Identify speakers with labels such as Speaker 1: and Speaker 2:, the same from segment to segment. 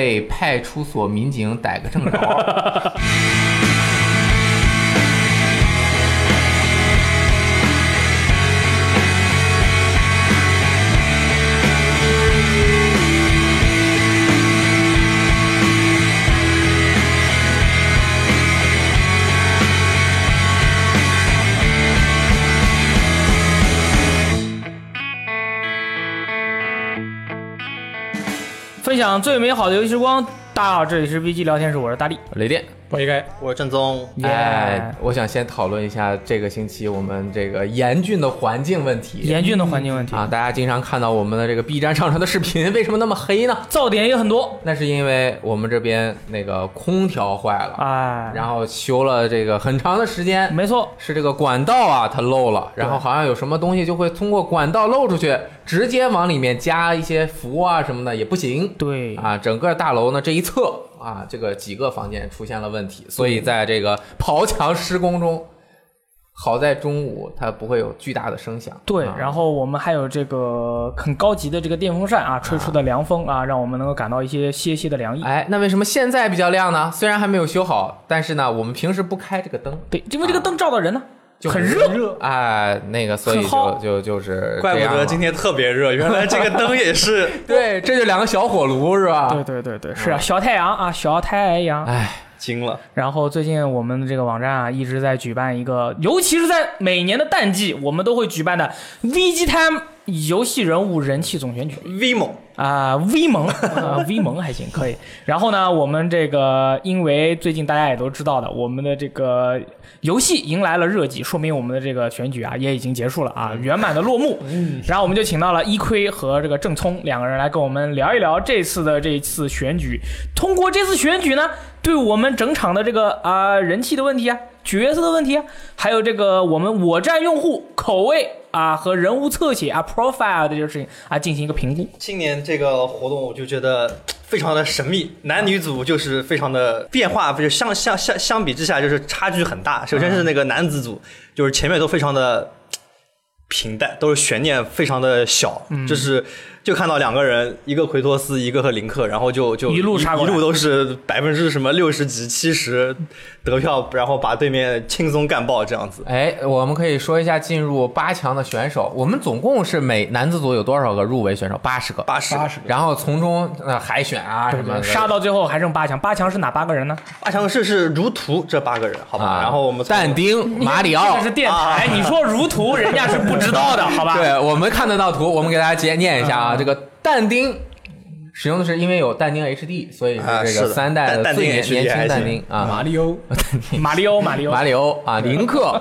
Speaker 1: 被派出所民警逮个正着。
Speaker 2: 分享最美好的游戏时光。大家好，这里是 VG 聊天室，我是大力。
Speaker 1: 雷电，
Speaker 3: 我应该
Speaker 4: 我是正宗，
Speaker 1: 哎，我想先讨论一下这个星期我们这个严峻的环境问题
Speaker 2: 严峻的环境问题，
Speaker 1: 啊！大家经常看到我们的这个 B 站上传的视频， 为什么那么黑呢？
Speaker 2: 噪点也很多。
Speaker 1: 那是因为我们这边那个空调坏了，
Speaker 2: 哎，
Speaker 1: 然后修了这个很长的时间，
Speaker 2: 没错，
Speaker 1: 是这个管道啊，它漏了，然后好像有什么东西就会通过管道漏出去，直接往里面加一些氟啊什么的也不行
Speaker 2: 对，
Speaker 1: 啊。整个大楼呢这一侧啊，这个几个房间出现了问题，所以在这个刨墙施工中，好在中午它不会有巨大的声响。
Speaker 2: 对，
Speaker 1: 啊、
Speaker 2: 然后我们还有这个很高级的这个电风扇啊，啊吹出的凉风啊，让我们能够感到一些些些的凉意。
Speaker 1: 哎，那为什么现在比较亮呢？虽然还没有修好，但是呢，我们平时不开这个灯，
Speaker 2: 对，因为这个灯照到人呢，
Speaker 1: 就
Speaker 2: 很
Speaker 1: 热
Speaker 2: 热。
Speaker 1: 哎，那个，所以
Speaker 2: 很
Speaker 1: 就
Speaker 2: 齁
Speaker 1: 就就是这
Speaker 4: 怪不
Speaker 1: 样了
Speaker 4: 得今天特别热，原来这个灯也是。
Speaker 1: 对，这就两个小火炉是吧？
Speaker 2: 对对对对，是啊，小太阳啊，小太阳。
Speaker 1: 哎，
Speaker 4: 惊了，
Speaker 2: 然后最近我们的这个网站啊，一直在举办一个，尤其是在每年的淡季，我们都会举办的 VG Time 游戏人物人气总选举。
Speaker 4: 威猛，
Speaker 2: 啊、v 萌啊、v 萌还行，可以。然后呢，我们这个因为最近大家也都知道的，我们的这个游戏迎来了热季，说明我们的这个选举啊也已经结束了啊，圆满的落幕。然后我们就请到了一亏和这个郑聪两个人来跟我们聊一聊这次的这次选举。通过这次选举呢，对我们整场的这个啊、人气的问题啊、角色的问题啊，还有这个我们我站用户口味。啊，和人物侧写啊，profile 这些事情啊，进行一个评估。
Speaker 4: 今年这个活动我就觉得非常的神秘，男女组就是非常的变化，不是相相相相比之下就是差距很大。首先是那个男子组，就是前面都非常的平淡，都是悬念非常的小，就是就看到两个人，一个奎托斯，一个和林克，然后就就
Speaker 2: 一路杀
Speaker 4: 一
Speaker 2: 过来
Speaker 4: 路都是百分之什么六十几、七十得票，然后把对面轻松干爆这样子。
Speaker 1: 哎，我们可以说一下进入八强的选手。我们总共是每男子组有多少个入围选手？八十个。
Speaker 4: 八十
Speaker 3: 八十个，
Speaker 1: 然后从中呃海选啊什么的
Speaker 2: 呃杀到最后还剩八强，八强是哪八个人呢？
Speaker 4: 八强是是如图这八个人，好吧？
Speaker 1: 啊，
Speaker 4: 然后我们从
Speaker 1: 但丁、马里
Speaker 2: 这
Speaker 1: 奥
Speaker 2: 个是。电台，哎你说如图，人家是不知道的，好吧？
Speaker 1: 对我们看得到图，我们给大家截念一下啊。
Speaker 2: 嗯
Speaker 1: 这个但丁使用的是因为有但丁 HD，所以是
Speaker 4: 啊
Speaker 1: 这
Speaker 4: 是
Speaker 1: 个
Speaker 4: 的
Speaker 1: 三代
Speaker 4: 但但丁
Speaker 1: 最年
Speaker 4: HD
Speaker 1: 年轻
Speaker 4: 还
Speaker 1: 但
Speaker 4: 行
Speaker 1: 丁啊。
Speaker 3: 马里欧，
Speaker 2: 马里奥，马里奥，
Speaker 1: 马里欧啊，林克，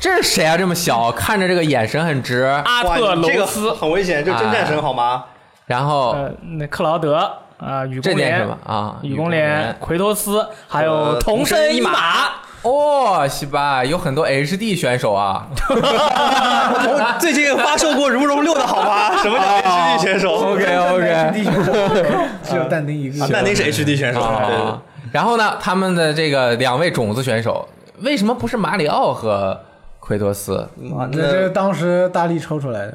Speaker 1: 这是谁啊？这么小，看着这个眼神很直。
Speaker 2: 阿
Speaker 4: 哇
Speaker 2: 特
Speaker 4: 这
Speaker 2: 楼
Speaker 4: 个
Speaker 2: 斯，
Speaker 4: 很危险，就真战神好吗？
Speaker 1: 然后、
Speaker 2: 呃，那克劳德，啊，雨
Speaker 1: 这
Speaker 2: 宫
Speaker 1: 念什
Speaker 2: 莲
Speaker 1: 么，啊？
Speaker 2: 雨宫莲，奎托斯，还有童
Speaker 4: 身
Speaker 2: 身一
Speaker 4: 一
Speaker 2: 马
Speaker 4: 马。
Speaker 1: 哦，西吧，有很多 HD 选手啊。
Speaker 4: 我最近发售过《如龙六》的好吗？ 什么叫 HD 选手
Speaker 1: 啊 OK OK。
Speaker 3: 只有但丁一个
Speaker 4: 啊，，但丁是 HD 选手，对对对
Speaker 1: 啊，然后呢，他们的这个两位种子选手，为什么不是马里奥和奎托斯？
Speaker 3: 啊，这这是当时大力抽出来的，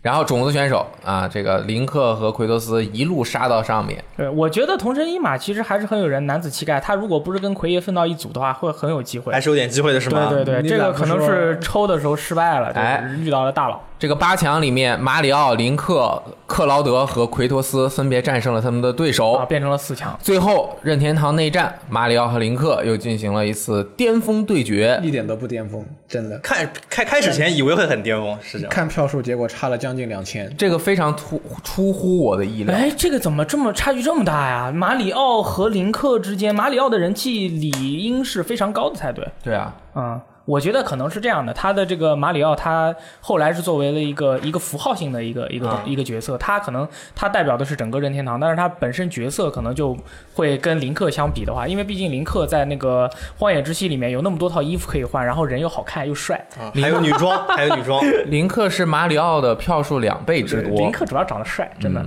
Speaker 1: 然后种子选手啊，这个林克和奎托斯一路杀到上面。
Speaker 2: 对，我觉得童身一马其实还是很有人男子气概，他如果不是跟奎爷分到一组的话，会很有机会
Speaker 4: 还。是有点机会的是吗？
Speaker 2: 对对对，
Speaker 3: 你
Speaker 2: 这
Speaker 3: 咋
Speaker 2: 个
Speaker 3: 不
Speaker 2: 可能
Speaker 3: 说
Speaker 2: 是抽的时候失败了，
Speaker 1: 哎
Speaker 2: 就是遇到了大佬。
Speaker 1: 这个八强里面，马里奥、林克、克劳德和奎托斯分别战胜了他们的对手。
Speaker 2: 啊，变成了四强。
Speaker 1: 最后，任天堂内战，马里奥和林克又进行了一次巅峰对决。
Speaker 3: 一点都不巅峰，真的。
Speaker 4: 看开开始前以为会很巅峰，是这样。
Speaker 3: 看票数，结果差了将近两千。
Speaker 1: 这个非常突出乎我的意料。
Speaker 2: 哎，这个怎么这么差距这么大呀？马里奥和林克之间，马里奥的人气理应是非常高的才对。
Speaker 1: 对啊，
Speaker 2: 嗯，我觉得可能是这样的，他的这个马里奥，他后来是作为了一个一个符号性的一个一
Speaker 1: 啊
Speaker 2: 个、一个角色，他可能他代表的是整个任天堂，但是他本身角色可能就会跟林克相比的话，因为毕竟林克在那个《荒野之息》里面有那么多套衣服可以换，然后人又好看又帅。
Speaker 4: 啊还有女 装，还有女装，
Speaker 1: 林克是马里奥的票数两倍之
Speaker 2: 林
Speaker 1: 多。
Speaker 2: 克主要长得帅，真的。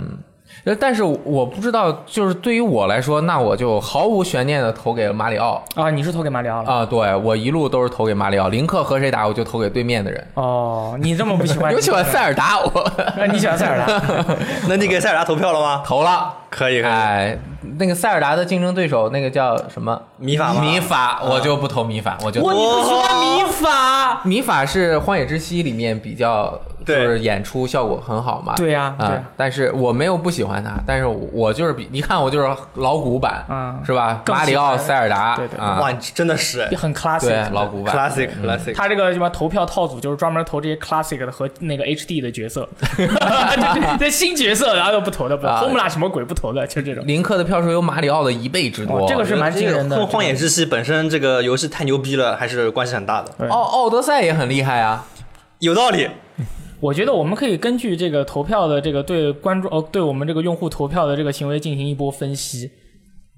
Speaker 1: 呃但是我不知道，就是对于我来说，那我就毫无悬念的投给了马里奥
Speaker 2: 啊，你是投给马里奥了。
Speaker 1: 啊、对我一路都是投给马里奥，林克和谁打我就投给对面的人。
Speaker 2: 哦，你这么不喜欢？
Speaker 1: 我喜欢塞尔达， 我
Speaker 2: 那你喜欢塞尔达？
Speaker 4: 那你给塞尔达投票了吗？
Speaker 1: 投了。
Speaker 4: 可以，可以。
Speaker 1: 哎，那个塞尔达的竞争对手，那个叫什么
Speaker 4: 米法吗
Speaker 1: 米
Speaker 2: 啊
Speaker 1: 法，我就不投米法，我就
Speaker 2: 哇，你不喜欢米法？
Speaker 1: 米法是《荒野之息》里面比较就
Speaker 4: 对
Speaker 1: 是演出效果很好嘛。
Speaker 2: 对呀
Speaker 1: 啊、
Speaker 2: 对呀
Speaker 1: 但是我没有不喜欢他，但是我我就是比你看我就是老古版，
Speaker 2: 嗯
Speaker 1: 是吧？
Speaker 2: 更
Speaker 1: 马
Speaker 2: 喜欢
Speaker 1: 里奥、塞尔达，
Speaker 2: 对对
Speaker 1: 啊、
Speaker 4: 哇，你真的是
Speaker 2: 也很 classic
Speaker 1: 对
Speaker 2: 的。
Speaker 1: 老古版。
Speaker 4: classic classic。
Speaker 2: 他这个什么投票套组就是专门投这些 classic 的和那个 HD 的角色， 这这新角色，然后又不投的，不
Speaker 1: 啊
Speaker 2: Homeland 什么鬼不投的，就这种。
Speaker 1: 林克的票数有马里奥的一倍之多，
Speaker 2: 哦这个是蛮惊人的
Speaker 4: 跟《荒野之息》本身这个游戏太牛逼了，还是关系很大的。
Speaker 2: 对
Speaker 1: 奥哦奥德赛也很厉害啊，
Speaker 4: 有道理，
Speaker 2: 我觉得我们可以根据这个投票的这个对观众哦，对我们这个用户投票的这个行为进行一波分析，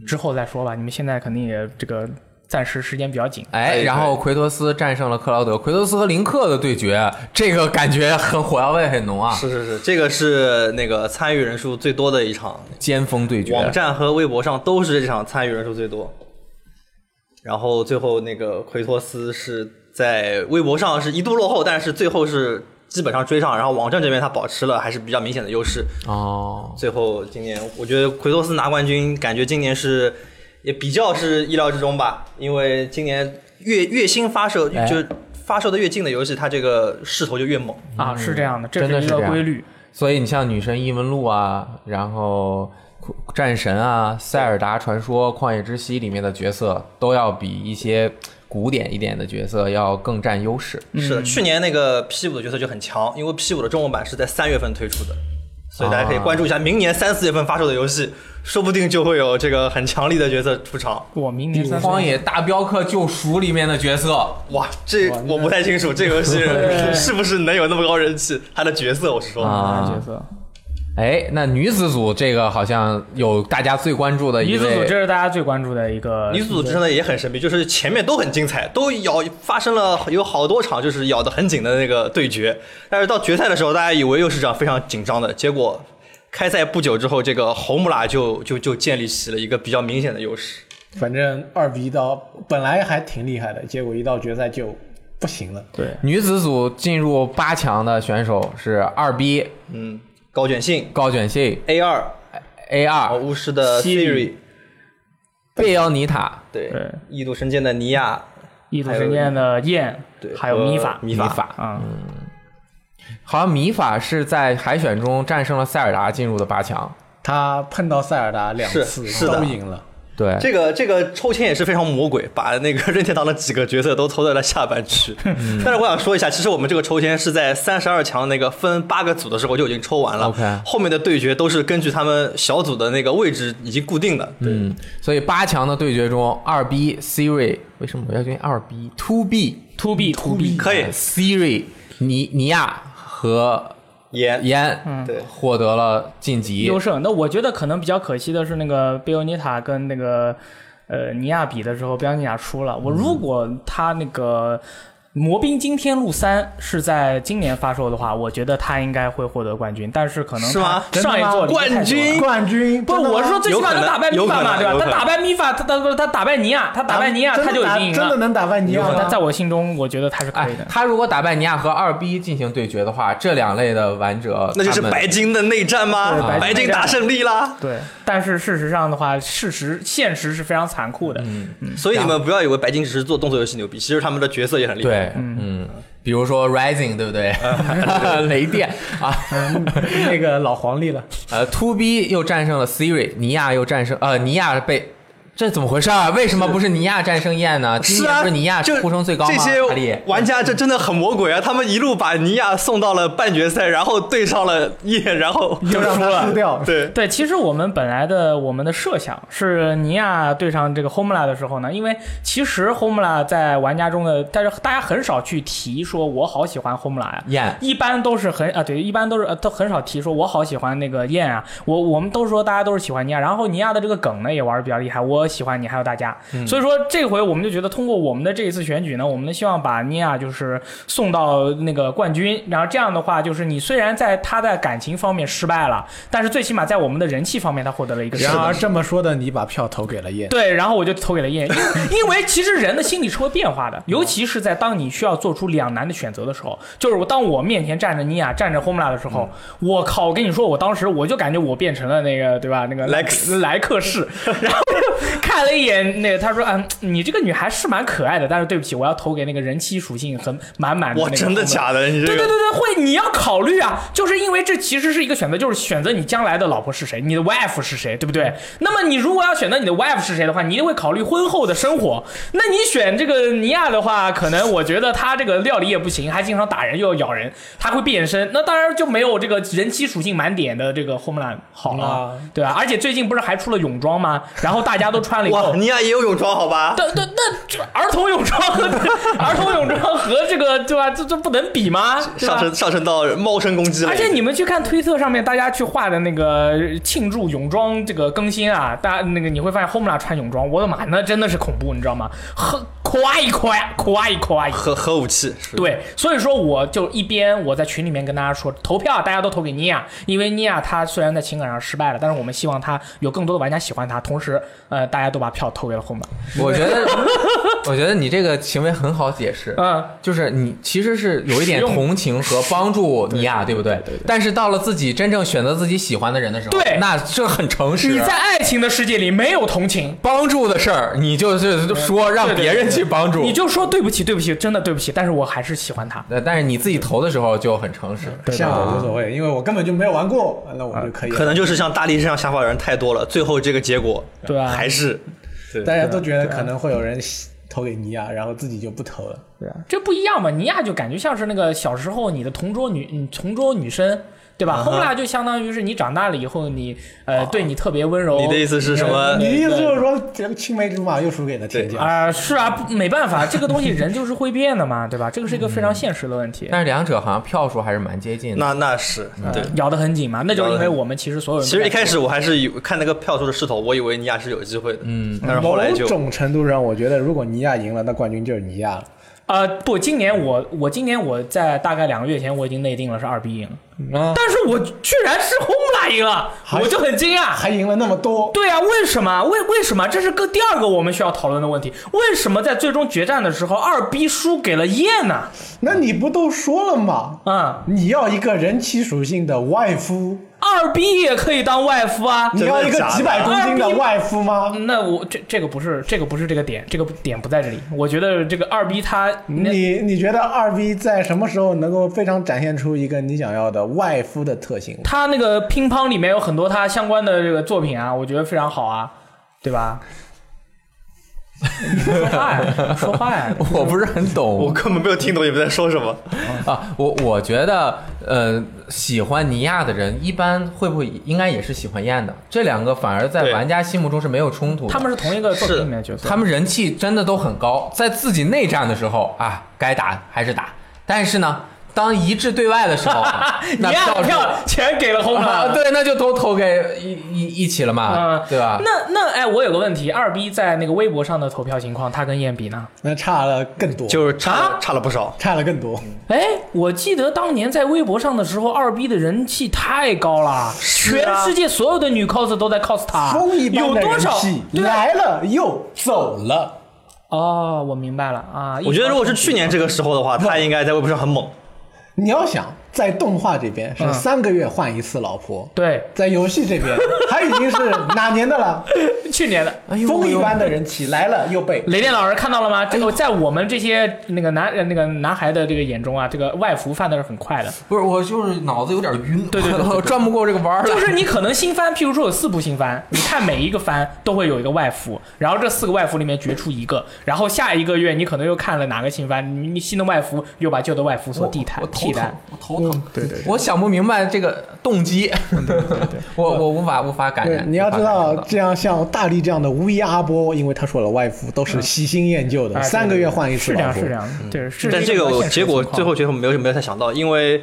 Speaker 2: 之后再说吧。你们现在肯定也这个暂时时间比较紧，
Speaker 4: 可
Speaker 1: 哎，
Speaker 4: 以
Speaker 1: 然后奎托斯战胜了克劳德，奎托斯和林克的对决，这个感觉很火药味很浓啊，
Speaker 4: 是是是，这个是那个参与人数最多的一场，
Speaker 1: 尖峰对决。
Speaker 4: 网站和微博上都是这场参与人数最多。然后最后那个奎托斯是在微博上是一度落后，但是最后是基本上追上，然后网站这边他保持了还是比较明显的优势。
Speaker 1: 哦，
Speaker 4: 最后今年我觉得奎托斯拿冠军，感觉今年是也比较是意料之中吧，因为今年越越新发售
Speaker 1: 哎
Speaker 4: 就发售的越近的游戏，它这个势头就越猛。
Speaker 2: 啊，是这样的，
Speaker 1: 嗯
Speaker 2: 这
Speaker 1: 真的
Speaker 2: 一
Speaker 1: 是这
Speaker 2: 个
Speaker 1: 样
Speaker 2: 规律。
Speaker 1: 所以你像女神异闻录啊，然后战神啊、塞尔达传说、旷野之息里面的角色，都要比一些古典一点的角色要更占优势。
Speaker 4: 是的，去年那个 P 五的角色就很强，因为 P 五的中文版是在三月份推出的，所以大家可以关注一下，明年三四月份发售的游戏，说不定就会有这个很强力的角色出场。
Speaker 2: 我明年三
Speaker 1: 《
Speaker 2: 十
Speaker 1: 荒野大镖客：救赎》里面的角色，
Speaker 4: 哇，这
Speaker 3: 哇那
Speaker 4: 我不太清楚这个游 戏
Speaker 2: 对
Speaker 4: 是不是能有那么高人气，他的角色我是说，
Speaker 1: 啊
Speaker 2: 角色，
Speaker 1: 哎，那女子组这个好像有大家最关注的一
Speaker 2: 女子组这
Speaker 1: 位，
Speaker 2: 是大家最关注的一个
Speaker 4: 女子组真的也很神秘，就是前面都很精彩，都咬发生了有好多场就是咬得很紧的那个对决，但是到决赛的时候，大家以为又是场非常紧张的，结果开赛不久之后，这个侯姆拉就就就建立起了一个比较明显的优势。
Speaker 3: 反正二比一到本来还挺厉害的，结果一到决赛就不行了。
Speaker 2: 对
Speaker 1: 女子组进入八强的选手是二 B
Speaker 4: 嗯，高卷信
Speaker 1: 高卷信、
Speaker 4: A 二啊
Speaker 1: A 二
Speaker 4: 巫师的 Siri，
Speaker 1: 贝奥尼塔、
Speaker 4: 对
Speaker 2: 对，
Speaker 4: 异度神剑的尼亚，
Speaker 2: 异度神剑的燕，
Speaker 4: 对，
Speaker 2: 还有
Speaker 4: 和
Speaker 2: 米法，
Speaker 4: 米法，嗯
Speaker 2: 啊，
Speaker 1: 好像米法是在海选中战胜了塞尔达进入的八强。
Speaker 3: 他碰到塞尔达两
Speaker 4: 是
Speaker 3: 次
Speaker 4: 是的
Speaker 3: 都赢了，
Speaker 1: 对，
Speaker 4: 这个这个抽签也是非常魔鬼，把那个任 天堂的几个角色都抽在了下半区。 但是我想说一下，其实我们这个抽签是在三十二强那个分八个组的时候就已经抽完了
Speaker 1: OK
Speaker 4: 后面的对决都是根据他们小组的那个位置已经固定的。
Speaker 1: 嗯，所以八强的对决中，二 B Siri 为什么我要选二 B Two B
Speaker 2: to B to B，
Speaker 4: 可以
Speaker 1: Siri 尼尼亚和
Speaker 4: 也
Speaker 1: 烟
Speaker 4: 对
Speaker 1: 获得了晋级
Speaker 2: 优。胜。那我觉得可能比较可惜的是，那个贝欧尼塔跟那个呃尼亚比的时候，贝欧尼塔输了。
Speaker 4: 嗯
Speaker 2: 我如果他那个。魔兵惊天录三是在今年发售的话，我觉得他应该会获得冠军，但是可能
Speaker 4: 是吗
Speaker 2: 他上一座
Speaker 4: 真的吗
Speaker 2: 离开太久了
Speaker 4: 冠军
Speaker 3: 冠军
Speaker 2: 不是，
Speaker 3: 真的吗
Speaker 2: 我是说最起码
Speaker 4: 有可
Speaker 2: 能
Speaker 4: 能
Speaker 2: 打败米
Speaker 4: 有可
Speaker 2: 法嘛，
Speaker 4: 能
Speaker 2: 对吧？
Speaker 4: 有可
Speaker 2: 他
Speaker 4: 能
Speaker 2: 打败米法，他他他他打败尼亚，他打败尼亚，
Speaker 3: 真
Speaker 2: 他
Speaker 3: 的
Speaker 2: 就已
Speaker 3: 打
Speaker 2: 经赢
Speaker 3: 真的
Speaker 2: 了。
Speaker 3: 能打败尼亚
Speaker 2: 他
Speaker 3: 吗？
Speaker 2: 在我心中，我觉得他是可
Speaker 1: 哎
Speaker 2: 以的，。
Speaker 1: 他如果打败尼亚和二 B 进行对决的话，这两类的玩者
Speaker 4: 那就是
Speaker 1: 他们
Speaker 4: 白金的内战
Speaker 2: 对白金
Speaker 4: 吗？白金
Speaker 2: 内战
Speaker 4: 打胜利啦！
Speaker 2: 对，但是事实上的话，事实现实是非常残酷的。
Speaker 4: 所以你们不要以为白金只是做动作游戏牛逼，其实他们的角色也很厉
Speaker 1: 对，
Speaker 4: 害。
Speaker 1: 嗯，比如说 Rising 对不 对？雷电啊，
Speaker 2: 嗯
Speaker 3: 那个老黄历了，
Speaker 1: 呃，To B 又战胜了 Siri，尼亚又战胜呃，尼亚被这怎么回事啊？为什么不是尼亚战胜燕呢？今
Speaker 4: 是
Speaker 1: 年
Speaker 4: 啊，
Speaker 1: 不是尼亚
Speaker 4: 就
Speaker 1: 呼声最高吗？
Speaker 4: 这
Speaker 1: 哈利
Speaker 4: 些玩家这真的很魔鬼啊！他们一路把尼亚送到了半决赛，然后对上了夜，然后
Speaker 3: 又让他输掉。
Speaker 4: 对
Speaker 2: 对，其实我们本来的我们的设想是尼亚对上这个 Homla 的时候呢，因为其实 Homla 在玩家中的，但是大家很少去提说我好喜欢 Homla 呀、
Speaker 1: 燕
Speaker 2: 一般都是很啊，对，一般都是呃，都很少提说我好喜欢那个燕啊，我我们都说大家都是喜欢尼亚，然后尼亚的这个梗呢也玩的比较厉害，我我喜欢你，还有大家。
Speaker 3: 嗯
Speaker 2: 所以说这回我们就觉得，通过我们的这一次选举呢，我们希望把妮亚就是送到那个冠军。然后这样的话，就是你虽然在他在感情方面失败了，但是最起码在我们的人气方面，他获得了一个
Speaker 3: 然
Speaker 2: 胜利
Speaker 3: 而这么说的，你把票投给了叶。
Speaker 2: 对，然后我就投给了燕，因为因为其实人的心理是会变化的，尤其是在当你需要做出两难的选择的时候，就是我当我面前站着尼亚，站着 Homla 的时候，
Speaker 4: 嗯
Speaker 2: 我靠，我跟你说，我当时我就感觉我变成了那个对吧，那个
Speaker 4: 莱克斯
Speaker 2: 莱克 士，然后看了一眼那个，他说，嗯，你这个女孩是蛮可爱的，但是对不起，我要投给那个人妻属性很满满的那
Speaker 4: 哇，
Speaker 2: 个 Homla。
Speaker 4: 真的假的？你这
Speaker 2: 对对对
Speaker 4: 个
Speaker 2: 对，会你要考虑啊，就是因为这其实是一个选择，就是选择你将来的老婆是谁，你的 wife 是谁，对不对？那么你如果要选择你的 wife 是谁的话，你一定会考虑婚后的生活。那你选这个尼亚的话，可能我觉得他这个料理也不行，还经常打人又要咬人，他会变身，那当然就没有这个人妻属性满点的这个 Homeland 好了，
Speaker 3: 啊
Speaker 2: 对吧、而且最近不是还出了泳装吗？然后大家都穿了以后
Speaker 4: 哇，，尼亚也有泳装好吧？
Speaker 2: 但但那这儿童泳装和 儿童泳装和这个对吧？这这不能比吗？对吧啊
Speaker 4: 上升上升到猫声公鸡了，
Speaker 2: 而且你们去看推特上面大家去画的那个庆祝泳装这个更新啊，大家那个你会发现 Homla 穿泳装，我的妈，那真的是恐怖，你知道吗？呵，夸一夸，夸一夸一。
Speaker 4: 核核武器是
Speaker 2: 对，所以说我就一边我在群里面跟大家说，投票大家都投给妮亚，因为妮亚她虽然在情感上失败了，但是我们希望她有更多的玩家喜欢她，同时呃大家都把票投给了 Homla。
Speaker 1: 我觉 得，我觉得你这个行为很好解释，
Speaker 2: 嗯，
Speaker 1: 就是你其实是有一点同情和帮助尼亚，对不对？但是到了自己真正选择自己喜欢的人的时候，
Speaker 2: 对
Speaker 1: 那这很诚实。啊
Speaker 2: 你在爱情的世界里没有同情，
Speaker 1: 帮助的事儿，你就是说让别人去帮助
Speaker 2: 你，就说对不起，对不起，真的对不起，但是我还是喜欢她。
Speaker 1: 呃但是你自己投的时候就很诚实。
Speaker 2: 对啊
Speaker 3: 像
Speaker 2: 吧？
Speaker 3: 我无所谓，因为我根本就没有玩过，那我就可以了。
Speaker 4: 可能就是像大力这样想法的人太多了，最后这个结果
Speaker 2: 对啊
Speaker 4: 还是
Speaker 3: 大
Speaker 4: 啊
Speaker 3: 家都觉得可能会有人投给尼亚，然后自己就不投了。
Speaker 2: 这不一样嘛？尼亚就感觉像是那个小时候你的同桌女，嗯，同桌女生，对
Speaker 4: 嗯
Speaker 2: 吧？后来就相当于是你长大了以后你，呃，对你特别温柔。
Speaker 4: 哦你的意思是什么
Speaker 3: 哦你？的意思就是说，这个青梅竹马又输给了天骄？
Speaker 2: 啊、是啊，不没办法，这个东西人就是会变的嘛，对吧？这个是一个非常现实的问题。
Speaker 4: 嗯
Speaker 1: 但是两者好像票数还是蛮接近的。
Speaker 4: 那那是对。
Speaker 2: 咬得很紧嘛，那就是因为
Speaker 4: 咬得
Speaker 2: 我们其实所有人都
Speaker 4: 其实
Speaker 2: 在
Speaker 4: 一开始我还是以看那个票数的势头，我以为尼亚是有机会的，嗯，但是后
Speaker 3: 某
Speaker 4: 来就
Speaker 3: 种程度上，我觉得如果尼亚赢了，那冠军就是尼亚了。
Speaker 2: 呃不，今年我我今年我在大概两个月前我已经内定了是二逼赢了，
Speaker 3: 啊，
Speaker 2: 但是我居然是轰啦赢了，
Speaker 3: 还
Speaker 2: 我就很惊
Speaker 4: 啊
Speaker 2: 讶，
Speaker 3: 还赢了那么多，
Speaker 2: 对啊，为什么？为为什么？这是个第二个我们需要讨论的问题。为什么在最终决战的时候，二逼输给了叶呢？
Speaker 3: 那你不都说了吗？
Speaker 2: 啊、
Speaker 3: 你要一个人妻属性的外夫，
Speaker 2: 二逼也可以当外夫啊。
Speaker 3: 你要一个几百公斤的外夫吗？
Speaker 1: 嗯
Speaker 2: 那我这这个不是这个不是这个点，这个点不在这里。我觉得这个二逼他
Speaker 4: 嗯
Speaker 2: 那
Speaker 3: 你你觉得二逼在什么时候能够非常展现出一个你想要的外夫的特性？
Speaker 2: 他那个乒乓里面有很多他相关的这个作品啊，我觉得非常好啊，对吧？说话 呀，说话呀！
Speaker 1: 我不是很
Speaker 4: 我
Speaker 1: 懂
Speaker 4: 根本没有听懂你们在说什么。
Speaker 1: 啊，我我觉得，呃，喜欢尼亚的人一般会不会应该也是喜欢燕的？这两个反而在
Speaker 4: 对
Speaker 1: 玩家心目中是没有冲突的。
Speaker 2: 他们是同一个作品
Speaker 4: 是
Speaker 2: 里面的角色，
Speaker 1: 他们人气真的都很高，在自己内战的时候啊，该打还是打，但是呢，当一致对外的时候，啊 那
Speaker 2: 你按
Speaker 1: 票数
Speaker 2: 票全给了红
Speaker 1: 啊，
Speaker 2: 狼，
Speaker 1: 对，那就都投给一一一起了嘛
Speaker 2: 啊，
Speaker 1: 对吧？
Speaker 2: 那那哎，我有个问题，二逼在那个微博上的投票情况，他跟燕比呢？
Speaker 3: 那差了更多，
Speaker 4: 就是差、差了不少。
Speaker 3: 差了更多。
Speaker 2: 哎，我记得当年在微博上的时候，二逼的人气太高了，
Speaker 4: 是
Speaker 2: 全
Speaker 4: 啊
Speaker 2: 世界所有的女 cos 都在 cos 他，
Speaker 3: 风一般
Speaker 2: 啊有
Speaker 3: 的
Speaker 2: 多
Speaker 3: 人
Speaker 2: 少？
Speaker 3: 气
Speaker 2: 对吧
Speaker 3: 来了又走了，
Speaker 2: 哦，我明白了啊。
Speaker 4: 我觉得如果是
Speaker 2: 一
Speaker 4: 去年这个时候的话，他应该在微博上很猛。
Speaker 3: 你要想在动画这边是三个月换一次老婆，
Speaker 2: 嗯对
Speaker 3: 在游戏这 边他已经是哪年的了？
Speaker 2: 去年的
Speaker 1: 哎呦，
Speaker 3: 风一
Speaker 1: 哎呦
Speaker 3: 般的人气来了又被。
Speaker 2: 雷电老师看到了吗？这个在我们这些那个男呃那个男孩的这个眼中啊，这个外服犯的是很快的。
Speaker 1: 不是我就是脑子有点晕，
Speaker 2: 对对对对对
Speaker 1: 我转不过这个弯儿来
Speaker 2: 就是你可能新番，譬如说有四部新番，你看每一个番都会有一个外服，然后这四个外服里面决出一个，然后下一个月你可能又看了哪个新番，你你新的外服又把旧的外服所替代
Speaker 1: 我头
Speaker 2: 替代
Speaker 1: 疼。，我头疼，对对，我想不明白这个动机，我我无法无法感
Speaker 3: 对，
Speaker 1: 染。
Speaker 3: 你要
Speaker 1: 无法
Speaker 3: 知
Speaker 1: 感
Speaker 3: 道
Speaker 1: 染，到
Speaker 3: 这样像大力这样的乌鸦阿波，因为他说了外服都
Speaker 2: 嗯
Speaker 3: 是喜新厌旧的，
Speaker 2: 哎
Speaker 3: 三个月换一
Speaker 2: 是
Speaker 3: 次嗯
Speaker 2: 这
Speaker 3: 老
Speaker 2: 样，
Speaker 3: 婆
Speaker 2: 是这。样，对，是一
Speaker 4: 但这
Speaker 2: 比较
Speaker 4: 个
Speaker 2: 现实
Speaker 4: 结
Speaker 2: 的
Speaker 4: 果
Speaker 2: 情况
Speaker 4: 最后结果没有没有太想到，因为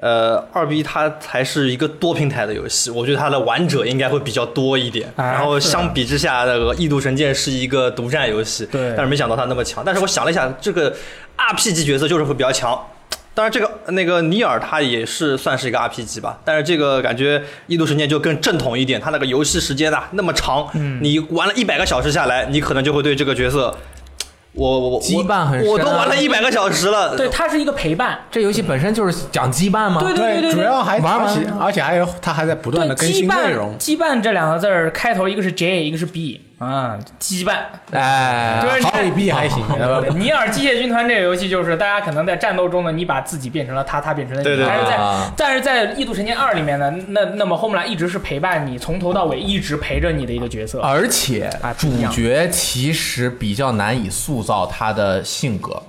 Speaker 4: 呃，二 B 它才是一个多平台的游戏，我觉得它的玩者应该会比较多一点。
Speaker 2: 啊
Speaker 4: 然后
Speaker 2: 是啊
Speaker 4: 相比之下，那个《异度神剑》是一个独占游戏，
Speaker 2: 对
Speaker 4: 但是没想到它那么强。但是我想了一下，这个 RPG 角色就是会比较强。当然，这个那个尼尔它也是算是一个 RPG 吧，但是这个感觉《异度神剑》就更正统一点，它那个游戏时间呐、那么长，
Speaker 2: 嗯
Speaker 4: 你玩了一百个小时下来，你可能就会对这个角色，我我我
Speaker 1: 羁绊很深啊
Speaker 4: 我都玩了一百个小时了，
Speaker 2: 对，它是一个陪伴，
Speaker 1: 这游戏本身就是讲羁绊嘛，
Speaker 2: 对对对对，
Speaker 3: 主要还
Speaker 1: 玩
Speaker 3: 而
Speaker 1: 完
Speaker 3: 且而且还有它还在不断的更
Speaker 2: 对羁
Speaker 3: 新内容
Speaker 2: 绊，。羁绊这两个字儿开头一个是 J，一个是 B 啊，羁绊。
Speaker 1: 哎，
Speaker 2: 就是
Speaker 3: 好比 B 还行，要不
Speaker 2: 对尼尔：机械军团这个游戏就是大家可能在战斗中呢，你把自己变成了他，他变成了你。
Speaker 4: 对对对
Speaker 2: 但是在、
Speaker 1: 啊
Speaker 2: 但是在《异度神剑二》里面呢，那那么后面来一直是陪伴你，从头到尾一直陪着你的一个角色。
Speaker 1: 而且
Speaker 2: 啊不
Speaker 1: 主
Speaker 2: 一样
Speaker 1: 角其实比较难以塑造他的性格，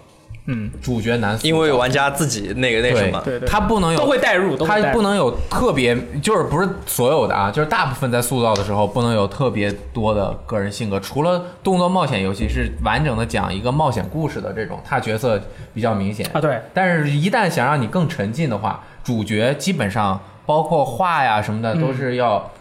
Speaker 2: 嗯，
Speaker 1: 主角难塑造，
Speaker 4: 因为玩家自己那个那什么，
Speaker 2: 对对对
Speaker 1: 他不能有
Speaker 2: 都会代入，都
Speaker 1: 他
Speaker 2: 会代入
Speaker 1: 不能有特别，就是不是所有的啊，就是大部分在塑造的时候不能有特别多的个人性格，除了动作冒险游戏是完整的讲一个冒险故事的这种，他角色比较明显
Speaker 2: 啊，对，
Speaker 1: 但是，一旦想让你更沉浸的话，主角基本上包括画呀什么的，都是要，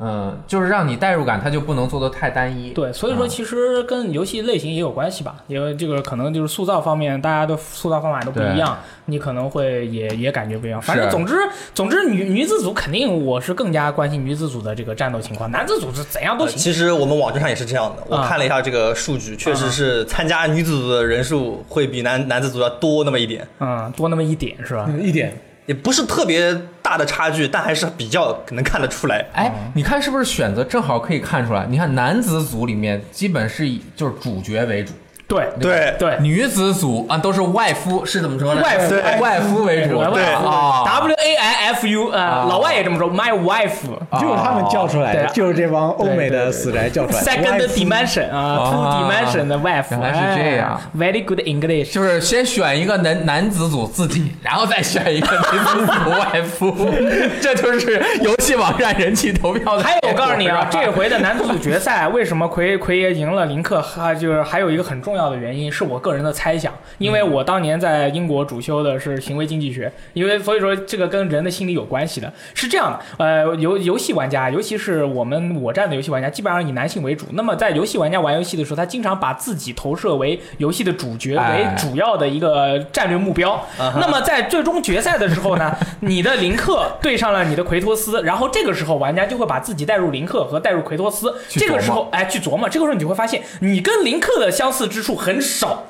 Speaker 1: 嗯、就是让你代入感，它就不能做的太单一。
Speaker 2: 对，所
Speaker 4: 啊
Speaker 2: 以说其实跟游戏类型也有关系吧，因为这个可能就是塑造方面，大家的塑造方法都不一样，你可能会也也感觉不一样。反正
Speaker 1: 是
Speaker 2: 总之总之女女子组肯定我是更加关心女子组的这个战斗情况，男子组是怎样都
Speaker 4: 呃
Speaker 2: 行。
Speaker 4: 其实我们网站上也是这样的，我
Speaker 2: 啊
Speaker 4: 看了一下这个数据，啊确实是参加女子组的人数会比男男子组要多那么一点，
Speaker 2: 嗯，多那么一点是吧？
Speaker 3: 嗯一点
Speaker 4: 也不是特别大的差距，但还是比较可能看得出来。
Speaker 1: 哎，你看是不是选择正好可以看出来？你看男子组里面基本是以就是主角为主，
Speaker 2: 对
Speaker 4: 对
Speaker 2: 对
Speaker 1: 女子组啊都是外夫，是怎么说呢？
Speaker 2: 外夫
Speaker 1: 对外夫为主，
Speaker 2: 外夫
Speaker 4: 对
Speaker 1: 啊。
Speaker 2: ，W A I F U 啊，
Speaker 1: 啊
Speaker 2: 老外也这么说，My wife。
Speaker 3: 就是他们叫出来
Speaker 2: 对
Speaker 3: 的
Speaker 2: 啊，
Speaker 3: 就是这帮欧美的死宅叫出来的。
Speaker 2: Second
Speaker 3: 外服
Speaker 2: dimension 啊
Speaker 1: 啊
Speaker 2: ，two dimension 的 wife，
Speaker 1: 原来是这样
Speaker 2: 哎，very good English。
Speaker 1: 就是先选一个男男子组自 己，然后再选一个女子组外夫， 这就是游戏网站人气投票的结果。
Speaker 2: 还有，我告诉你啊，
Speaker 1: 是吧
Speaker 2: 这回的男子组决赛，为什么奎奎爷赢了林克？哈，就是还有一个很重要的原因，是我个人的猜想，因为我当年在英国主修的是行为经济学，因为所以说这个跟人的心理有关系的。是这样的，呃，游游戏玩家，尤其是我们我站的游戏玩家，基本上以男性为主。那么在游戏玩家玩游戏的时候，他经常把自己投射为游戏的主角为
Speaker 1: 哎
Speaker 2: 主要的一个战略目标。那么在最终决赛的时候呢，你的林克对上了你的奎托斯，然后这个时候玩家就会把自己带入林克和带入奎托斯，
Speaker 1: 去
Speaker 2: 这个
Speaker 1: 琢
Speaker 2: 时候
Speaker 1: 磨
Speaker 2: 哎去琢磨，这个时候你就会发现你跟林克的相似之处很少，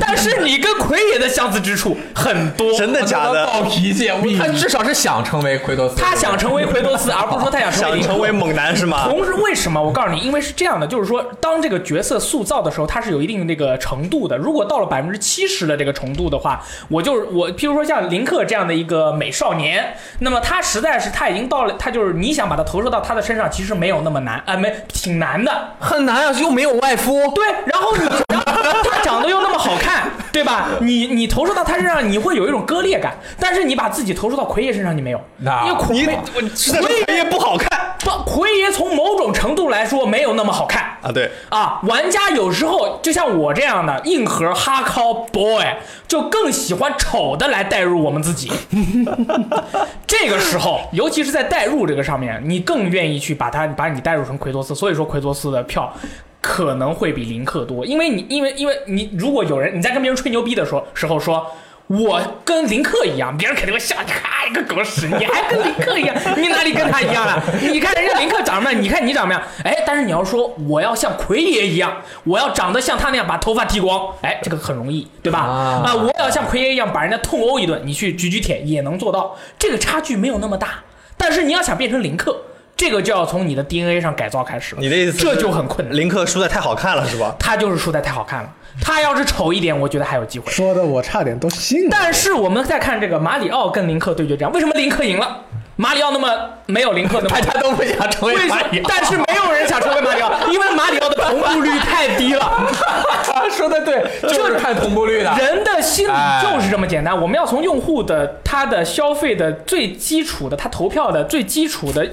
Speaker 2: 但是你跟奎爷的相似之处很多。
Speaker 4: 真的假
Speaker 1: 他
Speaker 4: 的？
Speaker 1: 暴脾气，我他至少是想成为奎托斯。
Speaker 2: 他想成为奎托斯，而不是说他想成为
Speaker 4: 想
Speaker 2: 林克
Speaker 4: 成为猛男是吗？
Speaker 2: 同时，为什么？我告诉你，因为是这样的，就是说，当这个角色塑造的时候，它是有一定的那个程度的。如果到了百分之七十的这个程度的话，我就是我，譬如说像林克这样的一个美少年，那么他实在是他已经到了，他就是你想把他投射到他的身上，其实没有那么难啊、没挺难的。
Speaker 1: 很难啊，又没有外夫。
Speaker 2: 对，然后你，然后他长得又那么好看，对吧？你你投射到他身上，你会有一种割裂感，但是你把自己投射到奎爷身上，你没有，
Speaker 1: 那
Speaker 2: 因为奎
Speaker 4: 你
Speaker 2: 爷
Speaker 4: 我是在说奎爷不好看
Speaker 2: 不奎爷从某种程度来说没有那么好看。
Speaker 4: 啊？对，
Speaker 2: 啊，玩家有时候就像我这样的硬核哈靠 boy，就更喜欢丑的来代入我们自己。 这个时候，尤其是在代入这个上面，你更愿意去把他把你代入成奎托斯，所以说奎托斯的票。可能会比林克多，因为你，因为，因为你，如果有人你在跟别人吹牛逼的时候时候说，我跟林克一样，别人肯定会笑你，哈，一个狗屎，你还跟林克一样，你哪里跟他一样 了？你看人家林克长什么样，你看你长什么样，哎，但是你要说我要像奎爷一样，我要长得像他那样把头发剃光，哎，这个很容易，对吧？
Speaker 1: 啊
Speaker 2: 啊，我要像奎爷一样把人家痛殴一顿，你去举举铁也能做到，这个差距没有那么大。但是你要想变成林克，这个就要从你的 DNA 上改造开始了。
Speaker 4: 你的意思是
Speaker 2: 这就很困难。
Speaker 4: 林克输的太好看了是吧？
Speaker 2: 他就是输的太好看了，他要是丑一点，我觉得还有机会。
Speaker 3: 说的我差点都信了。
Speaker 2: 但是我们再看这个马里奥跟林克对决战，为什么林克赢了？马里奥那么没有林克 那么
Speaker 1: 大家都不想成为
Speaker 2: 为什
Speaker 1: 马
Speaker 2: 么
Speaker 1: 里？奥。
Speaker 2: 但是没有人想成为马里 奥，因为马里奥的同步率太低了。
Speaker 1: 说的对，就是看同步率的。
Speaker 2: 人的心理就是这么简单，我们要从用户的他的消费的最基础的，他投票的最基础的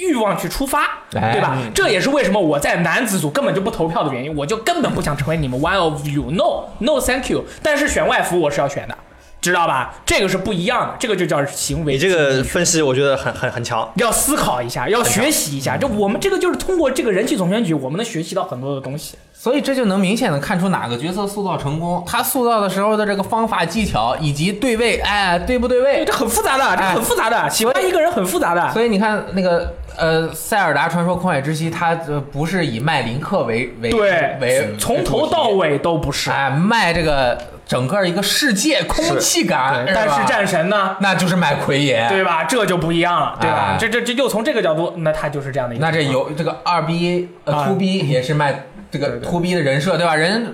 Speaker 2: 欲望去出发，
Speaker 1: 哎
Speaker 2: 对吧？这也是为什么我在男子组根本就不投票的原因，我就根本不想成为你们 one of you，no no thank you。但是选外服我是要选的。知道吧？这个是不一样的，这个就叫行为
Speaker 4: 你这
Speaker 2: 经济
Speaker 4: 个
Speaker 2: 学
Speaker 4: 分析我觉得很很很强。
Speaker 2: 要思考一下，要学习一下。就我们这个就是通过这个人气总选举，我们能学习到很多的东西。
Speaker 1: 所以这就能明显的看出哪个角色塑造成功，他塑造的时候的这个方法技巧以及对位，哎，对不对
Speaker 2: 对，
Speaker 1: 位？
Speaker 2: 这很复杂的，这很复杂的，喜欢一个人很复杂的。
Speaker 1: 所以你看那个呃，塞尔达传说旷野之息，它呃不是以卖林克为为为
Speaker 2: 对，从头到
Speaker 1: 为主
Speaker 2: 尾都不
Speaker 1: 题，
Speaker 2: 是。
Speaker 1: 哎，卖这个整个一个世界空气感，
Speaker 2: 但
Speaker 1: 吧
Speaker 2: 是战神呢？
Speaker 1: 那就是卖奎爷，
Speaker 2: 对吧？这就不一样了，对吧
Speaker 1: 哎？
Speaker 2: 这这这又从这个角度，那他就是这样的一个。
Speaker 1: 那这有这个二 B 呃
Speaker 2: 啊
Speaker 1: to B 也是卖这
Speaker 2: 对
Speaker 1: 个
Speaker 2: 对
Speaker 1: to B 的人设对吧？人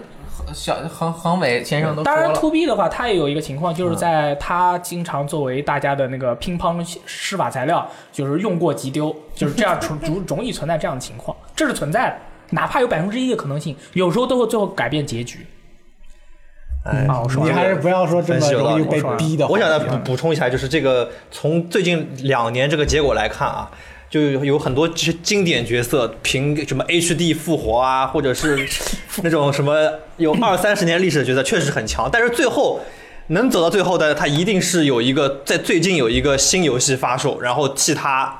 Speaker 1: 小恒恒伟先生都说
Speaker 2: 当然
Speaker 1: 了，嗯
Speaker 2: ，to B 的话，它也有一个情况，就是在它经常作为大家的那个乒乓施法材料，就是用过即丢，就是这 样存容容易存在这样的情况，这是存在的。哪怕有百分之一的可能性，有时候都会最后改变结局。
Speaker 4: 哎，
Speaker 2: 啊，我说
Speaker 3: 你
Speaker 2: 完了
Speaker 3: 还是不要说这么容易被逼的话
Speaker 4: 我
Speaker 3: 题
Speaker 4: 想
Speaker 3: 啊。
Speaker 4: 再补补充一下，就是这个从最近两年这个结果来看啊，就有很多其实经典角色凭什么 HD 复活啊，或者 是那种什么有二三十年历史的角色确实很强，但是最后。能走到最后的，他一定是有一个在最近有一个新游戏发售，然后替他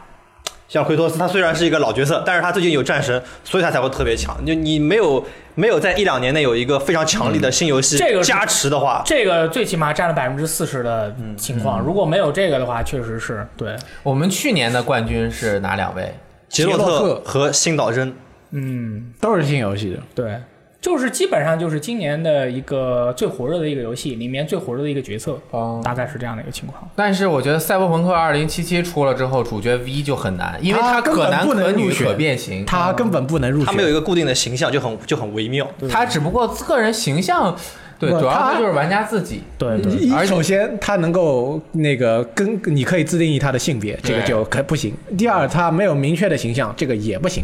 Speaker 4: 像奎托斯，他虽然是一个老角色，但是他最近有战神，所以他才会特别强。就你没有没有在一两年内有一个非常强
Speaker 3: 嗯
Speaker 4: 力的新游戏
Speaker 2: 这个是
Speaker 4: 加持的话，
Speaker 2: 这个最起码占了百分之四十的
Speaker 1: 嗯
Speaker 2: 情况，如果没有这个的话，确实是对，
Speaker 1: 我们去年的冠军是哪两位？
Speaker 4: 杰洛
Speaker 3: 杰洛
Speaker 4: 特
Speaker 3: 特
Speaker 4: 和新岛真，
Speaker 2: 嗯，
Speaker 3: 都是新游戏的，
Speaker 2: 对，就是基本上就是今年的一个最火热的一个游戏里面最火热的一个角色，
Speaker 1: 哦
Speaker 2: 大概是这样的一个情况。
Speaker 1: 但是我觉得《赛博朋克2077》出了之后，主角 V 就很难，因为
Speaker 3: 他根
Speaker 1: 可
Speaker 3: 本
Speaker 1: 男
Speaker 3: 不能
Speaker 1: 可
Speaker 3: 入
Speaker 1: 女
Speaker 3: 选
Speaker 1: 可变形，嗯
Speaker 3: 他根本不能入选。
Speaker 4: 他们有一个固定的形象，就很就很微妙。
Speaker 1: 他只不过个人形象，对，
Speaker 3: 不
Speaker 1: 主要
Speaker 3: 他
Speaker 1: 他就是玩家自己。
Speaker 2: 对 对，
Speaker 3: 一
Speaker 1: 而且
Speaker 3: 首先，他能够那个跟你可以自定义他的性别，这个
Speaker 1: 对
Speaker 3: 就可不行。第二，他没有明确的形象，这个也不行。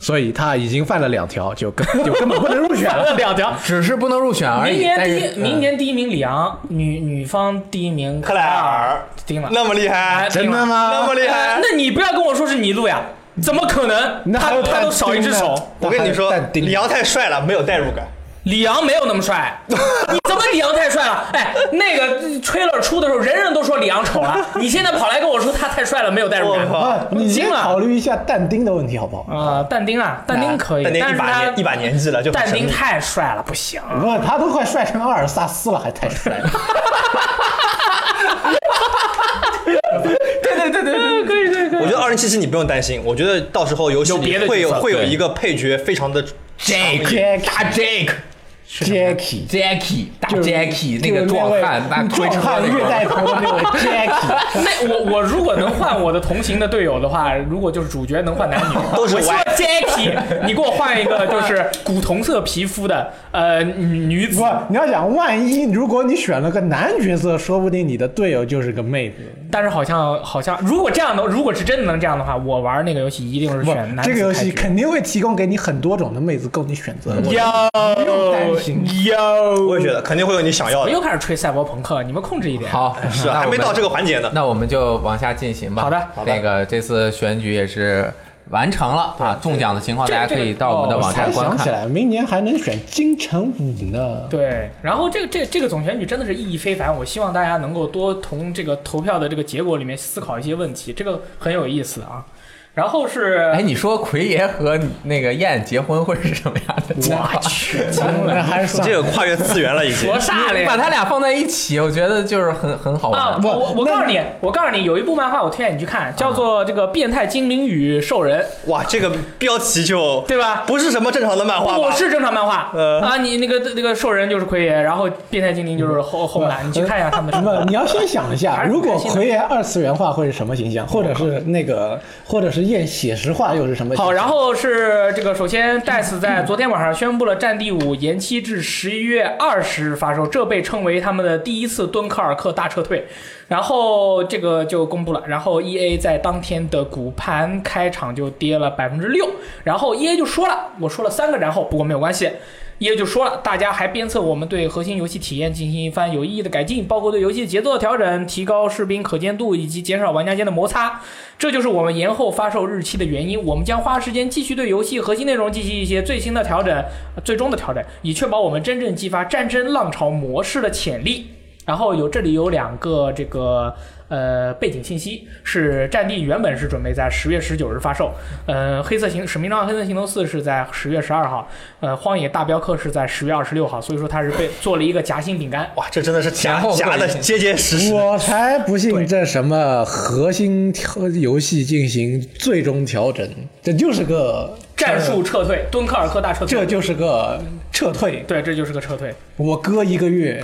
Speaker 3: 所以他已经犯了两条，就根 就根本不能入选
Speaker 2: 反
Speaker 3: 了。
Speaker 2: 了两条，
Speaker 1: 只是不能入选而
Speaker 2: 明
Speaker 1: 已。
Speaker 2: 年
Speaker 1: 但
Speaker 2: 第
Speaker 1: 是呃嗯
Speaker 2: 一，明年第一名里昂，女女方第一名
Speaker 4: 克莱尔
Speaker 2: 定了，
Speaker 4: 那么厉害，
Speaker 3: 真的吗
Speaker 4: 啊那么厉害
Speaker 2: 哎？那你不要跟我说是尼禄呀，怎么可能？
Speaker 3: 那还
Speaker 2: 他
Speaker 3: 有
Speaker 2: 他
Speaker 3: 但
Speaker 2: 都少一只
Speaker 3: 丁呢
Speaker 2: 手，
Speaker 4: 我跟你说
Speaker 3: 但，丁
Speaker 4: 里昂太帅了，没有代入感。
Speaker 2: 里昂没有那么 帅，你怎么里昂太帅了？哎，那个吹了出的时候，人人都说里昂丑 了，你现在跑来跟我说他太帅了，没有代入感
Speaker 4: 我靠
Speaker 3: 啊，你先
Speaker 2: 惊了
Speaker 3: 考虑一下但丁的问题好不好？
Speaker 2: 啊！但丁啊，但丁可以，
Speaker 4: 但丁
Speaker 2: 但
Speaker 4: 一
Speaker 2: 是
Speaker 4: 把
Speaker 2: 他
Speaker 4: 年一把年纪了，就很
Speaker 2: 但
Speaker 4: 神
Speaker 2: 丁
Speaker 4: 秘。
Speaker 2: 太帅了，不行。啊
Speaker 3: 不，他都快帅成阿尔萨斯了，还太帅了。
Speaker 4: 我觉得二零七七你不用担心，我觉得到时候游戏
Speaker 2: 有别
Speaker 4: 里
Speaker 2: 的
Speaker 4: 会有
Speaker 2: 角色
Speaker 4: 会有
Speaker 1: 对
Speaker 4: 一个配角非常的
Speaker 1: Jake 大 Jake
Speaker 3: Jacky，
Speaker 1: Jackie 大
Speaker 3: 就是
Speaker 1: Jackie 那
Speaker 3: 就是
Speaker 1: 个壮
Speaker 3: 位
Speaker 1: 汉，大推
Speaker 3: 壮
Speaker 1: 车
Speaker 3: 汉
Speaker 1: 那
Speaker 3: 月带
Speaker 1: 个。
Speaker 3: 头的 那位 Jacky，
Speaker 2: 那我我如果能换我的同行的队友的话，如果就是主角能换男女，
Speaker 4: 都是
Speaker 2: 我希望 Jackie，你给我换一个 就是古铜色皮肤的呃女子
Speaker 3: 不，你要想，万一如果你选了个男角色，说不定你的队友就是个妹子。
Speaker 2: 但是好像好像如果这样的，如果是真的能这样的话，我玩那个游戏一定是
Speaker 3: 不
Speaker 2: 选男，子
Speaker 3: 这个游
Speaker 2: 开
Speaker 3: 戏
Speaker 2: 局
Speaker 3: 肯定会提供给你很多种的妹子供你选择。
Speaker 1: 嗯
Speaker 3: 我
Speaker 2: 哟
Speaker 3: 用担心
Speaker 2: 哟，
Speaker 4: 我也觉得肯定会有你想要
Speaker 2: 我
Speaker 4: 的。
Speaker 2: 又开始吹赛博朋克，你们控制一点。，
Speaker 1: 好，
Speaker 4: 是啊，
Speaker 1: 那
Speaker 4: 还
Speaker 1: 我
Speaker 4: 没
Speaker 1: 们
Speaker 4: 到这个环节呢。
Speaker 1: 那我们就往下进行吧。
Speaker 2: 好的
Speaker 4: 好的
Speaker 1: 那个这次选举也是完成了啊，中奖的情况
Speaker 2: 这
Speaker 1: 大
Speaker 2: 个
Speaker 1: 家可以到我们的
Speaker 2: 这个
Speaker 1: 网
Speaker 3: 才
Speaker 1: 站观
Speaker 3: 想起
Speaker 1: 看。
Speaker 3: 来，明年还能选金城武呢。
Speaker 2: 对，然后这个这个这个总选举真的是意义非凡，我希望大家能够多从这个投票的这个结果里面思考一些问题，这个很有意思啊。然后是，
Speaker 1: 哎，你说奎爷和那个燕结婚会是什么样的情况？
Speaker 2: 去，
Speaker 3: 那还是算
Speaker 4: 这个跨越次元了已经
Speaker 2: 说。啥嘞
Speaker 1: 你？把他俩放在一起，我觉得就是很很
Speaker 4: 哦
Speaker 1: 好玩。
Speaker 2: 啊，我我我
Speaker 3: 那
Speaker 2: 告诉你，我告诉你，有一部漫画我推荐你去看，叫
Speaker 4: 啊
Speaker 2: 做《这个变态精灵与兽人》，
Speaker 4: 哇，这个标题就
Speaker 2: 对吧？
Speaker 4: 不是什么正常的漫画
Speaker 2: 不
Speaker 4: 吧？
Speaker 2: 是正常漫画，
Speaker 4: 呃
Speaker 2: 啊，你那个那个兽人就是奎爷，然后变态精灵就是后
Speaker 4: 呃
Speaker 2: 后来，你去看一下他们的
Speaker 3: 什
Speaker 2: 什
Speaker 3: 么？
Speaker 2: 么。
Speaker 3: 你要先想一下，
Speaker 2: 还是
Speaker 3: 如果
Speaker 2: 开心的
Speaker 3: 奎爷二次元化会是什么形象，或者是那个，或者是验写实化又是什么形象？
Speaker 2: 好，然后是这个，首先戴斯在昨天晚上宣布了《战地五》延期至十一月二十日发售，这被称为他们的第一次敦刻尔克大撤退。然后这个就公布了，然后 E A 在当天的股盘开场就跌了百分之六，然后 E A 就说了，我说了三个然后，不过没有关系。也，E 就说了，大家还鞭策我们对核心游戏体验进行一番有意义的改进，包括对游戏节奏的调整、提高士兵可见度以及减少玩家间的摩擦。这就是我们延后发售日期的原因。我们将花时间继续对游戏核心内容进行一些最新的调整、呃最终的调整，以确保我们真正激发战争浪潮模式的潜力。然后有这里有两个这个呃背景信息，是《战地》原本是准备在十月十九日发售，呃，《黑色行使命召唤：黑色行动四》是在十月十二号，呃，《荒野大镖客》是在十月二十六号，所以说它是被做了一个夹心饼干。
Speaker 4: 哇，这真的是夹
Speaker 1: 前后各
Speaker 4: 夹的
Speaker 1: 一
Speaker 4: 结结实实。
Speaker 3: 我才不信这什么核心调游戏进行最终调整，这就是个
Speaker 2: 战术，撤退，敦刻尔克大撤退，
Speaker 3: 这就是个撤退。
Speaker 2: 对，这就是个撤退。
Speaker 3: 我搁一个月，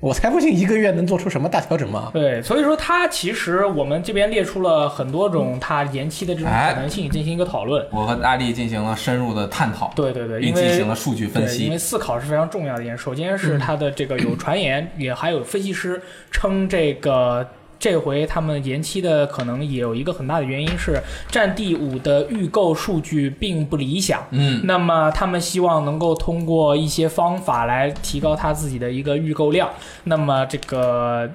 Speaker 3: 我才不信一个月能做出什么大调整嘛。
Speaker 2: 对，所以说它其实我们这边列出了很多种它延期的这种
Speaker 1: 哎
Speaker 2: 可能性进行一个讨论。
Speaker 1: 我和大力进行了深入的探讨，
Speaker 2: 对对对，
Speaker 1: 并
Speaker 2: 因
Speaker 1: 进
Speaker 2: 为
Speaker 1: 行了数据分
Speaker 2: 对，因
Speaker 1: 析。
Speaker 2: 为
Speaker 1: 嗯
Speaker 2: 思考是非常重要的一件事。首先是它的这个有传言，也还有分析师称这个。这回他们延期的可能也有一个很大的原因是《战地五》的预购数据并不理想，
Speaker 1: 嗯，
Speaker 2: 那么他们希望能够通过一些方法来提高他自己的一个预购量。那么这个。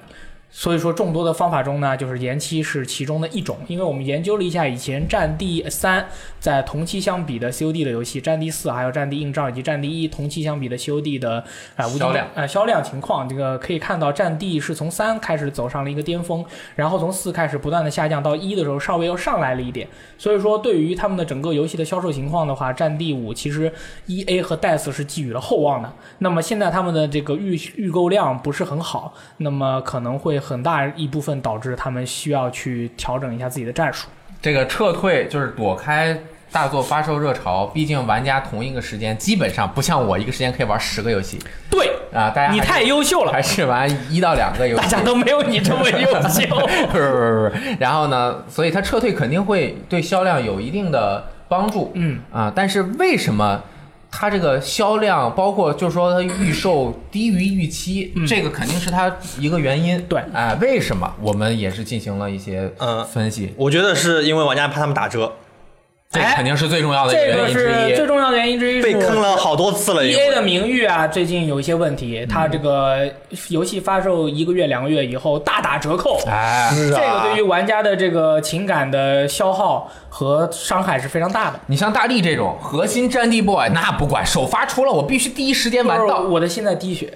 Speaker 2: 所以说，众多的方法中呢，就是延期是其中的一种。因为我们研究了一下以前《战地三》在同期相比的 COD 的游戏，《战地四》还有《战地硬仗》以及《战地一》同期相比的 COD 的啊、无尽
Speaker 1: 销量
Speaker 2: 呃销量情况，这个可以看到，《战地》是从三开始走上了一个巅峰，然后从四开始不断的下降，到一的时候稍微又上来了一点。所以说，对于他们的整个游戏的销售情况的话，《战地五》其实 E A 和 DICE 是寄予了厚望的。那么现在他们的这个预预购量不是很好，那么可能会很大一部分导致他们需要去调整一下自己的战术。
Speaker 1: 这个撤退就是躲开大作发售热潮，毕竟玩家同一个时间基本上不像我一个时间可以玩十个游戏
Speaker 2: 对
Speaker 1: 啊，大家
Speaker 2: 你
Speaker 1: 还是
Speaker 2: 太优秀了
Speaker 1: 还，是玩一到两个游戏，
Speaker 2: 大家都没有你这么优秀。
Speaker 1: 不是不是不是，然后呢，所以它撤退肯定会对销量有一定的帮助，
Speaker 2: 嗯
Speaker 1: 啊，但是为什么它这个销量，包括就是说它预售低于预期，这个肯定是它一个原因，
Speaker 2: 嗯对
Speaker 1: 哎，为什么？我们也是进行了一些
Speaker 4: 嗯
Speaker 1: 分析，
Speaker 4: 我觉得是因为玩家怕他们打折，
Speaker 1: 这肯定是最重要的一
Speaker 2: 哎这
Speaker 1: 原
Speaker 2: 个
Speaker 1: 因
Speaker 2: 是
Speaker 1: 之
Speaker 2: 最
Speaker 1: 一。
Speaker 2: 重要的原因之一，
Speaker 4: 被坑。了好多次了。
Speaker 2: E
Speaker 4: 因
Speaker 2: A 的
Speaker 4: 为
Speaker 2: 名誉啊，最近有一些问题，它这个游戏发售一个月、两个月以后大打折扣，
Speaker 1: 哎，
Speaker 4: 是
Speaker 2: 这个
Speaker 4: 啊
Speaker 2: 对于玩家的这个情感的消耗和伤害是非常大的。
Speaker 1: 你像大力这种核心战地 boy，那不管首发出了，我必须第一时间玩
Speaker 2: 就是
Speaker 1: 到。
Speaker 2: 我的心在滴血，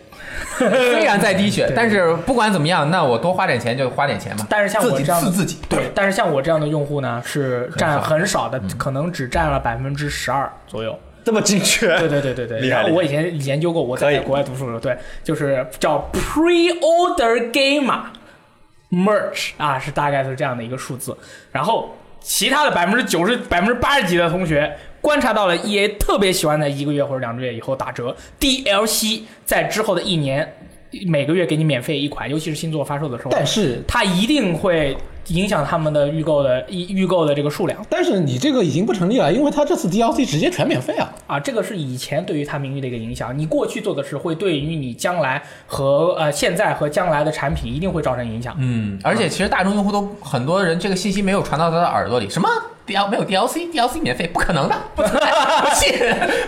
Speaker 1: 虽然在滴血，
Speaker 2: 对
Speaker 1: 但是不管怎么样，那我多花点钱就花点钱嘛，
Speaker 2: 但是像
Speaker 1: 自
Speaker 2: 我
Speaker 1: 己
Speaker 2: 这样
Speaker 1: 刺
Speaker 2: 的
Speaker 1: 自己。
Speaker 2: 对，但是像我这样的用户呢，是占很少的，可能只占了百分之十二左右。
Speaker 4: 这么精 确，
Speaker 2: 对对对对对。
Speaker 4: 厉
Speaker 2: 然
Speaker 4: 害
Speaker 2: 后
Speaker 4: 厉害
Speaker 2: 我以前研究过，我在
Speaker 4: 可以
Speaker 2: 国外读书的时候，对，就是叫 pre-order gamer merch 啊，是大概是这样的一个数字。然后其他的百分之九十、百分之八十几的同学观察到了 EA 特别喜欢在一个月或者两个月以后打折，DLC 在之后的一年每个月给你免费一款，尤其是新作发售的时候，
Speaker 3: 但是，
Speaker 2: 它一定会影响他们的预购的预预购的这个数量。
Speaker 3: 但是你这个已经不成立了，因为他这次 DLC 直接全免费啊。
Speaker 2: 啊，这个是以前对于它名誉的一个影响。你过去做的事，会对于你将来和呃现在和将来的产品一定会造成影响。
Speaker 1: 嗯，而且其实大众用户都很多人，这个信息没有传到他的耳朵里。什么 DL 没有 DLC，DLC 免费，不可能的，不存在，不信，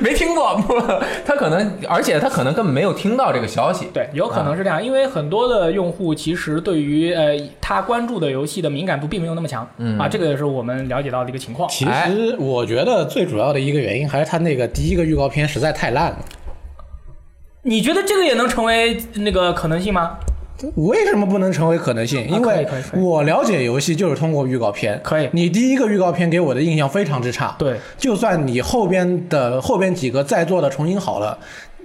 Speaker 1: 没听过。 不他可能，而且他可能根本没有听到这个消息。
Speaker 2: 对，有可能是这样，因为很多的用户其实对于呃他关注的游戏的敏感度并没有那么强，嗯啊，这个也是我们了解到的一个情况。
Speaker 3: 其实我觉得最主要的一个原因还是他那个第一个预告片实在太烂了。
Speaker 2: 你觉得这个也能成为那个可能性吗？
Speaker 3: 为什么不能成为可能性？因
Speaker 2: 啊可以
Speaker 3: 为
Speaker 2: 可以可以
Speaker 3: 我了解游戏就是通过预告片。
Speaker 2: 可以
Speaker 3: 你第一个预告片给我的印象非常之差。
Speaker 2: 对，
Speaker 3: 就算你后边的后边几个在做的重新好了，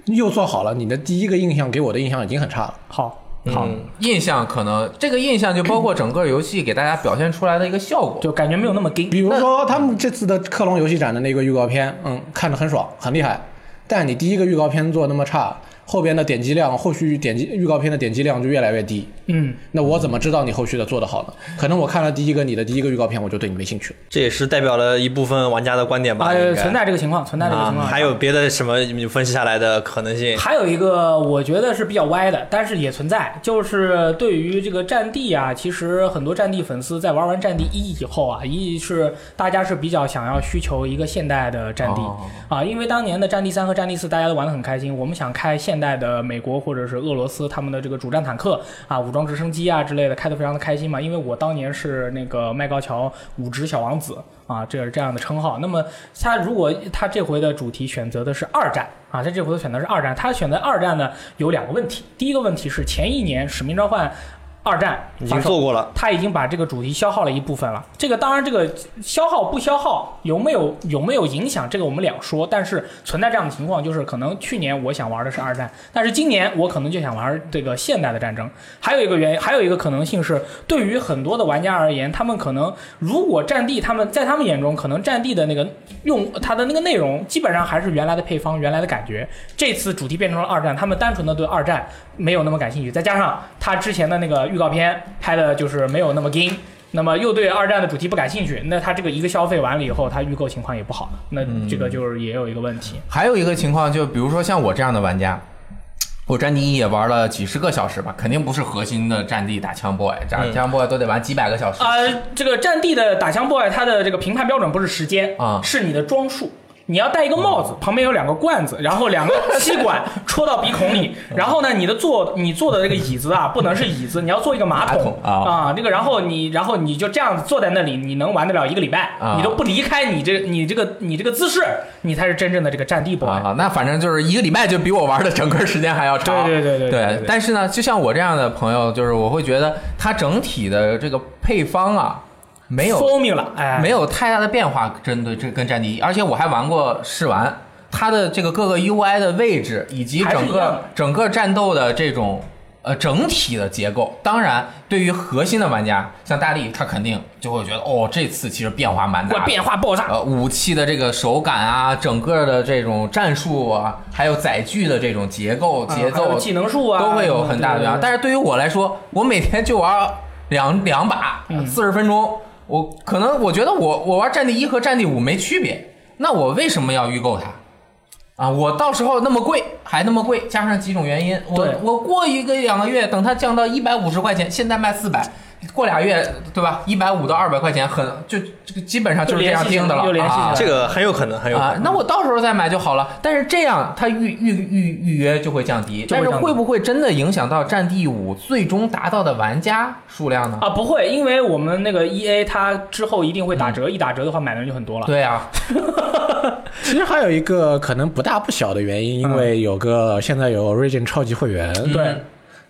Speaker 3: 又做好了，你的第一个印象给我的印象已经很差了。
Speaker 2: 好，好，
Speaker 1: 嗯，印象可能这个印象就包括整个游戏给大家表现出来的一个效果。
Speaker 2: 就感觉没有那么硬。
Speaker 3: 比如说他们这次的克隆游戏展的那个预告片，嗯，看着很爽，很厉害，但你第一个预告片做那么差，后边的点击量，后续点击预告片的点击量就越来越低。
Speaker 2: 嗯，
Speaker 3: 那我怎么知道你后续的做得好呢？可能我看了第一个你的第一个预告片，我就对你没兴趣了。
Speaker 4: 这也是代表了一部分玩家的观点吧？
Speaker 2: 啊、
Speaker 4: 应该
Speaker 2: 存在这个情况，存在这个情况。
Speaker 4: 啊，还有别的什么你分析下来的可能性？
Speaker 2: 还有一个我觉得是比较歪的，但是也存在，就是对于这个战地啊，其实很多战地粉丝在玩完战地一以后啊，一是大家是比较想要需求一个现代的战地、
Speaker 1: 哦
Speaker 2: 啊，因为当年的战地三和战地四大家都玩得很开心，我们想开现代的美国或者是俄罗斯他们的这个主战坦克啊、武装直升机啊之类的开得非常的开心嘛。因为我当年是那个麦高桥五职小王子啊，这是这样的称号。那么他如果他这回的主题选择的是二战啊，他这回的选择是二战，他选择二战呢有两个问题，第一个问题是前一年《使命召唤》。二战
Speaker 4: 已
Speaker 2: 发
Speaker 4: 经
Speaker 2: 售
Speaker 4: 做过了，
Speaker 2: 他已经把这个主题消耗了一部分了。这个当然，这个消耗不消耗，有没有有没有影响，这个我们两说。但是存在这样的情况，就是可能去年我想玩的是二战，但是今年我可能就想玩这个现代的战争。还有一个原因，还有一个可能性是，对于很多的玩家而言，他们可能如果战地，他们在他们眼中，可能战地的那个用它的那个内容，基本上还是原来的配方、原来的感觉。这次主题变成了二战，他们单纯的对二战没有那么感兴趣，再加上他之前的那个预告片拍的就是没有那么硬。那么又对二战的主题不感兴趣，那他这个一个消费完了以后，他预购情况也不好，那这个就是也有一个问题。
Speaker 1: 还有一个情况，就比如说像我这样的玩家，我战地一也玩了几十个小时吧，肯定不是核心的战地打枪 boy，打
Speaker 2: 嗯
Speaker 1: 枪 boy 都得玩几百个小时。
Speaker 2: 呃，这个战地的打枪 boy，它的这个评判标准不是时间
Speaker 1: 啊
Speaker 2: 是你的装束。你要戴一个帽子，旁边有两个罐子，然后两个吸管戳到鼻孔里，然后呢，你的坐你坐的这个椅子啊，不能是椅子，你要坐一个马桶
Speaker 1: 马桶
Speaker 2: 啊，这个然后你然后你就这样子坐在那里，你能玩得了一个礼拜，
Speaker 1: 啊
Speaker 2: 你都不离开你这你这个你这个姿势，你才是真正的这个战地 boy。
Speaker 1: 啊，那反正就是一个礼拜就比我玩的整个时间还要长。
Speaker 2: 对对对对对对对
Speaker 1: 但是呢，就像我这样的朋友，就是我会觉得它整体的这个配方啊，没有
Speaker 2: formula，哎，
Speaker 1: 没有太大的变化，针对这跟战地一，而且我还玩过试玩，它的这个各个 UI 的位置以及
Speaker 2: 还
Speaker 1: 整
Speaker 2: 是一样的
Speaker 1: 个整个战斗的这种呃整体的结构，当然对于核心的玩家，像大力他肯定就会觉得哦，这次其实变化蛮
Speaker 2: 会
Speaker 1: 大的。
Speaker 2: 变化爆炸，
Speaker 1: 呃，武器的这个手感啊，整个的这种战术啊，还有载具的这种结构、
Speaker 2: 啊
Speaker 1: 节
Speaker 2: 还
Speaker 1: 奏
Speaker 2: 有、技能术啊，
Speaker 1: 都会有很大的变
Speaker 2: 对对
Speaker 1: 化
Speaker 2: 对。
Speaker 1: 但是对于我来说，我每天就玩两两把，
Speaker 2: 嗯
Speaker 1: 四十分钟，我可能我觉得我我玩战地一和战地五没区别，那我为什么要预购它？啊，我到时候那么贵，还那么贵，加上几种原因，我
Speaker 2: 对
Speaker 1: 我过一个两个月，等它降到一百五十块钱，现在卖四百，过俩月对吧？一百五到二百块钱，很就这个基本上就是这样定的了，
Speaker 2: 又联系起来
Speaker 1: 啊
Speaker 2: 了
Speaker 4: 这个很有可能，很有可
Speaker 1: 啊，
Speaker 4: 能。
Speaker 1: 那我到时候再买就好了。但是这样，它预预预预约就会降低，
Speaker 2: 就
Speaker 1: 但
Speaker 2: 会
Speaker 1: 是
Speaker 2: 降低
Speaker 1: 会不会真的影响到《战地五》最终达到的玩家数量呢？
Speaker 2: 啊，不会，因为我们那个 E A 它之后一定会打折，
Speaker 3: 嗯
Speaker 2: 一打折的话买的人就很多了。
Speaker 1: 对啊，
Speaker 3: 其实还有一个可能不大不小的原因，因为有个现在有 Origin 超级会员，
Speaker 2: 嗯对，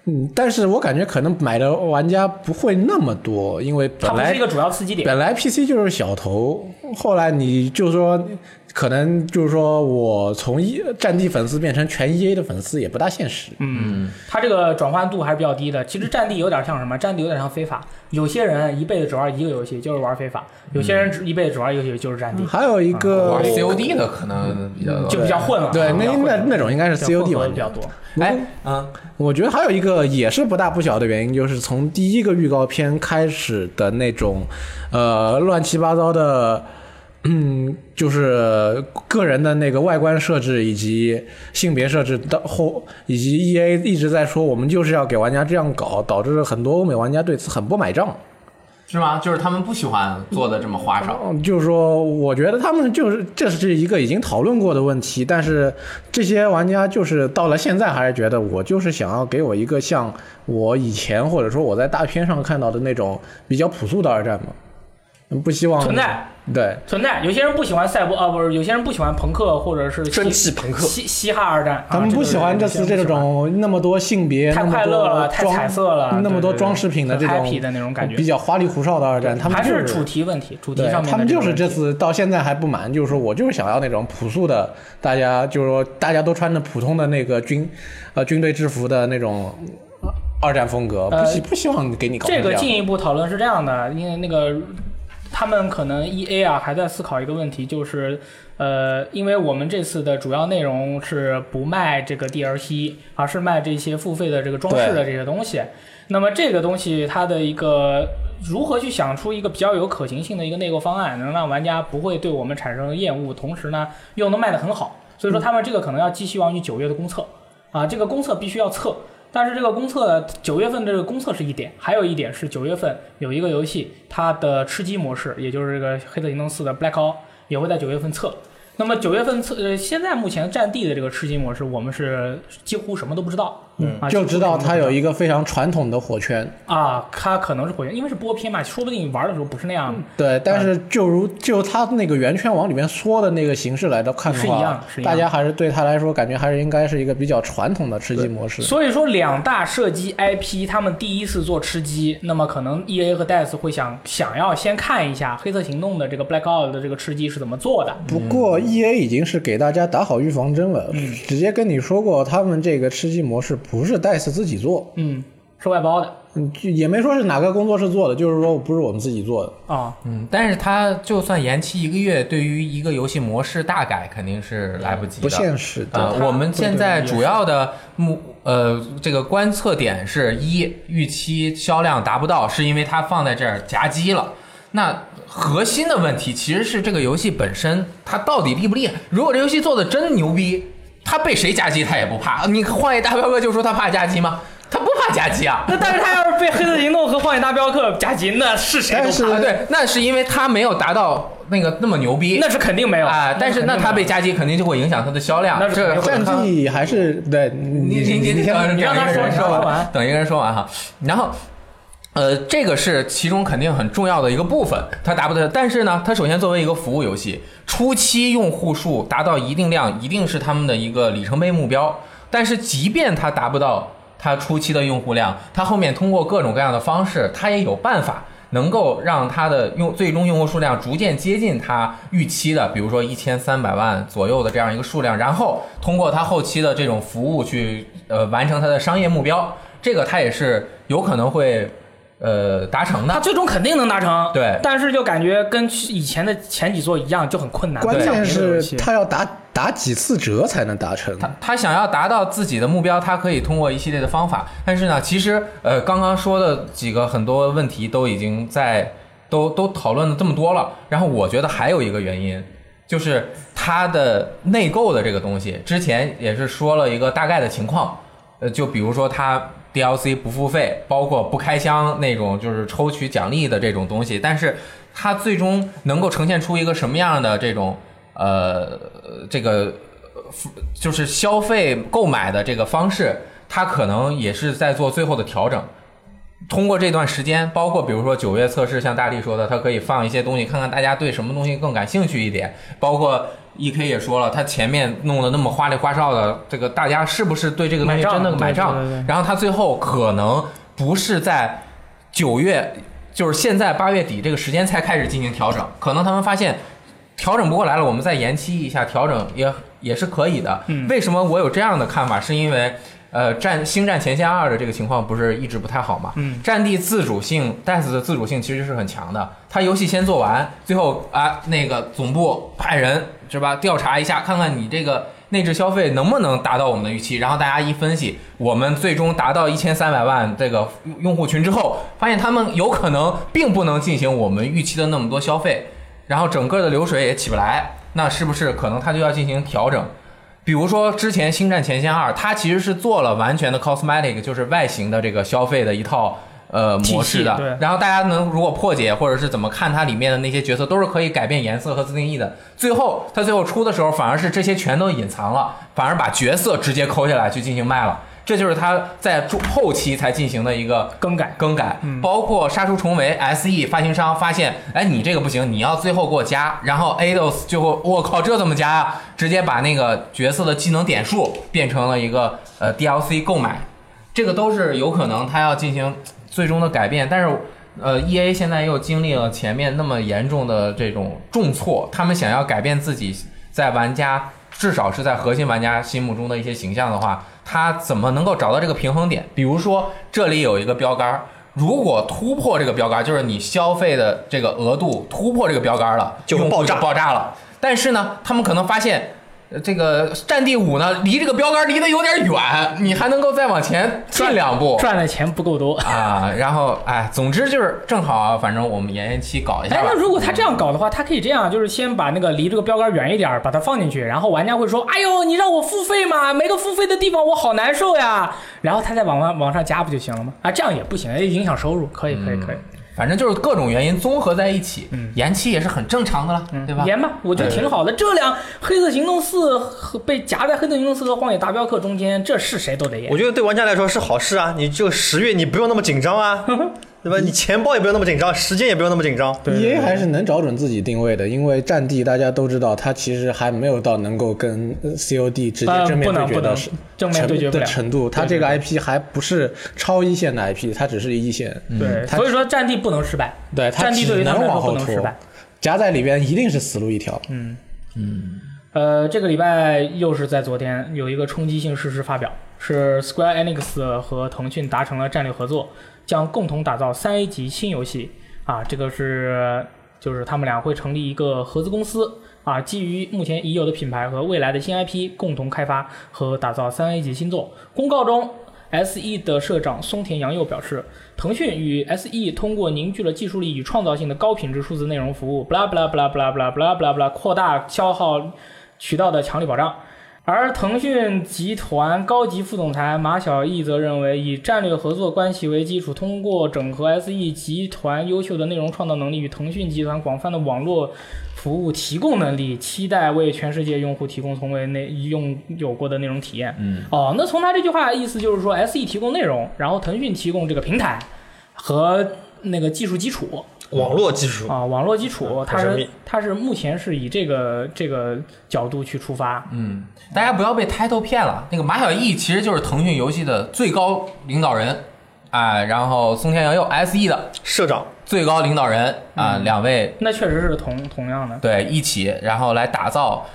Speaker 3: 嗯，但是我感觉可能买的玩家不会那么多，因为
Speaker 2: 它
Speaker 3: 本
Speaker 2: 不
Speaker 3: 来
Speaker 2: 是一个主要刺激点。
Speaker 3: 本来 PC 就是小头，后来你就说，可能就是说我从一战地粉丝变成全 EA 的粉丝也不大现实。
Speaker 2: 嗯，它这个转换度还是比较低的。其实战地有点像什么？战地有点像非法。有些人一辈子只玩一个游戏，就是玩非法；有些人
Speaker 3: 嗯
Speaker 2: 只一辈子只玩一个游戏，就是战地，
Speaker 3: 还有一
Speaker 2: 啊
Speaker 3: 个
Speaker 1: 玩 COD 的可能比较多
Speaker 2: 呃就比较混了。
Speaker 3: 对，那
Speaker 2: 比较混
Speaker 3: 那那种应该是
Speaker 2: 比较混合
Speaker 3: COD
Speaker 2: 的
Speaker 3: 玩
Speaker 2: 比
Speaker 3: 家
Speaker 2: 较。多。
Speaker 1: 哎，嗯，
Speaker 3: 我觉得还有一个也是不大不小的原因，就是从第一个预告片开始的那种，呃，乱七八糟的，嗯，就是个人的那个外观设置以及性别设置的后，以及 E A 一直在说我们就是要给玩家这样搞，导致很多欧美玩家对此很不买账。
Speaker 1: 是吗？就是他们不喜欢做的这么花哨。
Speaker 3: 嗯，就是说，我觉得他们就是这是一个已经讨论过的问题，但是这些玩家就是到了现在还是觉得我就是想要给我一个像我以前或者说我在大片上看到的那种比较朴素的二战嘛，嗯不希望
Speaker 2: 存在
Speaker 3: 对。
Speaker 2: 存在，有些人不喜欢赛博啊，不是，有些人不喜欢朋克或者是
Speaker 4: 蒸
Speaker 2: 嘻
Speaker 4: 汽朋克，
Speaker 2: 嘻嘻哈二战。啊
Speaker 3: 他们不喜欢这次这。种那么多性别、
Speaker 2: 太
Speaker 3: 那么
Speaker 2: 快乐
Speaker 3: 多
Speaker 2: 了太
Speaker 3: 装
Speaker 2: 彩色了
Speaker 3: 那么多
Speaker 2: 对对对
Speaker 3: 装饰品的这
Speaker 2: 很
Speaker 3: 种
Speaker 2: happy 的那种感觉
Speaker 3: 比较花里胡哨的二战，他们
Speaker 2: 还
Speaker 3: 就是
Speaker 2: 主题问题，主题
Speaker 3: 对
Speaker 2: 上面的
Speaker 3: 他们就
Speaker 2: 种
Speaker 3: 是
Speaker 2: 问题
Speaker 3: 这次到现在还不满，就是说我就是想要那种朴素的，大家就是说大家都穿着普通的那个军，呃军队制服的那种呃二战风格，
Speaker 2: 呃
Speaker 3: 不希不希望给你搞成
Speaker 2: 这个
Speaker 3: 样
Speaker 2: 进一步讨论是这样的，因为那个他们可能 E A 啊还在思考一个问题，就是呃，因为我们这次的主要内容是不卖这个 D L C，而是卖这些付费的这个装饰的这些东西。那么这个东西它的一个如何去想出一个比较有可行性的一个内购方案，能让玩家不会对我们产生厌恶，同时呢又能卖得很好。所以
Speaker 3: 嗯
Speaker 2: 说他们这个可能要寄希望于九月的公测啊，这个公测必须要测。但是这个公测九月份的这个公测是一点，还有一点是九月份有一个游戏，它的吃鸡模式，也就是这个《黑色行动四》的 Black Ops 也会在九月份测。那么九月份测呃，现在目前战地的这个吃鸡模式，我们是几乎什么都不知道，嗯，啊、
Speaker 3: 就知道它有
Speaker 2: 一
Speaker 3: 一个非常传统的火圈。
Speaker 2: 啊，它可能是火焰，因为是播片嘛，说不定玩的时候不是那样，
Speaker 3: 对，
Speaker 2: 呃
Speaker 3: 但是就如就它那个圆圈往里面缩的那个形式来的看的
Speaker 2: 是一样
Speaker 3: 话
Speaker 2: 是一，样
Speaker 3: 大家还是对它来说感觉还是应该是一个比较传统的吃鸡模式。
Speaker 2: 所以说，两大射击 IP 他们第一次做吃鸡，那么可能 EA 和 DICE 会想想要先看一下《黑色行动》的这个 Blackout 的这个吃鸡是怎么做的。
Speaker 3: 不过
Speaker 1: 嗯
Speaker 3: E A 已经是给大家打好预防针了，直接跟你说过，他们这个吃鸡模式不是 DICE 自己做，
Speaker 2: 嗯，是外包的
Speaker 3: 嗯，就也没说是哪个工作室做的，就是说不是我们自己做的。
Speaker 2: 啊、
Speaker 1: 嗯，但是它就算延期一个月，对于一个游戏模式大改肯定是来不及的，
Speaker 3: 不现实的
Speaker 1: 呃
Speaker 2: 它
Speaker 1: 我们现在
Speaker 2: 对对对
Speaker 1: 主要的目呃这个观测点是一预期销量达不到，是因为它放在这儿夹击了。那核心的问题其实是这个游戏本身它到底厉不厉害？如果这游戏做的真牛逼，它被谁夹击它也不怕。 你换一大彪哥就说他怕夹击吗？他不怕夹击啊。
Speaker 2: 那但是他要是被《黑色行动》和《荒野大镖客》夹击，那是谁都
Speaker 3: 但是
Speaker 2: 怕，
Speaker 1: 啊，对，那是因为他没有达到那个那么牛逼。
Speaker 2: 那是肯定没有
Speaker 1: 啊，但是那他被
Speaker 2: 夹，
Speaker 1: 夹击肯定就会影响它的销量
Speaker 2: 那，是
Speaker 1: 这
Speaker 2: 肯定会
Speaker 3: 战绩还是对
Speaker 1: 你你
Speaker 3: 你
Speaker 1: 你
Speaker 3: 你
Speaker 1: 等
Speaker 3: 先
Speaker 2: 你让他
Speaker 1: 等一个人
Speaker 2: 说
Speaker 1: 说
Speaker 2: 说完
Speaker 1: 等一个人说完哈，然后。呃，这个是其中肯定很重要的一个部分，它达不到。但是呢，它首先作为一个服务游戏，初期用户数达到一定量，一定是他们的一个里程碑目标。但是，即便它达不到它初期的用户量，它后面通过各种各样的方式，它也有办法能够让它的用最终用户数量逐渐接近它预期的，比如说一千三百万左右的这样一个数量，然后通过它后期的这种服务去呃完成它的商业目标，这个它也是有可能会呃达成
Speaker 2: 他
Speaker 1: 的。
Speaker 2: 最终肯定能达成。
Speaker 1: 对
Speaker 2: 但是就感觉跟以前的前几座一样，就很困难。
Speaker 3: 关键是
Speaker 2: 他
Speaker 3: 他要打打几次折才能达成。
Speaker 1: 他他想要达到自己的目标，他可以通过一系列的方法。但是呢，其实呃，刚刚说的几个很多问题都已经在都都讨论了这么多了。然后我觉得还有一个原因，就是它的内购的这个东西，之前也是说了一个大概的情况。呃，就比如说它 DLC 不付费，包括不开箱那种就是抽取奖励的这种东西，但是它最终能够呈现出一个什么样的这种呃这个呃付就是消费购买的这个方式，它可能也是在做最后的调整。通过这段时间，包括比如说九月测试，像大力说的，它可以放一些东西，看看大家对什么东西更感兴趣一点。包括 E K 也说了，他前面弄得那么花里花哨的，这个大家是不是对这个东西
Speaker 2: 买账
Speaker 1: 真的买账
Speaker 2: 对对对？
Speaker 1: 然后他最后可能不是在九月，就是现在八月底这个时间才开始进行调整，可能他们发现调整不过来了，我们再延期一下，调整也也是可以的。为什么我有这样的看法？是因为呃，战《星战前线二》的这个情况不是一直不太好嘛？
Speaker 2: 嗯，
Speaker 1: 战地自主性，DICE 的自主性其实是很强的。他游戏先做完，最后啊，那个总部派人是吧，调查一下，看看你这个内置消费能不能达到我们的预期。然后大家一分析，我们最终达到一千三百万这个用户群之后，发现他们有可能并不能进行我们预期的那么多消费。然后整个的流水也起不来，那是不是可能它就要进行调整？比如说之前《星战前线二》，它其实是做了完全的 cosmetic，就是外形的这个消费的一套呃
Speaker 2: 体系
Speaker 1: 模式
Speaker 2: 对
Speaker 1: 的。然后大家能如果破解或者是怎么看它里面的那些角色，都是可以改变颜色和自定义的。最后它最后出的时候，反而是这些全都隐藏了，反而把角色直接抠下来去进行卖了。这就是它在中后期才进行的一个
Speaker 2: 更改
Speaker 1: 更改，包括杀出重围 SE 发行商发现，哎，你这个不行，你要最后给我加，然后 Ados 就会，我靠，这怎么加啊？直接把那个角色的技能点数变成了一个呃 DLC 购买，这个都是有可能他要进行最终的改变，但是。呃，E A 现在又经历了前面那么严重的这种重挫，他们想要改变自己在玩家，至少是在核心玩家心目中的一些形象的话，他怎么能够找到这个平衡点？比如说这里有一个标杆儿，如果突破这个标杆儿，就是你消费的这个额度突破这个标杆儿了，
Speaker 4: 就会
Speaker 1: 用户
Speaker 4: 爆炸
Speaker 1: 爆炸了。但是呢，他们可能发现呃这个《战地五》呢，离这个标杆离得有点远，你还能够再往前进两步。
Speaker 2: 赚的钱不够多。
Speaker 1: 啊，然后哎，总之就是正好、啊，反正我们延期搞一下
Speaker 2: 哎，
Speaker 1: 吧。
Speaker 2: 那如果他这样搞的话，他可以这样，就是先把那个离这个标杆远一点儿，把它放进去，然后玩家会说：“哎呦，你让我付费嘛，没个付费的地方我好难受呀。”然后他再往往往上加不就行了吗？啊，这样也不行，也影响收入。可以，可以，可以。
Speaker 1: 反正就是各种原因综合在一起，
Speaker 2: 嗯
Speaker 1: 延期也是很正常的了，对吧？
Speaker 2: 演吧，我觉得挺好的。这两《黑色行动四》和被夹在《黑色行动四》和《荒野大镖客》中间，这是谁都得演
Speaker 4: 我。觉得对玩家来说是好事啊，你就十月你不用那么紧张 啊，对吧？你钱包也不用那么紧张，时间也不用那么紧张。
Speaker 3: E A 还是能找准自己定位的，因为《战地》大家都知道，它其实还没有到能够跟 C O D 直接
Speaker 2: 呃
Speaker 3: 正面
Speaker 2: 不能
Speaker 3: 对决
Speaker 2: 不能
Speaker 3: 的是
Speaker 2: 正面对决不
Speaker 3: 程
Speaker 2: 了
Speaker 3: 的程度，它这个 I P 还不是超一线的 I P，它只是一线，
Speaker 2: 对，
Speaker 3: 嗯他
Speaker 2: 所以说战地不能失败，
Speaker 3: 对，
Speaker 2: 嗯
Speaker 3: 它
Speaker 2: 战地对
Speaker 3: 只
Speaker 2: 于他
Speaker 3: 能
Speaker 2: 们来
Speaker 3: 往
Speaker 2: 说不
Speaker 3: 后
Speaker 2: 能失
Speaker 3: 拖
Speaker 2: 败。，
Speaker 3: 夹在里边一定是死路一条。
Speaker 4: 嗯
Speaker 2: 呃，这个礼拜又是在昨天有一个冲击性事实发表，是 Square Enix 和腾讯达成了战略合作，将共同打造三 A 级新游戏啊，这个是就是他们俩会成立一个合资公司啊，基于目前已有的品牌和未来的新 IP 共同开发和打造三 A 级新作。公告中。S.E 的社长松田洋佑表示，腾讯与 S.E 通过凝聚了技术力与创造性的高品质数字内容服务，blah blah blah blah blah blah blah blah，扩大消耗渠道的强力保障。而腾讯集团高级副总裁马晓毅则认为，以战略合作关系为基础，通过整合 SE 集团优秀的内容创造能力与腾讯集团广泛的网络服务提供能力，期待为全世界用户提供从未内用有过的内容体验。嗯，哦，那从他这句话的意思就是说，SE 提供内容，然后腾讯提供这个平台和那个技术基础。
Speaker 4: 网络技术，
Speaker 2: 啊，网络基
Speaker 1: 嗯
Speaker 2: 础，它
Speaker 4: 很神
Speaker 2: 是
Speaker 4: 秘
Speaker 2: 它是目前是以这个这个角度去出发，
Speaker 1: 嗯，大家不要被 title 骗了。那个马晓毅其实就是腾讯游戏的最高领导人，啊，然后松田洋佑 SE 的
Speaker 4: 社长
Speaker 1: 最高领导人啊，
Speaker 2: 嗯
Speaker 1: 两位
Speaker 2: 那确实是同同样的。
Speaker 1: 对一起，然后来打造。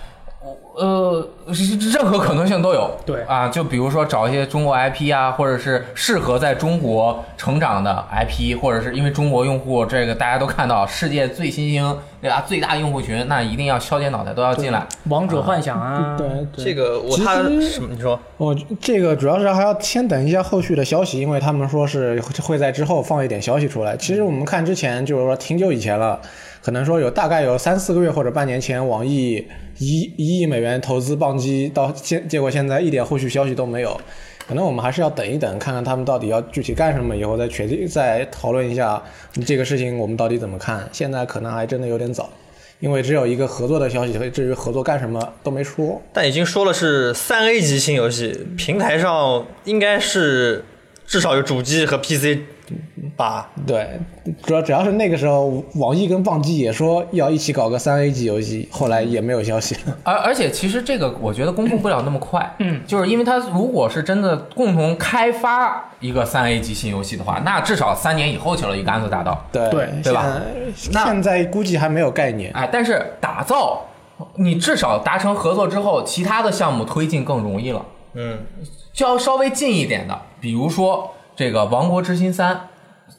Speaker 1: 呃，任何可能性都有。
Speaker 2: 对
Speaker 1: 啊，就比如说找一些中国 IP 啊，或者是适合在中国成长的 IP，或者是因为中国用户这个大家都看到，世界最新兴对吧？最大用户群，那一定要削尖脑袋都要进来。
Speaker 2: 王者幻想啊，
Speaker 3: 对
Speaker 4: 这个我
Speaker 3: 其实
Speaker 4: 他什么？你说
Speaker 3: 我哦这个主要是还要先等一下后续的消息，因为他们说是会在之后放一点消息出来。其实我们看之前就是说挺久以前了，可能说有大概有三四个月或者半年前，网易一一亿美元投资棒机，到现结果现在一点后续消息都没有。可能我们还是要等一等，看看他们到底要具体干什么，以后再确定再讨论一下这个事情我们到底怎么看。现在可能还真的有点早，因为只有一个合作的消息，至于合作干什么都没说。
Speaker 4: 但已经说了是三 A 级新游戏，平台上应该是至少有主机和 PC 吧。
Speaker 3: 对，主要主要是那个时候，网易跟棒机也说要一起搞个三 A 级游戏，后来也没有消息了。
Speaker 1: 而而且其实这个我觉得公布不了那么快，嗯， 就是因为它如果是真的共同开发一个三 A 级新游戏的话，那至少三年以后就能一个案子达到，
Speaker 3: 对
Speaker 2: 对
Speaker 3: 现
Speaker 1: 对吧那
Speaker 3: 现在估计还没有概念。
Speaker 1: 哎，但是打造你至少达成合作之后，其他的项目推进更容易了，
Speaker 4: 嗯，
Speaker 1: 就要稍微近一点的，比如说这个《王国之心三》，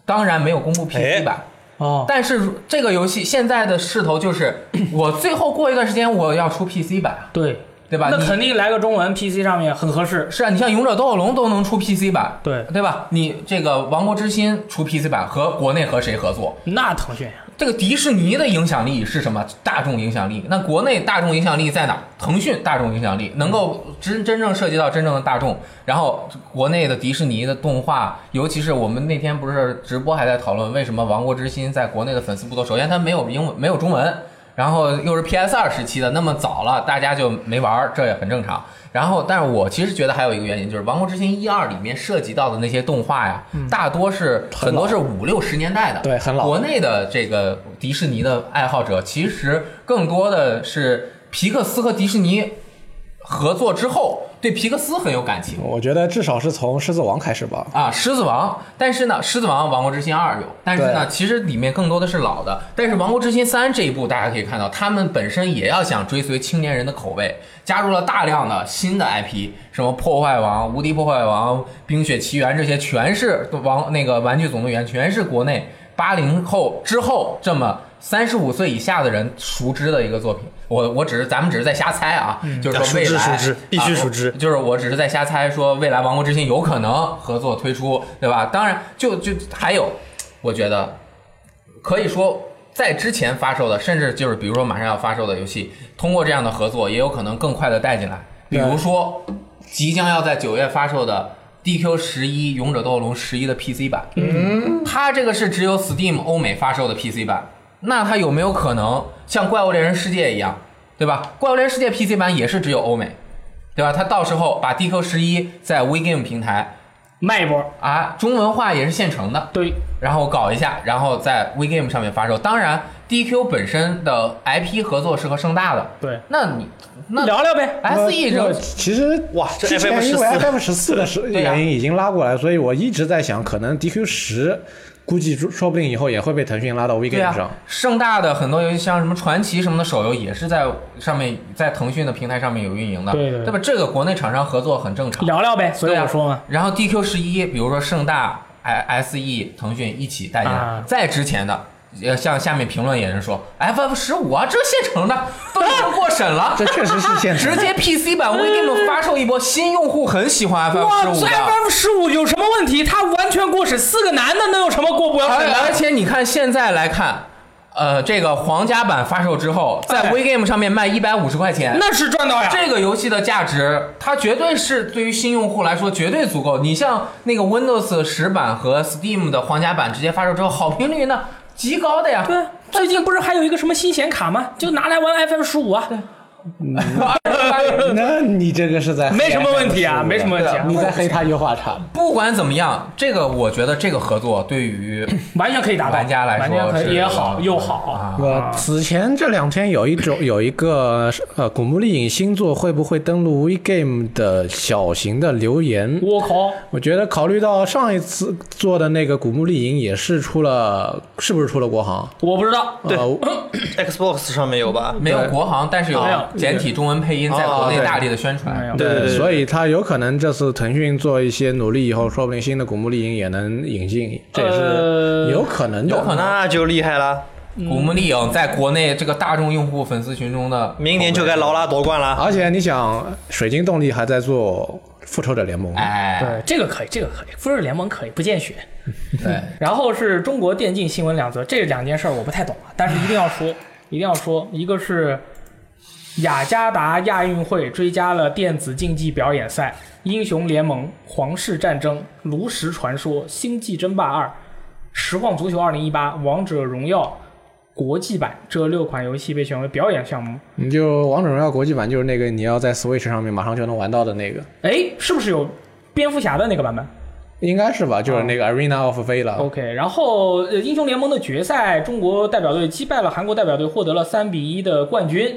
Speaker 1: 当然没有
Speaker 2: 哎
Speaker 1: 公布 PC 版。
Speaker 2: 哦，
Speaker 1: 但是如这个游戏现在的势头就是， 我最后过一段时间我要出 PC 版啊，
Speaker 2: 对
Speaker 1: 对吧？
Speaker 2: 那
Speaker 1: 你
Speaker 2: 肯定来个中文 PC 上面很合适。
Speaker 1: 是啊，你像《勇者斗恶龙》都能出 PC 版，
Speaker 2: 对
Speaker 1: 对吧？你这个《王国之心》出 PC 版和国内和谁合作？
Speaker 2: 那腾讯呀
Speaker 1: 这个迪士尼的影响力是什么？大众影响力。那国内大众影响力在哪？腾讯大众影响力能够真真正涉及到真正的大众，然后国内的迪士尼的动画，尤其是我们那天不是直播还在讨论为什么《王国之心》在国内的粉丝不多？首先它没有英文，没有中文。然后又是 PS 二时期的，那么早了，大家就没玩儿，这也很正常。然后，但是我其实觉得还有一个原因，就是《王国之心》一二里面涉及到的那些动画呀，大多是很多是五六十年代的，
Speaker 3: 嗯对很老
Speaker 1: 国内的这个迪士尼的爱好者，其实更多的是皮克斯和迪士尼合作之后，对皮克斯很有感情。
Speaker 3: 我觉得至少是从《狮子王》开始吧。
Speaker 1: 啊，狮子王，但是呢，狮子王王国之心二有，但是呢，
Speaker 3: 对
Speaker 1: 其实里面更多的是老的，但是王国之心三这一部大家可以看到，他们本身也要想追随青年人的口味，加入了大量的新的 IP，什么破坏王、无敌破坏王、冰雪奇缘这些，全是王那个玩具总动员，全是国内八零后之后这么。三十五岁以下的人熟知的一个作品，我我只是咱们只是在瞎猜啊，就是说
Speaker 4: 熟
Speaker 1: 未
Speaker 4: 知
Speaker 1: 来
Speaker 4: 熟知必须
Speaker 1: 啊
Speaker 4: 熟知
Speaker 1: 就是我只是在瞎猜，说未来《王国之心》有可能合作推出，对吧？当然，就就还有，我觉得可以说在之前发售的，甚至就是比如说马上要发售的游戏，通过这样的合作，也有可能更快的带进来。比如说，即将要在九月发售的《 DQ 十一《勇者斗龙》十一的 PC 版，嗯，它这个是只有 Steam 欧美发售的 PC 版，那它有没有可能像《怪物猎人世界》一样，对吧？《怪物猎人世界》PC 版也是只有欧美，对吧？它到时候把 DQ 十一在 WeGame 平台
Speaker 2: 卖一波，
Speaker 1: 啊，中文化也是现成的，
Speaker 2: 对，
Speaker 1: 然后搞一下，然后在 WeGame 上面发售。当然，DQ 本身的 IP 合作是和盛大的，
Speaker 2: 对，
Speaker 1: 那你那
Speaker 2: 聊聊呗。
Speaker 1: S E
Speaker 3: 呃
Speaker 1: 扔
Speaker 3: 其实
Speaker 4: 哇这
Speaker 3: 之前因为
Speaker 4: FM14
Speaker 3: FM 十四的是
Speaker 1: 对呀
Speaker 3: 原因已经拉过来，所以我一直在想，可能 DQ 十估计说不定以后也会被腾讯拉到 w e g
Speaker 1: 对
Speaker 3: a
Speaker 1: 啊
Speaker 3: m 上。，
Speaker 1: 盛大的很多游戏，像什么传奇什么的手游，也是在上面在腾讯的平台上面有运营的，
Speaker 2: 对对对
Speaker 1: 吧？这个国内厂商合作很正常，
Speaker 2: 聊聊呗，所以
Speaker 1: 对啊
Speaker 2: 我说嘛，
Speaker 1: 然后 DQ 十一，比如说盛大、S S E、腾讯一起带进来，
Speaker 2: 啊
Speaker 1: 再之前的。呃，像下面评论也是说，FF 十五啊，这现成的都已经过审了，
Speaker 3: 这确实是现实
Speaker 1: 直。接 PC 版 WeGame 发售一波，新用户很喜欢 FF
Speaker 2: 哇
Speaker 1: 十五的。
Speaker 2: ，FF 十五有什么问题？他完全过审，四个男的能有什么过不了审
Speaker 1: 而而
Speaker 2: 的？
Speaker 1: 且你看现在来看，呃，这个皇家版发售之后，在
Speaker 2: 哎
Speaker 1: WeGame 上面卖一百五十块钱。
Speaker 2: 那是赚到呀！
Speaker 1: 哎这个游戏的价值，它绝对是对于新用户来说绝对足够。你像那个 Windows 十版和 Steam 的皇家版直接发售之后，好评率那极高 的呀。
Speaker 2: 对，最近不是还有一个什么新显卡吗？就拿来玩 FF 十五啊，
Speaker 3: 那你这个是在
Speaker 2: 没什么问题啊，
Speaker 3: 黑 FM15
Speaker 2: 没什么问题啊
Speaker 3: 你，在黑他优化差。
Speaker 1: 不管怎么样，这个我觉得这个合作对于
Speaker 2: 完全可以达到。
Speaker 1: 玩家来说
Speaker 2: 完全可
Speaker 1: 是
Speaker 2: 以也好又好
Speaker 1: 啊，
Speaker 3: 我此前这两天有一种有一个呃，古墓丽影星座会不会登陆 WeGame 的小型的留言，
Speaker 2: 我靠，
Speaker 3: 我觉得考虑到上一次做的那个古墓丽影也是出了，是不是出了国行？呃
Speaker 2: 我不知道。
Speaker 3: 对，
Speaker 4: Xbox 上面有吧？
Speaker 1: 没有
Speaker 3: 对
Speaker 1: 国行，但是有
Speaker 2: 没有
Speaker 1: 简体中文配音，在国内大力的宣传。
Speaker 2: 没有
Speaker 4: 对对对，
Speaker 3: 所以他有可能这次腾讯做一些努力以后，说不定新的古墓丽影也能引进，这也
Speaker 2: 呃
Speaker 3: 是有可能的。
Speaker 1: 有可能
Speaker 4: 那就厉害了，
Speaker 1: 古墓丽影在国内这个大众用户粉丝群中的
Speaker 4: 明年就该劳拉夺冠了。
Speaker 3: 而且你想，水晶动力还在做复仇者联盟，
Speaker 1: 哎，
Speaker 2: 对，这个可以，这个可以，复仇者联盟可以不见血。
Speaker 1: 对，
Speaker 2: 然后是中国电竞新闻两则，这两件事儿我不太懂啊，但是一定要说，一定要 说，一个是雅加达亚运会追加了电子竞技表演赛、英雄联盟、皇室战争、炉石传说、星际争霸二、实况足球二零一八、王者荣耀。国际版这六款游戏被选为表演项目，
Speaker 3: 你就王者荣耀国际版就是那个你要在 Switch 上面马上就能玩到的那个，
Speaker 2: 哎，是不是有蝙蝠侠的那个版本？
Speaker 3: 应该是吧？就是那个 Arena of v a l a
Speaker 2: OK，然后呃，英雄联盟的决赛，中国代表队击败了韩国代表队，获得了三比一的冠军，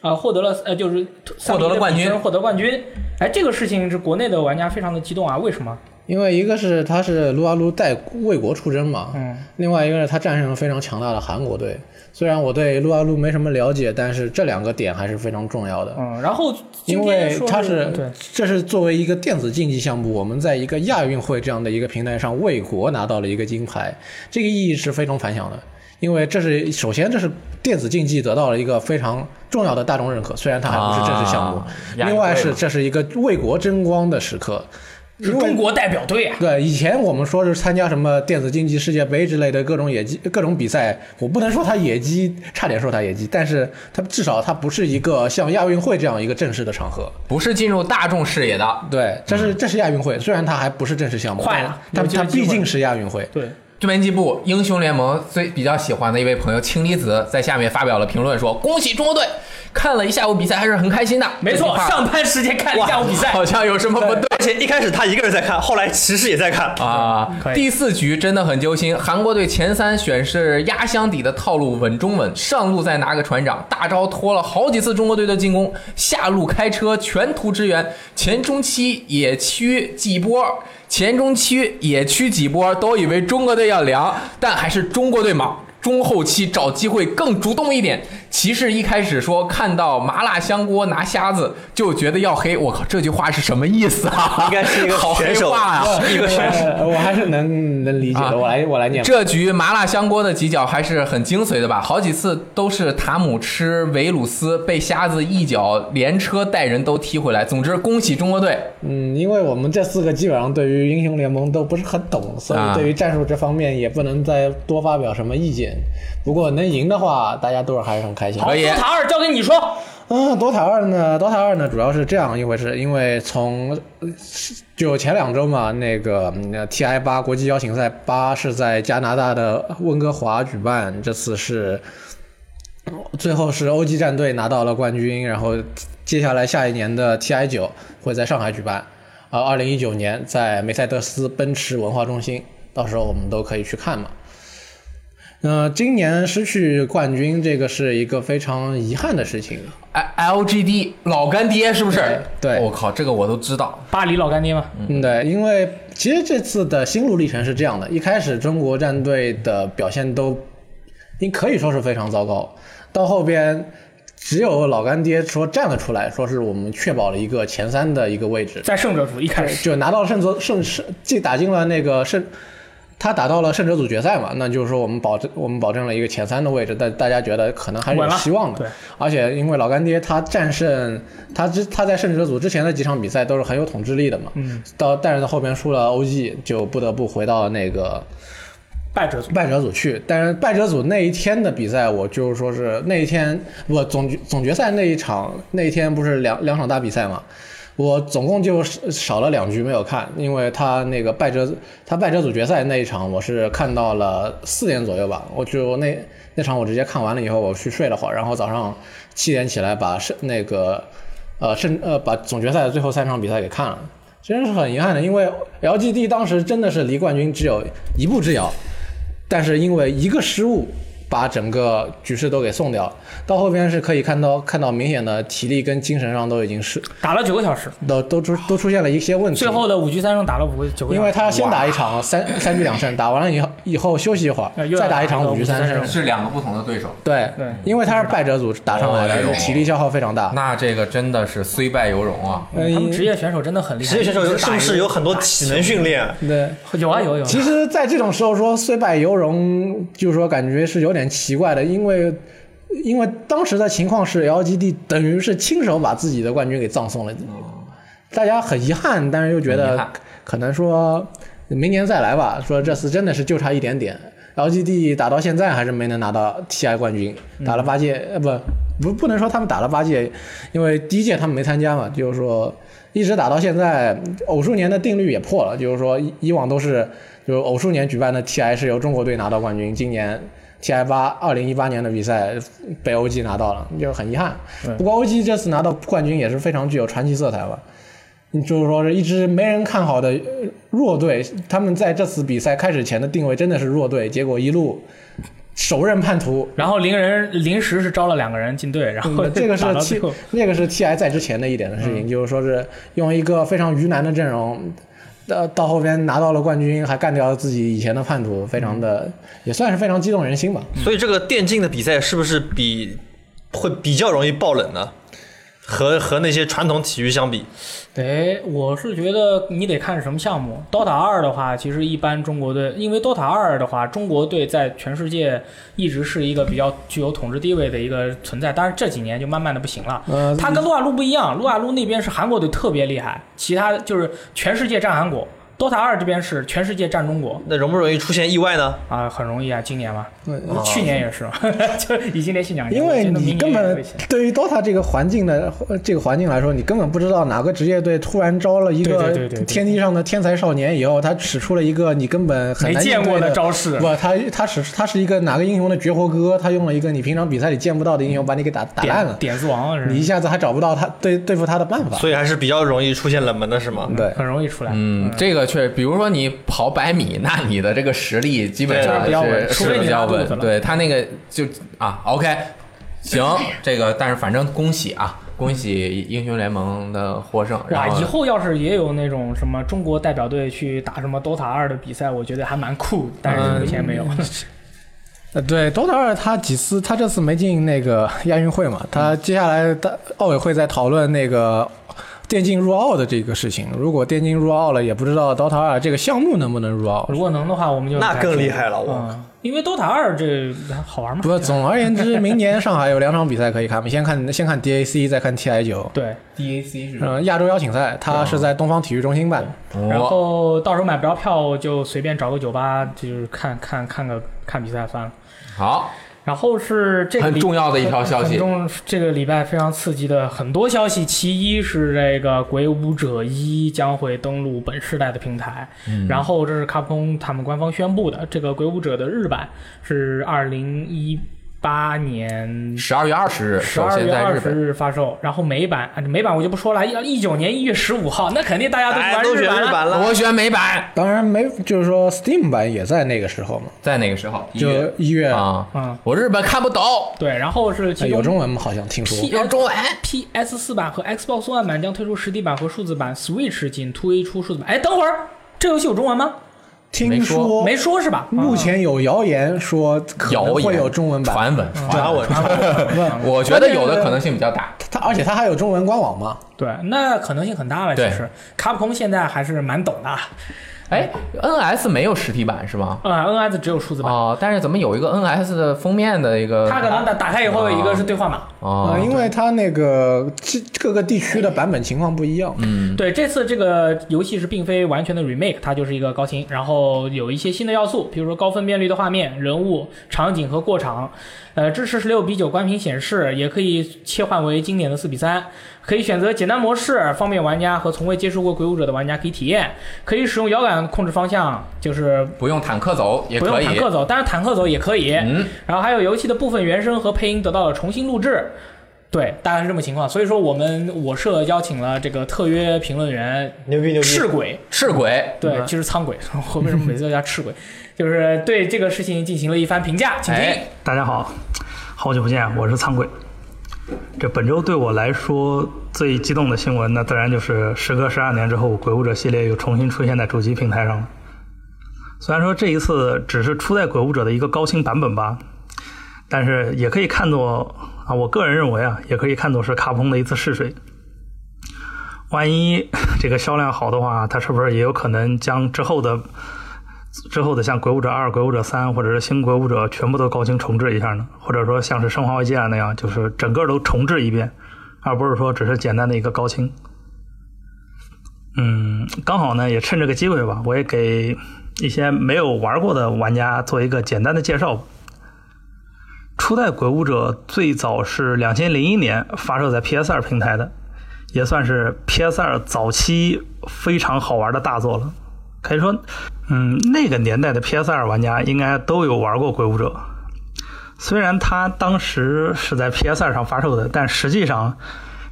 Speaker 2: 啊、获得了呃，就是
Speaker 1: 获得了冠军
Speaker 2: 3比1的比分获得冠军。哎，这个事情是国内的玩家非常的激动啊，为什么？
Speaker 3: 因为一个是他是撸啊撸带为国出征嘛，
Speaker 2: 嗯，
Speaker 3: 另外一个是他战胜了非常强大的韩国队。虽然我对撸啊撸没什么了解，但是这两个点还是非常重要的。
Speaker 2: 嗯，然后今
Speaker 3: 因
Speaker 2: 天
Speaker 3: 为
Speaker 2: 说
Speaker 3: 它
Speaker 2: 是
Speaker 3: 是
Speaker 2: 对，
Speaker 3: 这是作为一个电子竞技项目，我们在一个亚运会这样的一个平台上为国拿到了一个金牌，这个意义是非常反响的。因为这是首先，这是电子竞技得到了一个非常重要的大众认可，虽然它还不是正式项目。
Speaker 1: 啊亚运会嘛
Speaker 3: 另外是这是一个为国争光的时刻，
Speaker 2: 是
Speaker 3: 因为
Speaker 2: 中国代表队啊。
Speaker 3: 对，以前我们说是参加什么电子竞技世界杯之类的各种野鸡、各种比赛，我不能说它野鸡，差点说它野鸡，但是它至少它不是一个像亚运会这样一个正式的场合。
Speaker 1: 不是进入大众视野的，
Speaker 3: 对，这是这是亚运会，虽然它还不是正式项目，
Speaker 2: 快
Speaker 3: 但
Speaker 2: 了
Speaker 3: 但
Speaker 2: 有这个
Speaker 3: 它
Speaker 2: 机会
Speaker 3: 毕竟是亚运会。
Speaker 2: 对，
Speaker 1: 这编辑部英雄联盟最比较喜欢的一位朋友氢离子在下面发表了评论说：“恭喜中国队，看了一下午比赛还是很开心的。”
Speaker 2: 没错，上班时间看一下午比赛，
Speaker 1: 好像有什么不对。
Speaker 4: 而且一开始他一个人在看，后来骑士也在看。
Speaker 1: 啊
Speaker 2: 可，以
Speaker 1: 第四局真的很揪心。韩国队前三选是压箱底的套路，稳中稳，上路再拿个船长，大招拖了好几次中国队的进攻，下路开车全图支援，前中期野区几波，前中期野区几波，都以为中国队要凉，但还是中国队莽。中后期找机会更主动一点。骑士一开始说看到麻辣香锅拿瞎子就觉得要黑，我靠，这句话是什么意思啊？
Speaker 4: 应该是一 个
Speaker 1: 好黑
Speaker 4: 选手
Speaker 1: 话啊！
Speaker 4: 一个选手，
Speaker 3: 呃我还是能能理解
Speaker 1: 啊
Speaker 3: 的，我来我来念吧。
Speaker 1: 这局麻辣香锅的几脚还是很精髓的吧？好几次都是塔姆吃维鲁斯被瞎子一脚连车带人都踢回来。总之，恭喜中国队！
Speaker 3: 嗯，因为我们这四个基本上对于英雄联盟都不是很懂，所
Speaker 1: 啊
Speaker 3: 以对于战术这方面也不能再多发表什么意见。不过能赢的话，大家都是还是很开心。
Speaker 1: 好可以
Speaker 2: 塔尔交给你说，
Speaker 3: 嗯，DOTA 二呢，DOTA 二呢，主要是这样一回事，因为从呃就前两周嘛，那个嗯 TI 八国际邀请赛八是在加拿大的温哥华举办，这次是最后是欧 g 战队拿到了冠军，然后接下来下一年的 TI 九会在上海举办，啊，二零一九年在梅赛德斯奔驰文化中心，到时候我们都可以去看嘛。那、今年失去冠军，这个是一个非常遗憾的事情。
Speaker 1: 哎，LGD 老干爹是不是？
Speaker 3: 对对
Speaker 1: 我靠，这个我都知道。
Speaker 2: 巴黎老干爹嘛，
Speaker 3: 嗯，对，因为其实这次的心路历程是这样的：一开始中国战队的表现都，应可以说是非常糟糕，到后边只有老干爹说站了出来，说是我们确保了一个前三的一个位置，
Speaker 2: 在胜者组一开始，
Speaker 3: 就拿到了胜者胜胜，既打进了那个胜，他打到了胜者组决赛嘛，那就是说我们保证我们保证了一个前三的位置，但大家觉得可能还是有
Speaker 2: 稳了
Speaker 3: 希望的。
Speaker 2: 对，
Speaker 3: 而且因为老干爹他战胜他之他在胜者组之前的几场比赛都是很有统治力的嘛，
Speaker 2: 嗯，
Speaker 3: 到但是到后边输了 OG 就不得不回到那个
Speaker 2: 败者组
Speaker 3: 败者组去，但是败者组那一天的比赛，我就是说是那一天我总决总决赛那一场那一天不是两两场大比赛嘛，我总共就少了两局没有看，因为他那个败者他败者组决赛那一场我是看到了四点左右吧，我就那那场我直接看完了以后我去睡了会儿，然后早上七点起来把是那个呃甚呃把总决赛的最后三场比赛给看了。真是很遗憾的，因为 LGD 当时真的是离冠军只有一步之遥，但是因为一个失误，把整个局势都给送掉了。到后边是可以看到看到明显的体力跟精神上都已经是
Speaker 2: 打了九个小时，
Speaker 3: 都都出都出现了一些问题。
Speaker 2: 最后的五局三胜打了五个九个小时，
Speaker 3: 因为他先打一场三三局两胜，打完了以后以后休息一会
Speaker 2: 呃
Speaker 3: 儿，
Speaker 2: 又
Speaker 3: 再打一
Speaker 2: 打
Speaker 3: 场
Speaker 2: 一个
Speaker 3: 五局三
Speaker 2: 五局
Speaker 3: 胜
Speaker 2: 三。胜
Speaker 1: 是两个不同的对手，
Speaker 3: 对
Speaker 2: 对
Speaker 3: 因为他是败者组打上来
Speaker 1: 哦哎呦
Speaker 3: 的，体力消耗非常大。
Speaker 1: 那这个真的是虽败犹荣啊！
Speaker 2: 嗯他们职业选手真的很厉害，
Speaker 4: 哎职业选手有
Speaker 2: 一直
Speaker 4: 是
Speaker 2: 打
Speaker 4: 不
Speaker 2: 一
Speaker 4: 是有很多体能训练？
Speaker 3: 对，
Speaker 2: 有啊有有啊，
Speaker 3: 其实，在这种时候说虽败犹荣，就是说感觉是有点奇怪的，因为因为当时的情况是 LGD 等于是亲手把自己的冠军给葬送了，大家很遗憾，但是又觉
Speaker 1: 很遗
Speaker 3: 得
Speaker 1: 憾
Speaker 3: 可能说明年再来吧，说这次真的是就差一点点。LGD 打到现在还是没能拿到 TI 冠军，
Speaker 1: 嗯
Speaker 3: 打了八届，呃不不不能说他们打了八届，因为第一届他们没参加嘛，就是说一直打到现在，偶数年的定律也破了，就是说以以往都是就是偶数年举办的 TI 是由中国队拿到冠军，今年 TI 八二零一八年的比赛被 OG 拿到了，就是很遗憾。不过 OG 这次拿到冠军也是非常具有传奇色彩吧。你就是说是一支没人看好的呃弱队，他们在这次比赛开始前的定位真的是弱队，结果一路手刃 叛徒。
Speaker 2: 然后临人临时是招了两个人进队，然后
Speaker 3: 嗯这个是
Speaker 2: 打到最
Speaker 3: T
Speaker 2: 后
Speaker 3: 那个是 TI 在之前的一点的事情，就是说是用一个非常鱼腩的阵容，到到后边拿到了冠军，还干掉了自己以前的叛徒，非常的、也算是非常激动人心吧。
Speaker 4: 所以这个电竞的比赛是不是比会比较容易爆冷呢？和和那些传统体育相比，
Speaker 2: 得，我是觉得你得看是什么项目。DOTA 二的话，其实一般中国队，因为 DOTA 二的话，中国队在全世界一直是一个比较具有统治地位的一个存在，但是这几年就慢慢的不行了。
Speaker 3: 呃，
Speaker 2: 它跟撸啊撸不一样，撸啊撸那边是韩国队特别厉害，其他就是全世界占韩国，DOTA 二这边是全世界占中国
Speaker 4: 那容不容易出现意外呢？
Speaker 2: 啊，很容易啊，今年嘛，
Speaker 3: 嗯
Speaker 2: 去年也是， 就已经连续两年，
Speaker 3: 因
Speaker 2: 我
Speaker 3: 为
Speaker 2: 觉得明
Speaker 3: 你
Speaker 2: 年
Speaker 3: 根
Speaker 2: 也
Speaker 3: 本
Speaker 2: 会行
Speaker 3: 对于 DOTA 这个环境的呃这个环境来说，你根本不知道哪个职业队突然招了一
Speaker 2: 对对
Speaker 3: 个
Speaker 2: 对对对
Speaker 3: 天地上的天才少年以后，他使出了一个你根本很
Speaker 2: 没
Speaker 3: 难
Speaker 2: 见过
Speaker 3: 应对
Speaker 2: 的
Speaker 3: 的
Speaker 2: 招式，
Speaker 3: 不，他他使他是一个哪个英雄的绝活哥，他用了一个你平常比赛里见不到的英雄把你给打打烂
Speaker 2: 点
Speaker 3: 了，
Speaker 2: 点子王啊是
Speaker 3: 你一下子还找不到他对对付他的办法。
Speaker 4: 所以还是比较容易出现冷门的，是吗？
Speaker 3: 对，
Speaker 2: 很容易出来。
Speaker 1: 嗯，这个确，比如说你跑百米，那你的这个实力基本上
Speaker 4: 对
Speaker 1: 是
Speaker 2: 比较稳除非
Speaker 1: 是
Speaker 2: 你
Speaker 1: 比较
Speaker 2: 拉肚子
Speaker 1: 稳
Speaker 2: 了。
Speaker 1: 对他那个就啊，OK，行，这个但是反正恭喜啊，恭喜英雄联盟的获胜。
Speaker 2: 哇，
Speaker 1: 然后
Speaker 2: 以后要是也有那种什么中国代表队去打什么 DOTA 二的比赛，我觉得还蛮酷，但是目前没有。
Speaker 4: 嗯
Speaker 3: 呃，对，DOTA 二他几次他这次没进那个亚运会嘛，他接下来的奥委会在讨论那个电竞入奥的这个事情。如果电竞入奥了，也不知道 DOTA 二这个项目能不能入奥。
Speaker 2: 如果能的话，我们就
Speaker 4: 那更厉害了我
Speaker 2: 嗯，因为 DOTA 二这好玩嘛。
Speaker 3: 不，总而言之，明年上海有两场比赛可以看，先看先看 DAC，再看 TI 九。
Speaker 2: 对，
Speaker 1: DAC 是
Speaker 3: 嗯，亚洲邀请赛，它是在东方体育中心办。
Speaker 4: 嗯
Speaker 2: 然
Speaker 1: 我
Speaker 2: 后到时候买不着票，就随便找个酒吧，就是看看看个看比赛翻了。
Speaker 1: 好，
Speaker 2: 然后是这个
Speaker 1: 很
Speaker 2: 礼
Speaker 1: 重要的一条消息
Speaker 2: 很重这个礼拜非常刺激的很多消息，其一是这个《鬼武者一》将会登陆本世代的平台，
Speaker 1: 嗯
Speaker 2: 然后这是卡普空他们官方宣布的，这个《鬼武者》的日版是二零一八年
Speaker 1: 十二月二十日
Speaker 2: 十
Speaker 1: 首
Speaker 2: 二
Speaker 1: 先
Speaker 2: 月
Speaker 1: 在
Speaker 2: 二
Speaker 1: 日
Speaker 2: 十
Speaker 1: 本，
Speaker 2: 日发售，然后美版啊美版我就不说了，一一九年一月十五号，那肯定大家都
Speaker 4: 大家
Speaker 2: 玩
Speaker 4: 哎都选
Speaker 2: 版
Speaker 4: 日
Speaker 2: 了。
Speaker 4: 版了，
Speaker 1: 我选美版，
Speaker 3: 当然没，就是说 Steam 版也在那个时候嘛，
Speaker 1: 在哪个时候？
Speaker 3: 就一月
Speaker 1: 啊
Speaker 2: 嗯，
Speaker 1: 我日本看不懂，
Speaker 2: 对，然后是
Speaker 3: 呃
Speaker 1: 哎
Speaker 2: 其
Speaker 3: 有
Speaker 2: 中
Speaker 3: 中文吗？好像听说
Speaker 2: P
Speaker 1: 有中文。
Speaker 2: PS 四版和 Xbox One 版将推出实体版和数字版，Switch 仅推出数字版。哎，等会儿，这游戏有中文吗？
Speaker 1: 没
Speaker 3: 听
Speaker 1: 说
Speaker 3: 说
Speaker 2: 没说是吧？
Speaker 3: 目前有谣言说可能
Speaker 1: 谣言
Speaker 3: 会有中文版，
Speaker 1: 传闻，
Speaker 2: 嗯
Speaker 4: 打我
Speaker 1: 我觉得有的可能性比较大。
Speaker 3: 它而且它还有中文官网嘛。
Speaker 2: 对，那可能性很大了。其
Speaker 1: 对
Speaker 2: 实，卡普空现在还是蛮懂的啊。
Speaker 1: 哎，NS 没有实体版是吗？
Speaker 2: 呃，NS 只有数字版，
Speaker 1: 哦，但是怎么有一个 NS 的封面的一个？
Speaker 2: 它可能打打开以后，
Speaker 1: 啊
Speaker 2: 一个是兑换码。
Speaker 1: 哦
Speaker 3: 啊，，因为它那个这各个地区的版本情况不一样，
Speaker 1: 嗯
Speaker 2: 对，这次这个游戏是并非完全的 remake，它就是一个高清，然后有一些新的要素，比如说高分辨率的画面、人物、场景和过场，呃，支持十六比九关屏显示，也可以切换为经典的四比三，可以选择简单模式，方便玩家和从未接触过鬼武者的玩家可以体验，可以使用摇杆控制方向，就是
Speaker 1: 不用坦克走也
Speaker 2: 不用
Speaker 1: 可以
Speaker 2: 坦。克走，当然坦克走也可以。
Speaker 1: 嗯，
Speaker 2: 然后还有游戏的部分原声和配音得到了重新录制。对，大概是这么情况。所以说，我们我社邀请了这个特约评论员
Speaker 4: 牛逼牛逼！
Speaker 2: 赤鬼，
Speaker 1: 赤鬼，
Speaker 2: 对，其实苍鬼， 我为什么每次都叫赤鬼？就是对这个事情进行了一番评价，请听。
Speaker 1: 哎
Speaker 5: 大家好，好久不见，我是苍鬼。这本周对我来说最激动的新闻，那自然就是时隔十二年之后，《鬼武者》系列又重新出现在主机平台上了。虽然说这一次只是出在《鬼武者》的一个高清版本吧，但是也可以看作啊，我个人认为啊，也可以看作是卡普空的一次试水。万一这个销量好的话，它是不是也有可能将之后的之后的像《鬼武者二》《鬼武者三》或者是《新鬼武者》全部都高清重置一下呢？或者说像是《生化危机啊二》那样，就是整个都重置一遍，而不是说只是简单的一个高清。嗯，刚好呢，也趁这个机会吧，我也给一些没有玩过的玩家做一个简单的介绍吧。初代《鬼武者》最早是两千零一年发售在 PS 二平台的，也算是 PS 二早期非常好玩的大作了。可以说，嗯，那个年代的 PS 二玩家应该都有玩过《鬼武者》，虽然它当时是在 PS 二上发售的，但实际上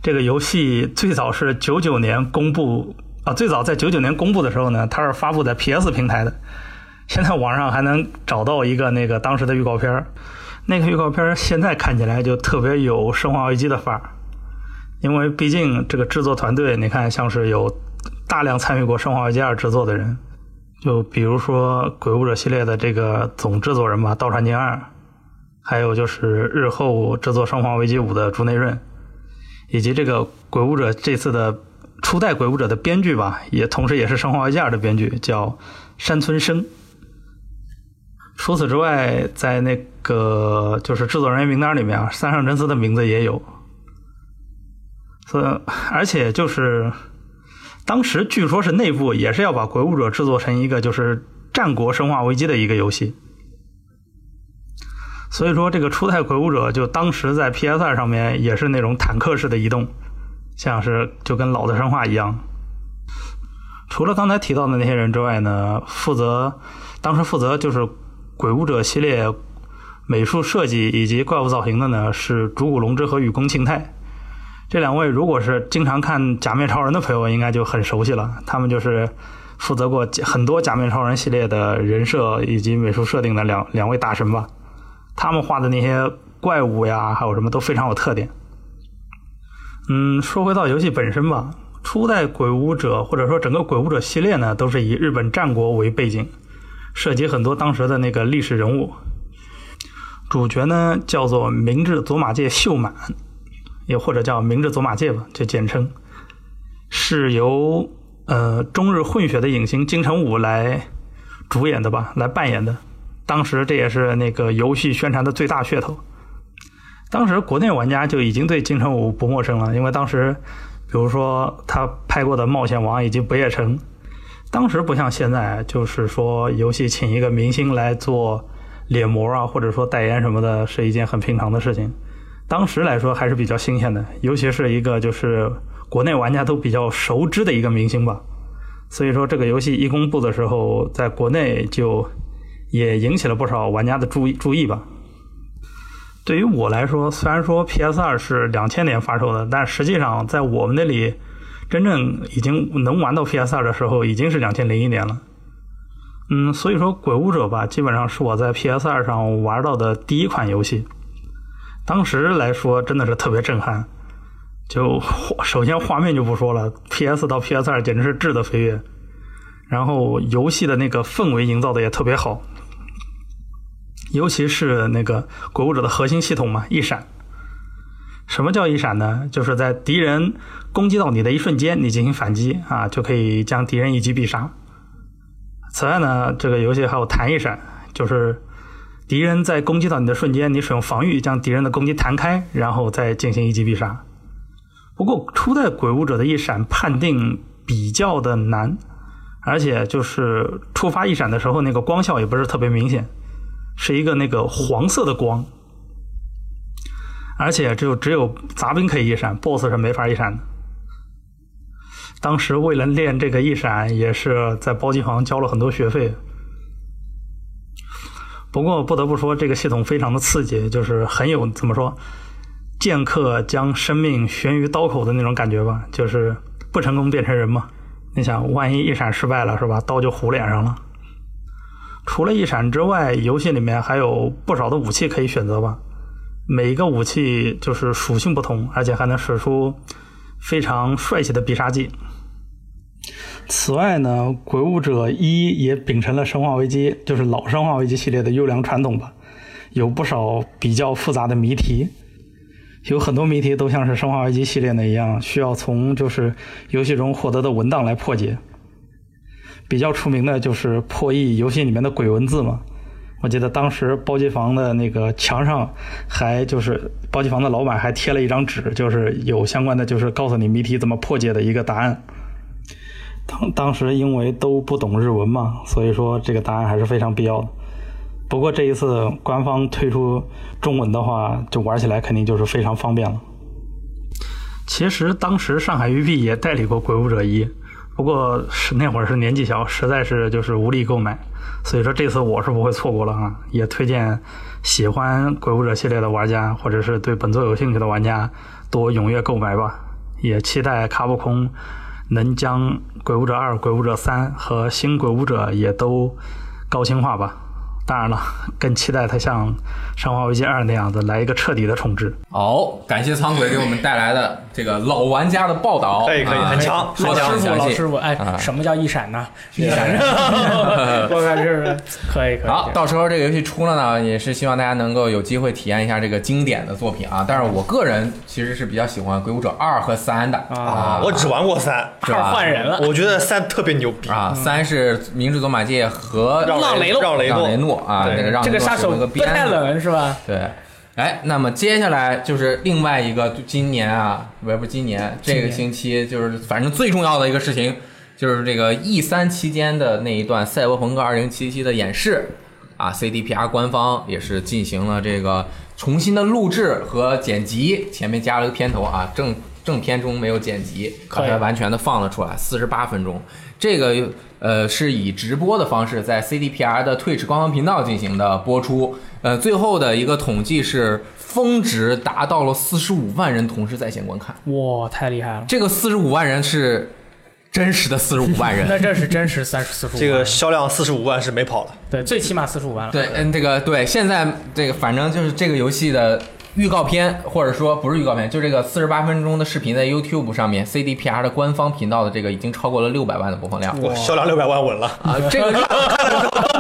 Speaker 5: 这个游戏最早是九九年公布啊，最早在九九年公布的时候呢，它是发布在 PS 平台的。现在网上还能找到一个那个当时的预告片儿，那个预告片儿现在看起来就特别有《生化危机》的范儿，因为毕竟这个制作团队，你看像是有大量参与过《生化危机二》制作的人，就比如说《鬼武者》系列的这个总制作人吧，道川进二，还有就是日后制作《生化危机五》的竹内润，以及这个《鬼武者》这次的初代《鬼武者》的编剧吧，也同时也是《生化危机二》的编剧，叫山村生。除此之外，在那个就是制作人员名单里面啊，三上真司的名字也有。所以，而且就是当时据说是内部也是要把《鬼武者》制作成一个就是战国生化危机的一个游戏。所以说，这个初代《鬼武者》就当时在 PS 二上面也是那种坦克式的移动，像是就跟老的生化一样。除了刚才提到的那些人之外呢，负责当时负责就是《鬼武者》系列美术设计以及怪物造型的呢是竹谷隆之和雨宫庆太。这两位如果是经常看《假面超人》的朋友，应该就很熟悉了。他们就是负责过很多《假面超人》系列的人设以及美术设定的两两位大神吧。他们画的那些怪物呀，还有什么都非常有特点。嗯，说回到游戏本身吧，初代《鬼武者》或者说整个《鬼武者》系列呢，都是以日本战国为背景，涉及很多当时的那个历史人物。主角呢叫做明智佐马介秀满，也或者叫明治佐马介吧，就简称，是由呃中日混血的影星金城武来主演的吧，来扮演的。当时这也是那个游戏宣传的最大噱头。当时国内玩家就已经对金城武不陌生了，因为当时比如说他拍过的《冒险王》以及《不夜城》，当时不像现在，就是说游戏请一个明星来做脸模啊，或者说代言什么的，是一件很平常的事情。当时来说还是比较新鲜的，尤其是一个就是国内玩家都比较熟知的一个明星吧。所以说这个游戏一公布的时候，在国内就也引起了不少玩家的注意注意吧。对于我来说，虽然说 PS 二是两千年发售的，但实际上在我们那里真正已经能玩到 PS 二的时候，已经是两千零一年了。嗯，所以说《鬼武者》吧，基本上是我在 PS 二上玩到的第一款游戏。当时来说，真的是特别震撼。就首先画面就不说了，PS 到 PS 二简直是质的飞跃。然后游戏的那个氛围营造的也特别好，尤其是那个鬼武者的核心系统嘛，一闪。什么叫一闪呢？就是在敌人攻击到你的一瞬间，你进行反击啊，就可以将敌人一击必杀。此外呢，这个游戏还有弹一闪，就是敌人在攻击到你的瞬间，你使用防御将敌人的攻击弹开，然后再进行一击必杀。不过初代鬼武者的一闪判定比较的难，而且就是触发一闪的时候，那个光效也不是特别明显，是一个那个黄色的光，而且只有只有杂兵可以一闪，BOSS 是没法一闪的。当时为了练这个一闪，也是在包机房交了很多学费。不过不得不说，这个系统非常的刺激，就是很有怎么说，剑客将生命悬于刀口的那种感觉吧，就是不成功变成人嘛。你想，万一一闪失败了，是吧？刀就糊脸上了。除了一闪之外，游戏里面还有不少的武器可以选择吧。每一个武器就是属性不同，而且还能使出非常帅气的必杀技。此外呢，《鬼武者一》也秉承了《生化危机》，就是老《生化危机》系列的优良传统吧，有不少比较复杂的谜题，有很多谜题都像是《生化危机》系列那一样，需要从就是游戏中获得的文档来破解。比较出名的就是破译游戏里面的鬼文字嘛，我记得当时包机房的那个墙上还就是包机房的老板还贴了一张纸，就是有相关的就是告诉你谜题怎么破解的一个答案。当当时因为都不懂日文嘛，所以说这个答案还是非常必要的。不过这一次官方推出中文的话，就玩起来肯定就是非常方便了。其实当时上海育碧也代理过《鬼武者一》，不过是那会儿是年纪小，实在是就是无力购买，所以说这次我是不会错过了啊！也推荐喜欢《鬼武者》系列的玩家，或者是对本作有兴趣的玩家，多踊跃购买吧！也期待卡布空。能将《鬼武者二》《鬼武者三》和《新鬼武者》也都高清化吧。当然了，更期待它像《生化危机二》那样子来一个彻底的重置。
Speaker 1: 好，感谢仓鬼给我们带来的这个老玩家的报道，
Speaker 4: 可以可以
Speaker 1: 啊
Speaker 4: 很强
Speaker 1: 说
Speaker 2: 老
Speaker 1: 的
Speaker 2: 师
Speaker 1: 很
Speaker 2: 傅，
Speaker 1: 详
Speaker 2: 老
Speaker 1: 细啊
Speaker 2: 师。傅，哎，什么叫一闪呢？一闪， 我感觉是可以可以。
Speaker 1: 好，到时候这个游戏出了呢，也是希望大家能够有机会体验一下这个经典的作品啊。但是我个人其实是比较喜欢《鬼武者二》和三的啊，
Speaker 4: 我只玩过三，
Speaker 1: 是
Speaker 2: 二
Speaker 1: 吧
Speaker 2: 换人了，
Speaker 4: 我觉得三特别牛逼，
Speaker 1: 啊，三是明智佐马介和
Speaker 4: 让
Speaker 2: 让雷诺
Speaker 4: 让雷
Speaker 1: 让雷
Speaker 4: 诺，
Speaker 1: 诺啊，
Speaker 4: 对
Speaker 1: 那个让
Speaker 2: 这
Speaker 1: 雷
Speaker 2: 个
Speaker 1: 诺
Speaker 2: 杀
Speaker 1: 是
Speaker 2: 手
Speaker 1: 那个
Speaker 2: 不太
Speaker 1: 鞭子
Speaker 2: 冷是吧？
Speaker 1: 对，哎，那么接下来就是另外一个今年啊，不是不是今年这个星期，就是反正最重要的一个事情，就是这个 E 三期间的那一段《赛博朋克2077》的演示啊，CDPR 官方也是进行了这个重新的录制和剪辑，前面加了个片头啊，正正片中没有剪辑，
Speaker 2: 可
Speaker 1: 把
Speaker 2: 以
Speaker 1: 它完全的放了出来，四十八分钟。这个呃是以直播的方式在 CDPR 的 Twitch 官方频道进行的播出。呃，最后的一个统计是峰值达到了四十五万人同时在线观看，
Speaker 2: 哇，太厉害了！
Speaker 1: 这个四十五万人是真实的四十五万人。
Speaker 2: 那这是真实三十四十五，
Speaker 4: 这个销量四十五万是没跑了。
Speaker 2: 对，最起码四十五万了。
Speaker 1: 对，嗯，这个对，现在这个反正就是这个游戏的预告片，或者说不是预告片，就这个四十八分钟的视频在 YouTube 上面 CDPR 的官方频道的这个已经超过了六百万的播放量。
Speaker 4: 我销量六百万稳了，
Speaker 1: 啊，这个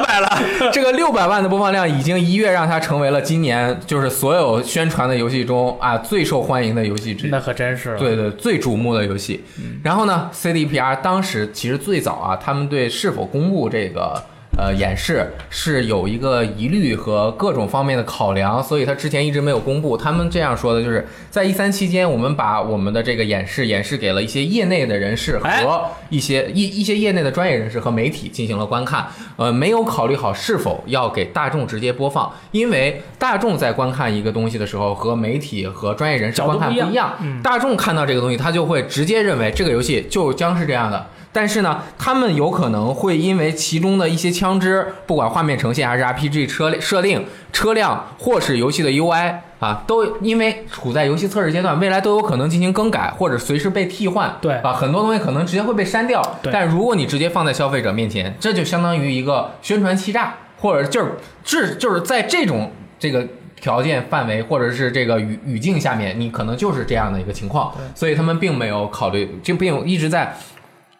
Speaker 1: 买了。 这个六百万的播放量已经一跃让它成为了今年就是所有宣传的游戏中啊最受欢迎的游戏之一
Speaker 2: 那。可真是了。嗯
Speaker 1: 对对，最瞩目的游戏。然后呢，CDPR 当时其实最早啊，他们对是否公布这个呃演示是有一个疑虑和各种方面的考量，所以它之前一直没有公布。他们这样说的就是，在一三期间，我们把我们的这个演示演示给了一些业内的人士
Speaker 2: 哎
Speaker 1: 和一些一一些业内的专业人士和媒体进行了观看，呃，没有考虑好是否要给大众直接播放，因为大众在观看一个东西的时候和媒体和专业人士
Speaker 2: 角度
Speaker 1: 观看
Speaker 2: 不
Speaker 1: 不
Speaker 2: 一样
Speaker 1: 一样，大众看到这个东西，他就会直接认为这个游戏就将是这样的。但是呢，他们有可能会因为其中的一些枪支，不管画面呈现还是 RPG 车设定、车辆，或是游戏的 UI 啊，都因为处在游戏测试阶段，未来都有可能进行更改或者随时被替换。
Speaker 2: 对
Speaker 1: 啊，很多东西可能直接会被删掉。
Speaker 2: 对
Speaker 1: 但如果你直接放在消费者面前，这就相当于一个宣传欺诈，或者就是这就是在这种这个条件范围或者是这个语语境下面，你可能就是这样的一个情况。所以他们并没有考虑，就并有一直在。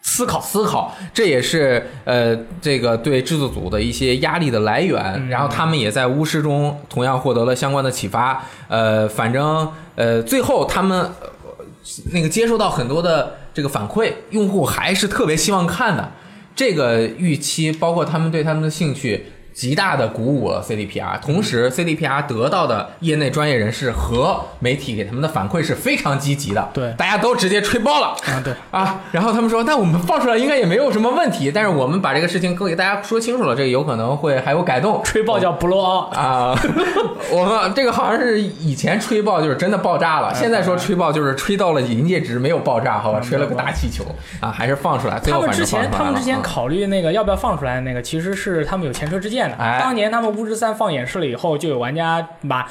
Speaker 1: 思考思考，这也是呃这个对制作组的一些压力的来源。
Speaker 2: 嗯
Speaker 1: 然后他们也在巫师中同样获得了相关的启发。呃，反正呃最后他们那个接收到很多的这个反馈，用户还是特别希望看的。这个预期包括他们对他们的兴趣，极大的鼓舞了 CDPR。同
Speaker 2: 嗯
Speaker 1: 时，CDPR 得到的业内专业人士和媒体给他们的反馈是非常积极的，
Speaker 2: 对
Speaker 1: 大家都直接吹爆了。
Speaker 2: 啊，对，
Speaker 1: 啊，然后他们说，那我们放出来应该也没有什么问题，但是我们把这个事情给大家说清楚了，这个有可能会还有改动。
Speaker 2: 吹爆叫 blow out，
Speaker 1: 啊，我们这个好像是以前吹爆就是真的爆炸
Speaker 2: 嗯
Speaker 1: 了，现在说吹爆就是吹到了临界值没有爆炸，好吧，吹了个大气球啊，还是放出来，最
Speaker 2: 他
Speaker 1: 后
Speaker 2: 们
Speaker 1: 反
Speaker 2: 之
Speaker 1: 正放出来
Speaker 2: 前他们
Speaker 1: 了
Speaker 2: 之前
Speaker 1: 嗯
Speaker 2: 考虑那个要不要放出来的那个，其实是他们有前车之鉴的。
Speaker 1: 哎
Speaker 2: 当年他们《巫师三》放演示了以后，就有玩家把。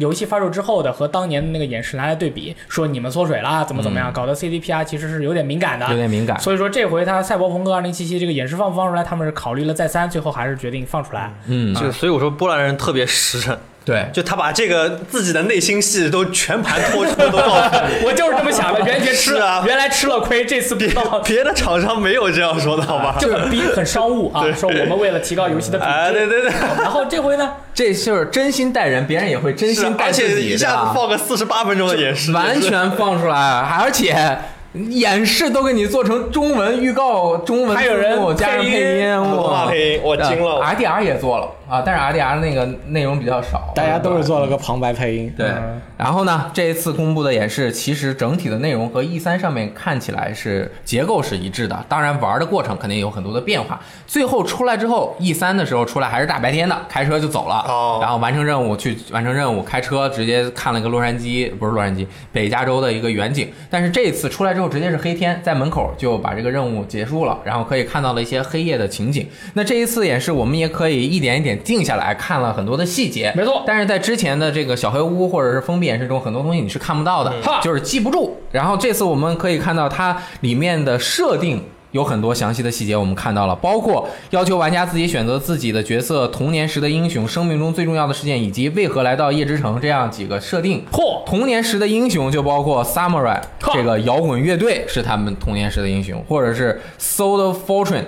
Speaker 2: 游戏发售之后的和当年的那个演示拿来对比，说你们缩水啦，怎么怎么样，搞得 CDPR 其实是有点敏感的，
Speaker 1: 嗯有点敏感，
Speaker 2: 所以说这回他《赛博朋克2077》这个演示放不放出来，他们是考虑了再三，最后还是决定放出来。
Speaker 1: 嗯，
Speaker 4: 就所以我说波兰人特别实诚，
Speaker 1: 对，
Speaker 4: 就他把这个自己的内心戏都全盘托出，都告诉 你。
Speaker 2: 我就是这么想的，原先吃
Speaker 4: 是啊
Speaker 2: 原来吃了亏，这次不
Speaker 4: 别
Speaker 2: 知道，
Speaker 4: 别的厂商没有这样说的好
Speaker 1: 啊
Speaker 4: 吧？
Speaker 2: 就很逼很商务啊，说我们为了提高游戏的品
Speaker 4: 哎，对
Speaker 2: 质，
Speaker 4: 对对，
Speaker 2: 然后这回呢，
Speaker 1: 这就是真心待人，别人也会真
Speaker 4: 是啊
Speaker 1: 心，待
Speaker 4: 而
Speaker 1: 自
Speaker 4: 且
Speaker 1: 己，
Speaker 4: 一下
Speaker 1: 对
Speaker 4: 子
Speaker 1: 吧
Speaker 4: 放个四十八分钟的演示，
Speaker 1: 完
Speaker 4: 就是
Speaker 1: 全放出来，而且。演示都给你做成中文预告，中文
Speaker 2: 还有人
Speaker 1: 字幕加上配
Speaker 2: 配
Speaker 1: 音，
Speaker 4: 普通
Speaker 1: 哇
Speaker 4: 话配音，我惊了。我
Speaker 1: RDR 也做了啊，但是 RDR 那个内容比较少，
Speaker 3: 大家都是做了个旁白配音。啊
Speaker 1: 对，然后呢，这一次公布的演示，其实整体的内容和 E 3上面看起来是结构是一致的，当然玩的过程肯定有很多的变化。最后出来之后，E 3的时候出来还是大白天的，开车就走了，
Speaker 4: 哦
Speaker 1: 然后完成任务去完成任务，开车直接看了一个洛杉矶，不是洛杉矶，北加州的一个远景。但是这次出来之后，直接是黑天，在门口就把这个任务结束了，然后可以看到了一些黑夜的情景。那这一次演示，我们也可以一点一点静下来看了很多的细节，
Speaker 2: 没错
Speaker 1: 但是在之前的这个小黑屋或者是封闭演示中，很多东西你是看不到的，
Speaker 2: 嗯哈
Speaker 1: 就是记不住。然后这次我们可以看到它里面的设定。有很多详细的细节，我们看到了，包括要求玩家自己选择自己的角色、童年时的英雄、生命中最重要的事件，以及为何来到夜之城这样几个设定。
Speaker 2: 嚯，
Speaker 1: 童年时的英雄就包括 Samurai
Speaker 2: 哈
Speaker 1: 这个摇滚乐队是他们童年时的英雄，或者是 Soul of Fortune，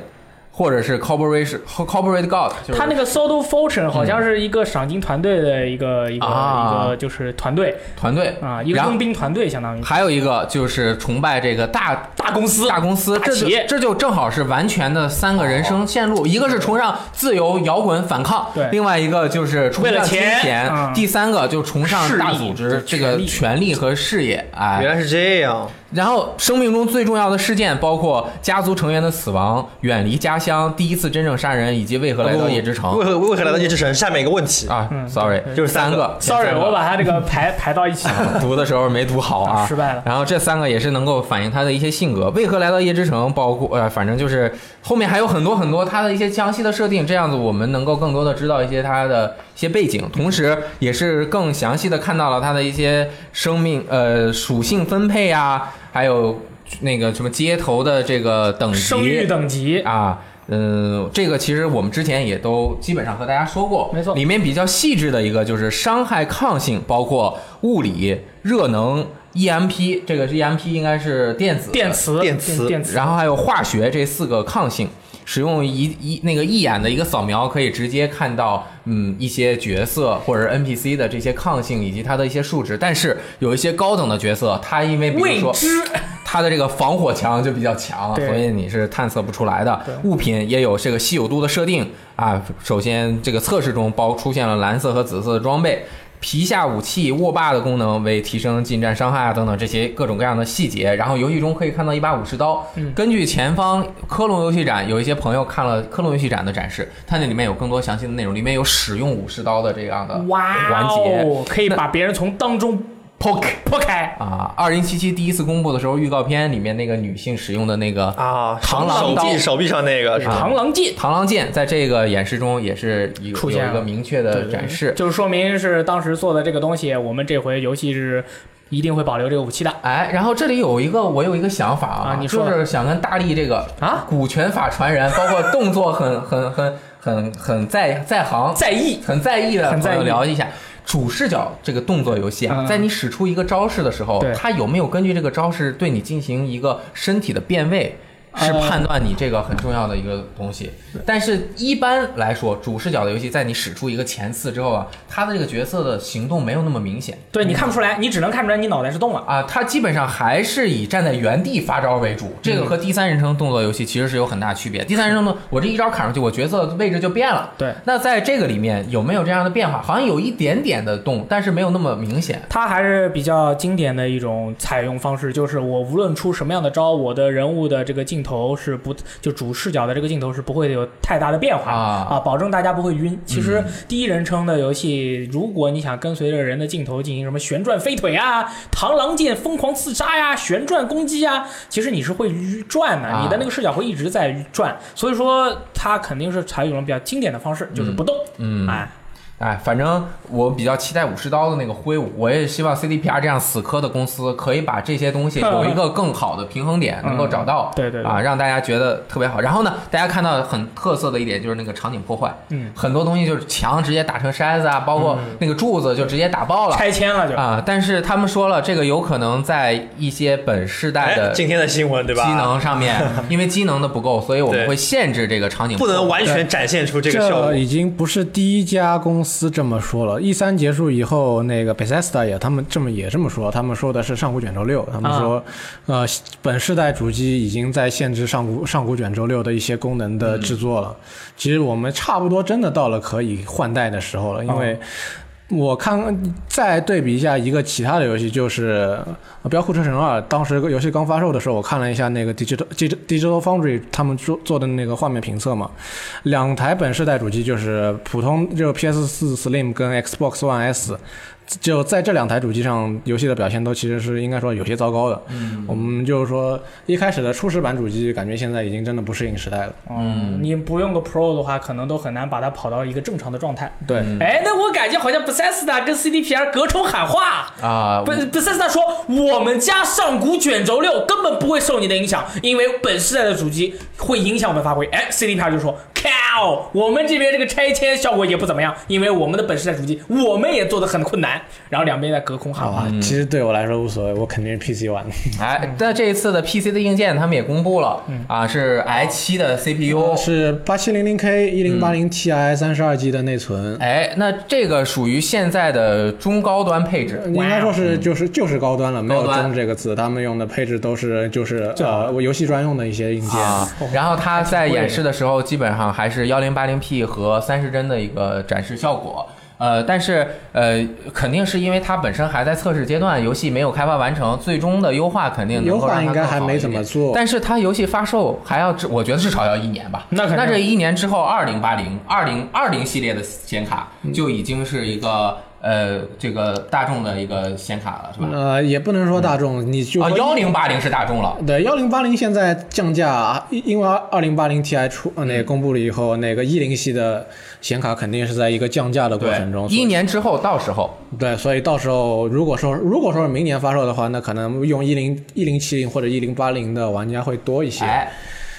Speaker 1: 或者是 Corporation Corporate God，就是
Speaker 2: 他那个 Soul Fortune 好像是一个赏金团队的一个一个
Speaker 1: 啊
Speaker 2: 一个就是团队
Speaker 1: 团队
Speaker 2: 啊，一个
Speaker 1: 然后
Speaker 2: 佣兵团队相当于
Speaker 1: 还有一个就是崇拜这个大
Speaker 2: 大公司
Speaker 1: 大公司，
Speaker 2: 大
Speaker 1: 这
Speaker 2: 企
Speaker 1: 就
Speaker 2: 业哦
Speaker 1: 这就正好是完全的三个人生线路，一个是崇尚自由摇滚反抗，
Speaker 2: 对
Speaker 1: 另外一个就是崇
Speaker 2: 为了
Speaker 1: 尚金
Speaker 2: 钱
Speaker 1: 钱
Speaker 2: 嗯，
Speaker 1: 第三个就崇尚
Speaker 2: 势力
Speaker 1: 大组织
Speaker 2: 对
Speaker 1: 这个
Speaker 2: 权力
Speaker 1: 权力和事业，哎，
Speaker 4: 原来是这样，
Speaker 1: 然后，生命中最重要的事件包括家族成员的死亡、远离家乡、第一次真正杀人，以及为何来到夜之城
Speaker 4: 为何为何来到夜之城？下面一个问题，
Speaker 1: 啊
Speaker 2: 哦嗯
Speaker 1: ？Sorry，
Speaker 4: 就是
Speaker 1: 三
Speaker 4: 三个
Speaker 1: 个。
Speaker 2: ，sorry，
Speaker 1: 前三个
Speaker 2: 我把他这个排排到一起 了。
Speaker 1: 读的时候没读好啊，
Speaker 2: 啊失败了
Speaker 1: 然后这三个也是能够反映他的一些性格。为何来到夜之城？包括呃，反正就是后面还有很多很多他的一些详细的设定，这样子我们能够更多的知道一些他的一些背景，同时也是更详细的看到了他的一些生命呃属性分配啊，还有那个什么街头的这个等级
Speaker 2: 生育等级，
Speaker 1: 啊。嗯，这个其实我们之前也都基本上和大家说过，
Speaker 2: 没错
Speaker 1: 里面比较细致的一个就是伤害抗性，包括物理、热能、EMP，这个是 EMP 应该是电子
Speaker 2: 电磁、
Speaker 4: 电磁
Speaker 2: 电磁，
Speaker 1: 然后还有化学这四个抗性，使用一一那个一眼的一个扫描，可以直接看到嗯一些角色或者是 NPC 的这些抗性以及它的一些数值。但是有一些高等的角色，它因为比如
Speaker 2: 未
Speaker 1: 说
Speaker 2: 知
Speaker 1: 它的这个防火墙就比较强了，
Speaker 2: 对
Speaker 1: 所以你是探测不出来的。物品也有这个稀有度的设定啊。首先，这个测试中包出现了蓝色和紫色的装备。皮下武器、握把的功能为提升近战伤害啊等等这些各种各样的细节，然后游戏中可以看到一把武士刀。
Speaker 2: 嗯
Speaker 1: 根据前方科隆游戏展，有一些朋友看了科隆游戏展的展示，它那里面有更多详细的内容，里面有使用武士刀的这样的
Speaker 2: 哇
Speaker 1: 环节。
Speaker 2: 哦，可以把别人从当中
Speaker 1: poke
Speaker 2: 破开。
Speaker 1: 啊，二零七七第一次公布的时候，预告片里面那个女性使用的那个
Speaker 4: 啊，
Speaker 1: 螳螂
Speaker 4: 手
Speaker 1: 刀
Speaker 4: 臂手臂上那个是吧？
Speaker 2: 螳螂剑
Speaker 1: 螳螂剑，在这个演示中也是有
Speaker 2: 出现
Speaker 1: 有
Speaker 2: 了
Speaker 1: 一个明确的展示。
Speaker 2: 就是说明是当时做的这个东西，我们这回游戏是一定会保留这个武器的。
Speaker 1: 哎，然后这里有一个，我有一个想法
Speaker 2: 啊你
Speaker 1: 就
Speaker 2: 说
Speaker 1: 是想跟大力这个
Speaker 2: 啊，
Speaker 1: 股权法传人，包括动作很很很很很在在行
Speaker 2: 在意
Speaker 1: 很在意的
Speaker 2: 很在
Speaker 1: 朋
Speaker 2: 意
Speaker 1: 友聊一下。主视角这个动作游戏啊，
Speaker 2: 嗯
Speaker 1: 在你使出一个招式的时候
Speaker 2: 对，
Speaker 1: 它有没有根据这个招式对你进行一个身体的变位，是
Speaker 2: 呃
Speaker 1: 判断你这个很重要的一个东西。但是一般来说，主视角的游戏在你使出一个前刺之后啊，它的这个角色的行动没有那么明显。
Speaker 2: 对你看不出来，你只能看出来你脑袋是动了。
Speaker 1: 啊，它基本上还是以站在原地发招为主，这个和第三人称动作游戏其实是有很大区别。第三人称动，我这一招砍上去，我角色位置就变了。
Speaker 2: 对
Speaker 1: 那在这个里面有没有这样的变化？好像有一点点的动，但是没有那么明显。
Speaker 2: 它还是比较经典的一种采用方式，就是我无论出什么样的招，我的人物的这个镜头是不就主视角的这个镜头是不会有太大的变化
Speaker 1: 啊嗯
Speaker 2: 保证大家不会晕。其实第一人称的游戏，如果你想跟随着人的镜头进行什么旋转飞腿啊、螳螂剑疯狂刺杀呀、旋转攻击啊，其实你是会晕转的、
Speaker 1: 啊
Speaker 2: 你的那个视角会一直在转，所以说它肯定是采用了比较经典的方式，就是不动。
Speaker 1: 嗯
Speaker 2: 哎，
Speaker 1: 哎，反正我比较期待武士刀的那个挥舞，我也希望 CDPR 这样死磕的公司可以把这些东西有一个更好的平衡点，能够找到，
Speaker 2: 嗯对对对
Speaker 1: 啊，让大家觉得特别好。然后呢，大家看到很特色的一点就是那个场景破坏，
Speaker 2: 嗯，
Speaker 1: 很多东西就是墙直接打成筛子啊，包括那个柱子就直接打爆了。
Speaker 2: 拆迁了就。
Speaker 1: 啊！但是他们说了，这个有可能在一些本世代
Speaker 4: 哎
Speaker 1: 的，
Speaker 4: 今天的新闻对吧？
Speaker 1: 机能上 面，因为机能的不够，所以我们
Speaker 4: 对
Speaker 1: 会限制这个场景
Speaker 4: 不
Speaker 1: 破坏，
Speaker 4: 能完全展现出这个效果
Speaker 3: 这。已经不是第一家公司这么说了。E 三结束以后，那个 Bethesda 也他们这么也这么说，他们说的是上古卷轴六，他们说，
Speaker 4: 啊
Speaker 3: 呃，本世代主机已经在限制上古上古卷轴六的一些功能的制作了。其实我们差不多真的到了可以换代的时候了，因
Speaker 4: 哦
Speaker 3: 为。我看再对比一下一个其他的游戏，就是呃《标酷车神二》。当时游戏刚发售的时候，我看了一下那个 Digital Digital Digital Foundry 他们做做的那个画面评测嘛，两台本世代主机就是普通就是 PS 四 Slim 跟 Xbox One S，就在这两台主机上，游戏的表现都其实是应该说有些糟糕的。嗯，我们就是说一开始的初始版主机，感觉现在已经真的不适应时代了。
Speaker 2: 嗯，你不用个 Pro 的话，可能都很难把它跑到一个正常的状态。
Speaker 3: 对，
Speaker 2: 哎，那我感觉好像 Bethesda 跟 CDPR 隔空喊话。
Speaker 1: 啊，
Speaker 2: 不，Bethesda 说我们家上古卷轴六根本不会受你的影响，因为本世代的主机会影响我们发挥。哎，CDPR 就说 cow，我们这边这个拆迁效果也不怎么样，因为我们的本世代主机我们也做的很困难。然后两边在隔空喊话。
Speaker 3: 啊，其实对我来说无所谓，我肯定是 PC 玩。
Speaker 1: 哎，但这一次的 PC 的硬件他们也公布了，啊，是 i 7的 CPU，
Speaker 3: 是八七零零 K 一零
Speaker 1: 嗯
Speaker 3: 八零 Ti 三十二 G 的内存，
Speaker 1: 哎，那这个属于现在的中高端配置。
Speaker 3: 应该说是就是就是高端了，没有
Speaker 1: 哦高端
Speaker 3: 中这个字，他们用的配置都是就是呃我游戏专用的一些硬件。
Speaker 1: 啊，然后
Speaker 3: 哦
Speaker 1: 它在演示的时候，基本上还是幺零八零 P 和三十帧的一个展示效果。呃，但是呃，肯定是因为它本身还在测试阶段，游戏没有开发完成，最终的优化肯定能
Speaker 3: 优
Speaker 1: 够让
Speaker 3: 化
Speaker 1: 它
Speaker 3: 应该
Speaker 1: 更
Speaker 3: 还
Speaker 1: 好
Speaker 3: 没
Speaker 1: 一
Speaker 3: 怎么
Speaker 1: 点
Speaker 3: 做，
Speaker 1: 但是它游戏发售还要至，我觉得至少要一年吧。
Speaker 2: 那肯定
Speaker 1: 这一年之后，二零八零、二零二零系列的显卡就已经是一个、呃这个大众的一个显卡了，是吧？
Speaker 3: 呃，也不能说大众，你就
Speaker 1: 啊，
Speaker 3: 说
Speaker 1: 幺零八零是大众了。
Speaker 3: 对幺零八零现在降价，因因为二零八零 Ti 出呃
Speaker 2: 嗯
Speaker 3: 那个公布了以后，那个一零系的显卡肯定是在一个降价的过程中。
Speaker 1: 一年之后，到时候
Speaker 3: 对，所以到时候如果说如果说是明年发售的话，那可能用一零一零七零或者一零八零的玩家会多一些。
Speaker 1: 哎，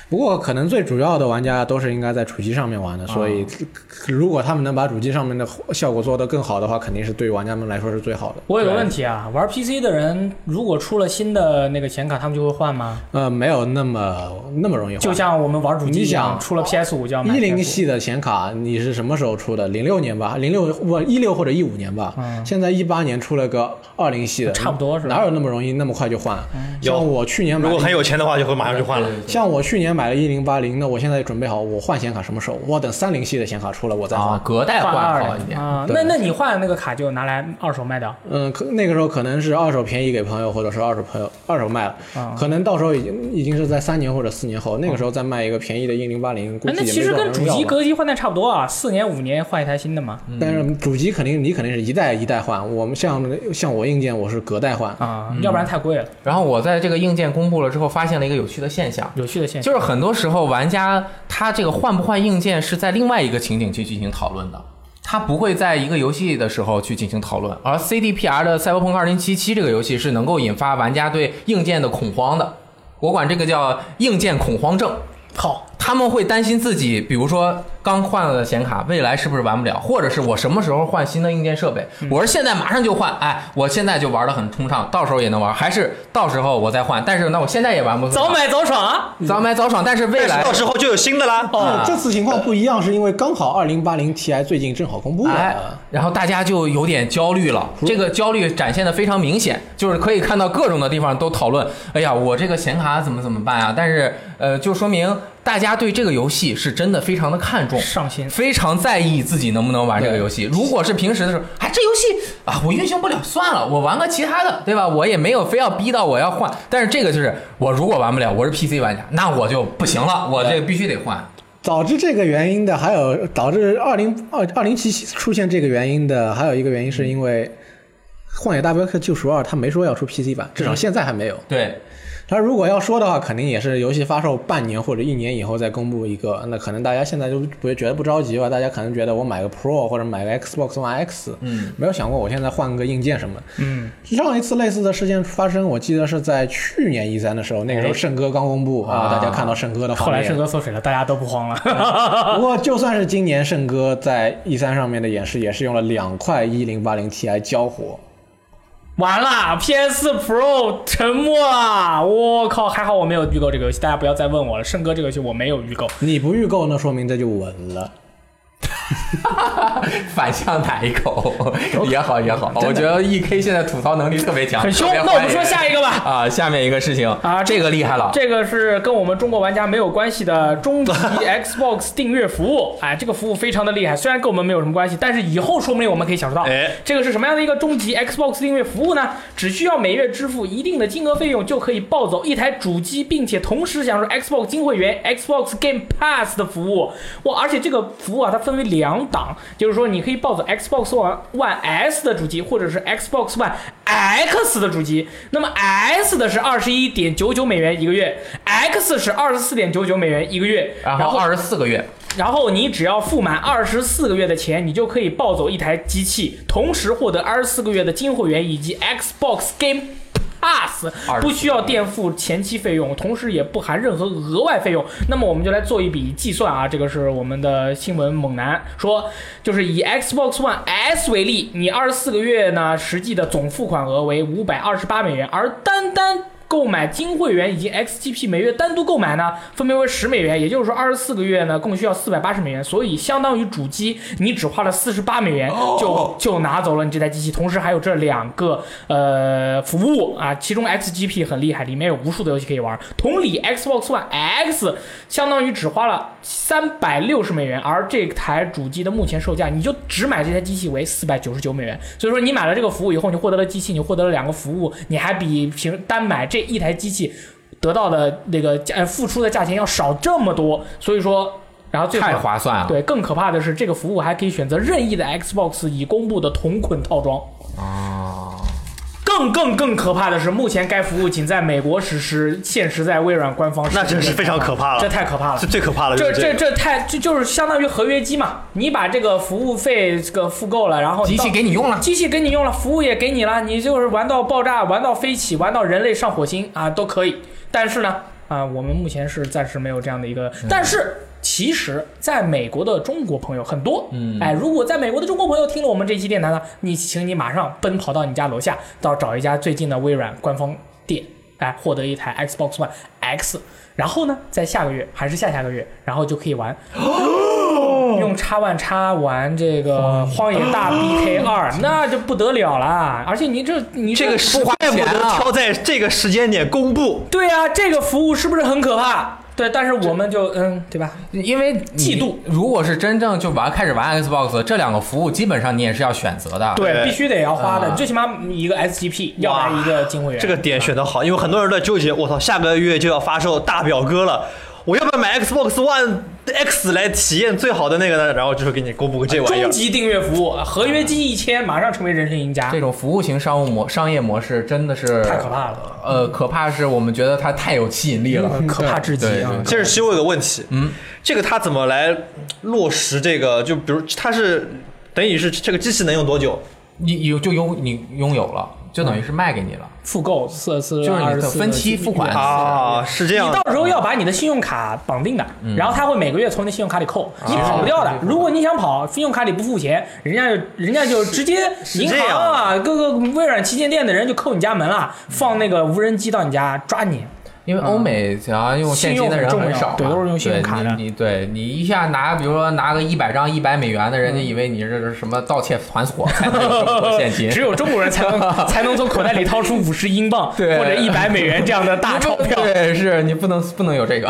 Speaker 3: 不过可能最主要的玩家都是应该在主机上面玩的，所以
Speaker 2: 嗯
Speaker 3: 如果他们能把主机上面的效果做得更好的话，肯定是对玩家们来说是最好的。
Speaker 2: 我有个问题啊，玩 PC 的人如果出了新的那个显卡，他们就会换吗？
Speaker 3: 呃，没有那么那么容易换。
Speaker 2: 就像我们玩主机一
Speaker 3: 你
Speaker 2: 样，
Speaker 3: 想
Speaker 2: 出了 PS 五就要买
Speaker 3: 一零
Speaker 2: PS5
Speaker 3: 系的显卡，你是什么时候出的？零六年吧，零六不一六或者一五年吧。现在一八年出了个二零系的，
Speaker 2: 嗯差不多是吧嗯
Speaker 3: 哪有那么容易那么快就换？像我去年买
Speaker 4: 如
Speaker 3: 了
Speaker 4: 果
Speaker 3: 一
Speaker 4: 很有钱的话，就会马上就换了。
Speaker 3: 像我去年买了一零八零，那我现在准备好，我换显卡什么时候？我等三零系的显卡出了，我再换。
Speaker 1: 啊，隔代换
Speaker 2: 换二
Speaker 1: 好一
Speaker 2: 零
Speaker 1: 点。
Speaker 2: 啊，
Speaker 3: 对
Speaker 2: 那那你换的那个卡就拿来二手卖掉，
Speaker 3: 嗯，可那个时候可能是二手便宜给朋友，或者是二手朋友二手卖了，
Speaker 2: 啊
Speaker 3: 可能到时候已经已经是在三年或者四年后，那个时候再卖一个便宜的一零八零，估
Speaker 2: 哎
Speaker 3: 计也
Speaker 2: 那
Speaker 3: 没
Speaker 2: 其实
Speaker 3: 多少
Speaker 2: 跟
Speaker 3: 人
Speaker 2: 主
Speaker 3: 要
Speaker 2: 机
Speaker 3: 吧
Speaker 2: 隔机换代差不多啊，四年五年换一台新的嘛。
Speaker 3: 但是主机肯定你肯定是一代一代换，我们像像我硬件我是隔代换，
Speaker 2: 啊，要不然太贵了。
Speaker 1: 然后我在这个硬件公布了之后，发现了一个有趣的现象，
Speaker 2: 有趣的现象
Speaker 1: 就是很多时候玩家他这个换不换硬件是在另外一个情景去进行讨论的，他不会在一个游戏的时候去进行讨论。而 CDPR 的《赛博朋克2077》这个游戏是能够引发玩家对硬件的恐慌的，我管这个叫硬件恐慌症。
Speaker 2: 好，
Speaker 1: 他们会担心自己，比如说刚换了的显卡，未来是不是玩不了，或者是我什么时候换新的硬件设备？
Speaker 2: 嗯
Speaker 1: 我是现在马上就换，哎，我现在就玩的很通畅，到时候也能玩，还是到时候我再换？但是那我现在也玩不通畅
Speaker 2: 早买早爽啊！
Speaker 1: 早买早爽，但是未
Speaker 4: 但是
Speaker 1: 来
Speaker 4: 到时候就有新的啦。
Speaker 3: 哦，这次情况不一样，是因为刚好二零八零 Ti 最近正好公布
Speaker 1: 哎
Speaker 4: 啊
Speaker 3: 了，，
Speaker 1: 然后大家就有点焦虑了。这个焦虑展现的非常明显，就是可以看到各种的地方都讨论，哎呀，我这个显卡怎么怎么办啊？但是呃，就说明大家对这个游戏是真的非常的看重，
Speaker 2: 上心
Speaker 1: 非常在意自己能不能玩这个游戏。如果是平时的时候，哎，这游戏啊，我运行不了，算了，我玩个其他的，对吧？我也没有非要逼到我要换。但是这个就是，我如果玩不了，我是 PC 玩家，那我就不行了，我这必须得换。
Speaker 3: 导致这个原因的还有导致二零二二零七出现这个原因的还有一个原因是因为。《荒野大镖客：救赎二》它没说要出 PC 版，至少现在还没有。
Speaker 1: 对，
Speaker 3: 它如果要说的话，肯定也是游戏发售半年或者一年以后再公布一个。那可能大家现在就不会觉得不着急吧？大家可能觉得我买个 Pro 或者买个 Xbox One X，
Speaker 1: 嗯，
Speaker 3: 没有想过我现在换个硬件什么。
Speaker 2: 嗯，
Speaker 3: 上一次类似的事件发生，我记得是在去年 E 一三的时候，那个时候圣哥刚公布啊，大家看到圣哥的画
Speaker 2: 后来
Speaker 3: 面。
Speaker 2: 圣 哥缩水了，大家都不慌了。
Speaker 3: 不过就算是今年圣哥在 E 三上面的演示，也是用了两块一零八零 Ti 交火。
Speaker 2: 完了，PS Pro 沉默啊！我靠，还好我没有预购这个游戏，大家不要再问我了。圣哥这个游戏我没有预购，
Speaker 3: 你不预购，那说明这就稳了。
Speaker 1: 反向打一口也好也好，我觉得 E K 现在吐槽能力特别强，
Speaker 2: 很凶。
Speaker 1: 特别
Speaker 2: 那我们
Speaker 1: 欢迎
Speaker 2: 说下一个吧。
Speaker 1: 啊，下面一个事情
Speaker 2: 啊
Speaker 1: 这个厉害了，
Speaker 2: 这个是跟我们中国玩家没有关系的终极 Xbox 订阅服务，哎，这个服务非常的厉害，虽然跟我们没有什么关系，但是以后说不定我们可以享受到。
Speaker 4: 哎
Speaker 2: 这个是什么样的一个终极 Xbox 订阅服务呢？只需要每月支付一定的金额费用，就可以抱走一台主机，并且同时享受 Xbox 金会员、Xbox Game Pass 的服务。哇，而且这个服务啊，它分为两档，就是说你可以抱走 Xbox One One S 的主机，或者是 Xbox One X 的主机。那么 S 的是二十一点九九美元一个月，X 是二十四点九九美元一个月，
Speaker 1: 然后二十四个月，
Speaker 2: 然后你只要付满二十四个月的钱，你就可以抱走一台机器，同时获得二十四个月的金会员以及 Xbox Game Pass，
Speaker 1: 24
Speaker 2: 不需要垫付前期费用，同时也不含任何额外费用。那么我们就来做一笔计算啊，这个是我们的新闻猛男说，就是以 Xbox One S 为例，你二十四个月呢实际的总付款额为五百二十八美元，而单单购买金会员以及 XGP 每月单独购买呢，分别为十美元，也就是说二十四个月呢，共需要四百八十美元，所以相当于主机你只花了四十八美元就就拿走了你这台机器，同时还有这两个呃服务啊，其中 XGP 很厉害，里面有无数的游戏可以玩。同理，Xbox One X 相当于只花了三百六十美元，而这台主机的目前售价，你就只买这台机器为四百九十九美元。所以说，你买了这个服务以后，你获得了机器，你获得了两个服务，你还比平单买这一台机器得到的那个价呃付出的价钱要少这么多。所以说，然后最后
Speaker 1: 太划算
Speaker 4: 啊
Speaker 1: 了。
Speaker 2: 对，更可怕的是，这个服务还可以选择任意的 Xbox 已公布的同捆套装。
Speaker 1: 啊，
Speaker 2: 更更更可怕的是，目前该服务仅在美国实施，现时在微软官方。
Speaker 4: 那真是非常可怕了
Speaker 2: 这太可怕了
Speaker 4: 最。最可怕的就
Speaker 2: 这
Speaker 4: 嗯是
Speaker 2: 这
Speaker 4: 这个。
Speaker 2: 这太这就是相当于合约机嘛，你把这个服务费这个付够了，然后
Speaker 1: 机器
Speaker 2: 到
Speaker 1: 给你用了，
Speaker 2: 机器给你用了，服务也给你了，你就是玩到爆炸，玩到飞起，玩到人类上火星啊都可以。但是呢，啊、我们目前是暂时没有这样的一个，但是。其实，在美国的中国朋友很多，嗯，哎，如果在美国的中国朋友听了我们这期电台呢，你请你马上奔跑到你家楼下，到找一家最近的微软官方店，哎，获得一台 Xbox One X，然后呢，在下个月还是下下个月，然后就可以玩用叉万叉玩这个《荒野大 BK 二》，那就不得了啦！而且你这你
Speaker 4: 这个
Speaker 1: 不
Speaker 4: 时
Speaker 1: 花
Speaker 4: 怪不
Speaker 1: 钱
Speaker 4: 得
Speaker 1: 啊
Speaker 4: 挑在这个时间点公布，
Speaker 2: 对啊，这个服务是不是很可怕？对，但是我们就嗯，对吧？
Speaker 1: 因为你
Speaker 2: 嫉妒
Speaker 1: 如果是真正就玩开始玩 Xbox，这两个服务基本上你也是要选择的。
Speaker 2: 对，
Speaker 4: 对
Speaker 2: 必须得要花的，
Speaker 1: 啊
Speaker 2: 最起码一个 SGP，要不
Speaker 4: 哇
Speaker 2: 然一个金会员。
Speaker 4: 这个点选的好，因为很多人都在纠结，我操，下个月就要发售大表哥了，我要不要买 Xbox One X 来体验最好的那个呢？然后就是给你公布个这玩意儿
Speaker 2: 终。极订阅服务，合约金一千，马上成为人生赢家
Speaker 1: 这，种服务型商务模商业模式真的是
Speaker 2: 太可怕了，
Speaker 1: 呃，可怕是我们觉得它太有吸引力了，
Speaker 2: 可怕至极
Speaker 1: 对
Speaker 2: 啊
Speaker 1: 对！
Speaker 4: 其实其实我有个问题，嗯，这个它怎么来落实这个？就比如它是等于是这个机器能用多久？
Speaker 1: 你有就拥你拥有了，就
Speaker 2: 嗯
Speaker 1: 等于是卖给你了，
Speaker 2: 复购四四
Speaker 1: 就是
Speaker 2: 二
Speaker 1: 你
Speaker 2: 十
Speaker 1: 的
Speaker 2: 四
Speaker 1: 分期付款。
Speaker 4: 啊，嗯是这样
Speaker 2: 你
Speaker 4: 的。
Speaker 2: 到时候要把你的信用卡绑定的，然后他会每个月从你的信用卡里扣，
Speaker 4: 啊
Speaker 2: 你跑不掉的。如果你想跑，信用卡里不付钱，人家就人家就直接
Speaker 4: 是
Speaker 2: 银
Speaker 4: 这
Speaker 2: 行
Speaker 4: 样
Speaker 2: 啊，各个微软旗舰店的人就扣你家门了，放那个无人机到你家抓你。
Speaker 1: 因为欧美想要用现金的人很少嘛，
Speaker 2: 嗯信用很重要对都是用信用卡的
Speaker 1: 对你你对你一下拿，比如说拿个一百张一百美元的，人
Speaker 2: 嗯
Speaker 1: 家以为你这是什么盗窃团伙，才能有这么多现金。
Speaker 2: 呃只有中国人才 能才能从口袋里掏出五十英镑或
Speaker 1: 对
Speaker 2: 者一百美元这样的大钞票。
Speaker 1: 对，是你不能不能有这个，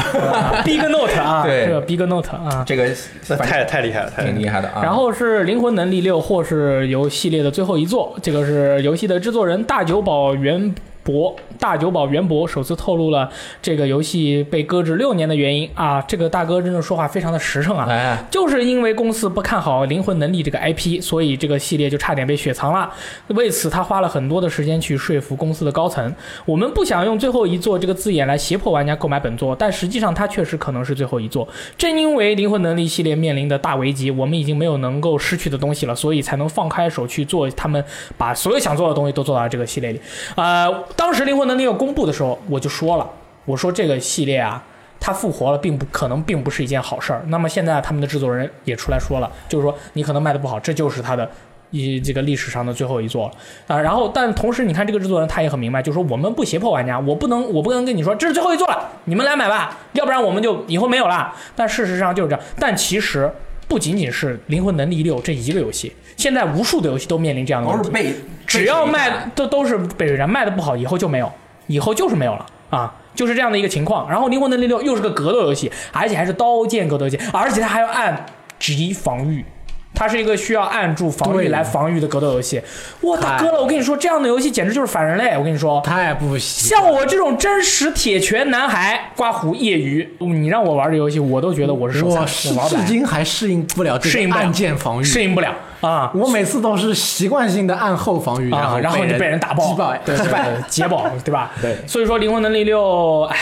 Speaker 2: Big Note 啊，
Speaker 1: 对
Speaker 2: 这个 Big Note 啊。
Speaker 1: 这 个
Speaker 4: 那
Speaker 1: 反
Speaker 4: 太太厉害了，太厉害
Speaker 1: 挺
Speaker 4: 了
Speaker 1: 厉害的啊。
Speaker 2: 然后是《灵魂能力六》，或是游系列的最后一作。这个是游戏的制作人大久保元博，大久保元博首次透露了这个游戏被搁置六年的原因啊。这个大哥真的说话非常的实诚啊，
Speaker 1: 哎，
Speaker 2: 就是因为公司不看好《灵魂能力》这个 IP，所以这个系列就差点被雪藏了。为此，他花了很多的时间去说服公司的高层。我们不想用“最后一作”这个字眼来胁迫玩家购买本作，但实际上它确实可能是最后一作。正因为《灵魂能力》系列面临的大危机，我们已经没有能够失去的东西了，所以才能放开手去做他们把所有想做的东西都做到这个系列里。呃，当时《灵魂能力》要公布的时候，我就说了，我说这个系列啊。它复活了，并不可能，并不是一件好事儿。那么现在他们的制作人也出来说了，就是说你可能卖的不好，这就是它的一这个历史上的最后一座了啊。然后，但同时你看这个制作人他也很明白，就是说我们不胁迫玩家，我不能我不能跟你说这是最后一座了，你们来买吧，要不然我们就以后没有了。但事实上就是这样。但其实不仅仅是《灵魂能力六》这一个游戏，现在无数的游戏都面临这样的问
Speaker 1: 都
Speaker 2: 题
Speaker 1: 是。被
Speaker 2: 只要卖都都是被水站卖的不好，以后就没有，以后就是没有了啊，就是这样的一个情况。然后《灵魂能力六》又是个格斗游戏，而且还是刀剑格斗游戏，而且它还要按级防御。它是一个需要按住防御
Speaker 3: 对
Speaker 2: 来防御的格斗游戏，哇，大哥了！我跟你说，这样的游戏简直就是反人类！我跟你说，
Speaker 3: 太不行。
Speaker 2: 像我这种真实铁拳男孩，刮胡业余，你让我玩这游戏，我都觉得我是手残，
Speaker 3: 我
Speaker 2: 我
Speaker 3: 是
Speaker 2: 玩不
Speaker 3: 至
Speaker 2: 来，
Speaker 3: 今还适应不了
Speaker 2: 适
Speaker 3: 这
Speaker 2: 应
Speaker 3: 个
Speaker 2: 不了
Speaker 3: 按键防御，
Speaker 2: 适应不了啊！
Speaker 3: 我每次都是习惯性的按后防御，
Speaker 2: 啊，
Speaker 3: 后
Speaker 2: 然后你
Speaker 3: 就
Speaker 2: 就被人打爆，
Speaker 3: 击败，
Speaker 2: 对，击败，捷爆，对吧？
Speaker 3: 对
Speaker 2: 所以说灵魂能力六，唉，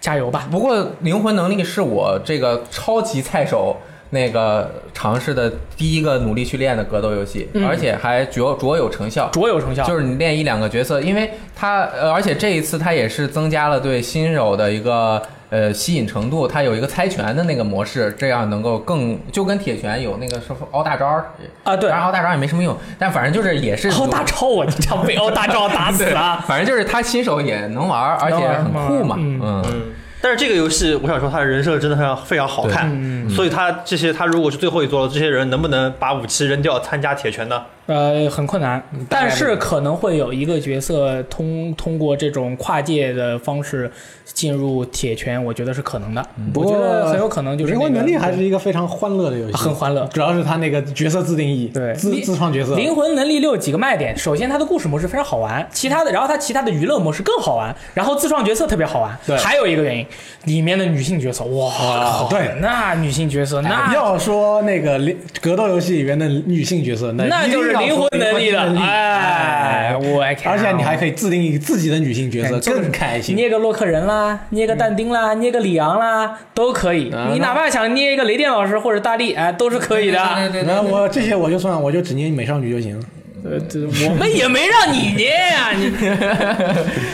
Speaker 2: 加油吧！
Speaker 1: 不过灵魂能力是我这个超级菜手那个尝试的第一个努力去练的格斗游戏，
Speaker 2: 嗯
Speaker 1: 而且还卓卓有成效。
Speaker 2: 卓有成效，
Speaker 1: 就是是你练一两个角色，因为它，呃，而且这一次它也是增加了对新手的一个呃吸引程度，它有一个猜拳的那个模式，这样能够更就跟铁拳有那个什么凹大招儿
Speaker 2: 啊对
Speaker 1: 当
Speaker 2: 哦
Speaker 1: 然凹大招儿也没什么用，但反正就是也是
Speaker 2: 凹大招啊我，你这样被凹大招打死 啊！
Speaker 1: 反正就是他新手也能玩儿，而且很酷嘛，
Speaker 2: 能
Speaker 1: 嗯，
Speaker 4: 但是这个游戏，我想说，它的人设真的非常非常好看，所以它这些，它如果是最后一座了，这些人能不能把武器扔掉，参加铁拳呢？
Speaker 2: 呃，很困难，
Speaker 3: 大概
Speaker 2: 但是可能会有一个角色通通过这种跨界的方式进入铁拳，我觉得是可能的。我觉得很有可 能就是
Speaker 3: 灵
Speaker 2: 那
Speaker 3: 魂
Speaker 2: 个
Speaker 3: 能力还是一个非常欢乐的游戏，
Speaker 2: 很欢乐。
Speaker 3: 主要是他那个角色自定义，
Speaker 2: 对
Speaker 3: 自
Speaker 2: 灵
Speaker 3: 自创角色，
Speaker 2: 灵魂能力六几个卖点，首先它的故事模式非常好玩，其他的，然后它其他的娱乐模式更好玩，然后自创角色特别好玩。
Speaker 3: 对
Speaker 2: 还有一个原因，里面的女性角色，哇，哎好
Speaker 3: 对
Speaker 2: 那女性角色那。
Speaker 3: 要说那个灵格斗游戏里面的女性角色，那
Speaker 2: 那就是灵魂能力了，哎，
Speaker 3: 哎，
Speaker 2: 我
Speaker 3: 而且你还可
Speaker 2: 以
Speaker 3: 以自定义自己的女性角色，更开心。
Speaker 2: 捏个洛克人啦，捏个但丁啦，捏个里昂啦，都可以。
Speaker 3: 嗯
Speaker 2: 你哪怕想捏一个雷电老师或者大力，哎，都是可以的。
Speaker 3: 嗯
Speaker 1: 对对对
Speaker 3: 然后我这些我就算，我就只捏美少女就行了。
Speaker 2: 呃，这我们也没让你捏呀、你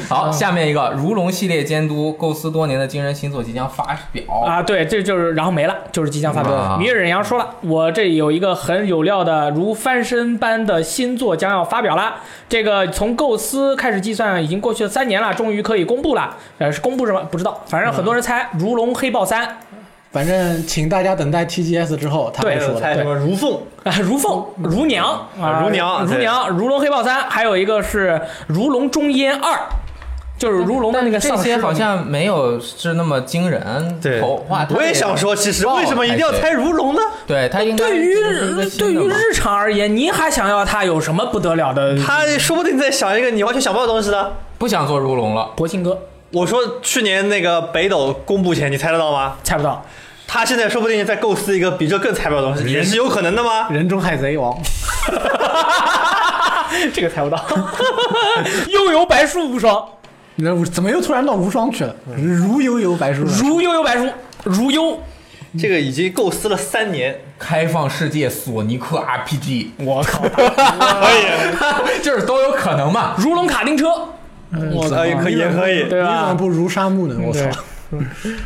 Speaker 1: 好，下面一个《如龙》系列监督，构思多年的惊人新作即将发表。
Speaker 2: 啊，对，这就是然后没了，就是即将发
Speaker 1: 啊
Speaker 2: 表。米尔忍阳说了，我这有一个很有料的如翻身般的新作将要发表了。这个从构思开始计算，已经过去了三年了，终于可以公布了。呃，是公布什么不知道，反正很多人猜《如龙黑豹三》
Speaker 3: 反正请大家等待 TGS 之后，他
Speaker 2: 对
Speaker 4: 还
Speaker 3: 会说
Speaker 4: 有
Speaker 3: 的。
Speaker 4: 猜什么如凤，
Speaker 2: 啊，如凤、如娘啊，
Speaker 4: 如娘
Speaker 2: 如
Speaker 4: 对
Speaker 2: 娘、如龙黑豹三，还有一个是《如龙中烟二》，就是如龙的那个
Speaker 1: 这
Speaker 2: 丧尸
Speaker 1: 些
Speaker 2: 的
Speaker 1: 好像没有是那么惊人，
Speaker 4: 对
Speaker 1: 口话。
Speaker 4: 我也想说，其实为什么一定要猜如龙呢？
Speaker 1: 对他应该
Speaker 2: 对于
Speaker 1: 就是一个
Speaker 2: 对
Speaker 1: 新的
Speaker 2: 于
Speaker 1: 嘛
Speaker 2: 日常而言，你还想要它有什么不得了的？
Speaker 4: 他说不定在想一个你完全想不到的东西呢。
Speaker 1: 不想做如龙了，
Speaker 2: 博兴哥
Speaker 4: 我说去年那个北斗公布前，你猜得到吗？
Speaker 2: 猜不到，
Speaker 4: 他现在说不定在构思一个比这更猜不到的东西，也是有可能的吗？
Speaker 3: 人中海贼王，
Speaker 2: 这个猜不到。 悠游白书无双，
Speaker 3: 那我怎么又突然到无双去了？如悠悠白书了，
Speaker 2: 如悠游白书，如悠，
Speaker 4: 这个已经构思了三 年，
Speaker 1: 开放世界索尼克 RPG，
Speaker 2: 我靠，
Speaker 4: 可以，
Speaker 1: 就是都有可能嘛。
Speaker 2: 如龙卡丁车，
Speaker 3: 我
Speaker 1: 嗯
Speaker 4: 可以，可以，啊也 可以。
Speaker 2: 对
Speaker 3: 你怎么
Speaker 2: 吧？
Speaker 3: 不如沙漠呢？我操！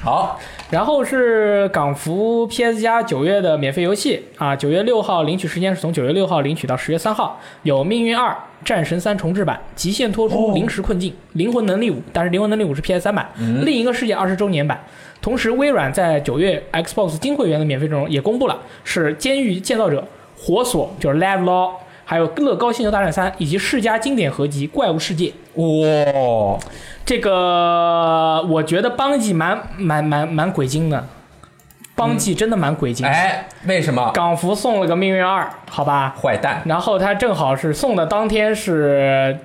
Speaker 1: 好，
Speaker 2: 然后是港服 PS 加九月的免费游戏啊，九月六号领取时间是从九月六号领取到十月三号，有《命运二》《战神三重置版》《极限脱出》《临时困境》灵魂能力五》，但是《灵魂能力五》是 PS 三版，另一个世界二十周年版。同时，微软在九月 Xbox 金会员的免费阵容也公布了，是《监狱建造者》《火索》就是《Live Law》，还有《乐高星球大战三》以及世嘉经典合集《怪物世界》。
Speaker 1: 哇，
Speaker 2: 这个我觉得邦记蛮蛮蛮蛮鬼精的，邦记真的蛮鬼精的。
Speaker 1: 哎，为什么？
Speaker 2: 港服送了个命运二，好吧，
Speaker 1: 坏蛋，
Speaker 2: 然后他正好是送的当天是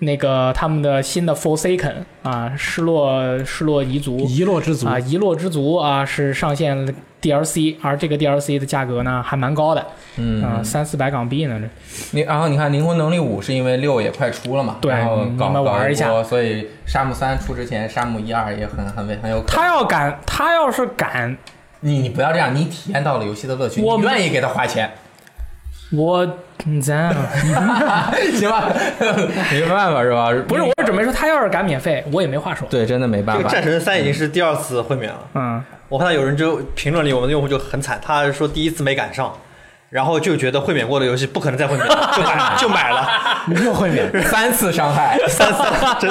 Speaker 2: 那个他们的新的 Forsaken 啊，失落失落遗族
Speaker 3: 遗落之族
Speaker 2: 啊，遗落之族啊是上线了 DLC，而这个 DLC 的价格呢还蛮高的，嗯，三四百港币呢这。
Speaker 1: 你然后你看《灵魂能力五》是因为六也快出了嘛，
Speaker 2: 对
Speaker 1: 然后
Speaker 2: 你
Speaker 1: 搞
Speaker 2: 们玩
Speaker 1: 搞
Speaker 2: 一下
Speaker 1: 波所以《沙漠三》出之前，《沙漠一二》也很很很有可能。
Speaker 2: 他要敢，他要是敢，
Speaker 1: 你你不要这样，你体验到了游戏的乐趣，
Speaker 2: 我
Speaker 1: 你愿意给他花钱，
Speaker 2: 我嗯咱。
Speaker 1: 行吧？ 没办法是吧？
Speaker 2: 不是，我是准备说他要是敢免费，我也没话说。
Speaker 1: 对，真的没
Speaker 4: 这
Speaker 1: 办
Speaker 4: 个
Speaker 1: 法。
Speaker 4: 战神三已经是第二次会面了，
Speaker 2: 嗯，
Speaker 4: 我看到有人就评论里我们的用户就很惨，他说第一次没赶上，然后就觉得会免过的游戏不可能再会免，就买就买了，
Speaker 3: 你又会免
Speaker 1: 三次伤害，
Speaker 4: 三次了真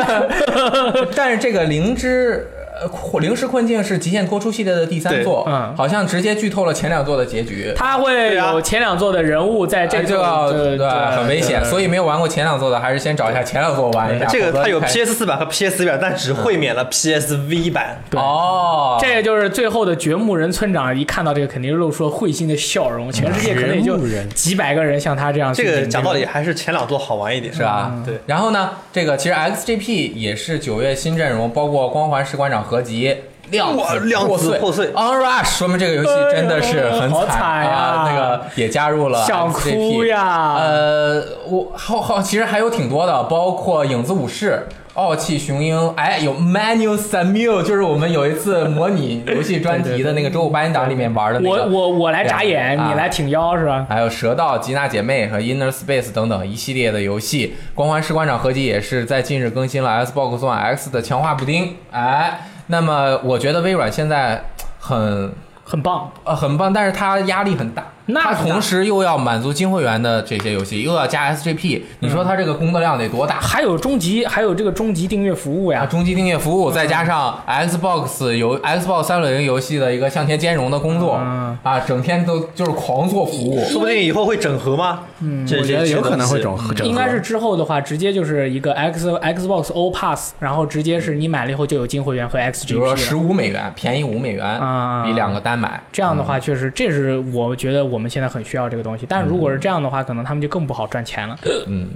Speaker 4: 的。
Speaker 1: 但是这个灵芝。呃，灵石困境是《极限脱出》系列的第三
Speaker 4: 对
Speaker 1: 作，
Speaker 2: 嗯
Speaker 1: 好像直接剧透了前两作的结局。哎
Speaker 2: 他会
Speaker 4: 对啊
Speaker 2: 有前两座的人物在这
Speaker 1: 这就要
Speaker 2: 个
Speaker 1: 对很危险，所以没有玩过前两座的，还是先找一下前两座玩一下。
Speaker 4: 这个
Speaker 1: 否则
Speaker 4: 它有
Speaker 1: 太
Speaker 4: PS 四版和 PS 版，但只会免了 PSV 版。
Speaker 1: 哦，
Speaker 2: 这个就是最后的掘墓人村长，一看到这个肯定露出了会心的笑容。全世界可能也
Speaker 3: 掘
Speaker 2: 就
Speaker 3: 墓人
Speaker 2: 几百个人像他这样去
Speaker 4: 这
Speaker 2: 领这
Speaker 4: 个
Speaker 2: 个。
Speaker 4: 讲道理还是前两座好玩一点，嗯
Speaker 1: 是？
Speaker 2: 嗯
Speaker 1: 吧？
Speaker 4: 对。
Speaker 1: 然后呢，这个其实 XGP 也是九月新阵容，包括《光环士官长》合集。量
Speaker 4: 哇
Speaker 1: 子
Speaker 4: 量子破碎
Speaker 1: On Rush，说明这个游戏真的是很
Speaker 2: 哎好
Speaker 1: 惨
Speaker 2: 惨
Speaker 1: 啊！
Speaker 2: 呀
Speaker 1: 那个也加入了 XGP,
Speaker 2: 想哭呀
Speaker 1: 呃，我好好，其实还有挺多的，包括影子武士、傲气雄鹰，哎，有 Manu Samuel，就是我们有一次模拟游戏专题的那个周五八音档里面玩的那个。
Speaker 2: 我我我来眨眼，
Speaker 1: 啊
Speaker 2: 你来挺腰是吧？
Speaker 1: 还有《蛇道》《吉娜姐妹》和《Inner Space》等等一系列的游戏，《光环士官长》合集也是在近日更新了 Xbox One X 的强化补丁。哎，那么我觉得微软现在很
Speaker 2: 很棒，
Speaker 1: 呃很棒，但是它压力很大。
Speaker 2: 那
Speaker 1: 它
Speaker 2: 很大
Speaker 1: 同时又要满足金会员的这些游戏，又要加 SGP，你说它这个工作量得多大？
Speaker 2: 还有终极，还有这个终极订阅服务
Speaker 1: 啊，
Speaker 2: 呀。
Speaker 1: 终极订阅服务，再加上 Xbox 游 Xbox 三六零游戏的一个向前兼容的工作
Speaker 2: 嗯
Speaker 1: 啊，整天都就是狂做服务。
Speaker 4: 说不定以后会整合吗？嗯，
Speaker 3: 我觉得有可能会整合，
Speaker 2: 应该是之后的话，直接就是一个 X Xbox O Pass，然后直接是你买了以后就有金会员和 XGP 了。
Speaker 1: 比如说十五美元，便宜五美元
Speaker 2: 啊，
Speaker 1: 比两个单买。
Speaker 2: 这样的
Speaker 1: 嗯
Speaker 2: 话，确实，这是我觉得我们现在很需要这个东西。但如果
Speaker 1: 嗯
Speaker 2: 是这样的话，可能他们就更不好赚钱了。嗯，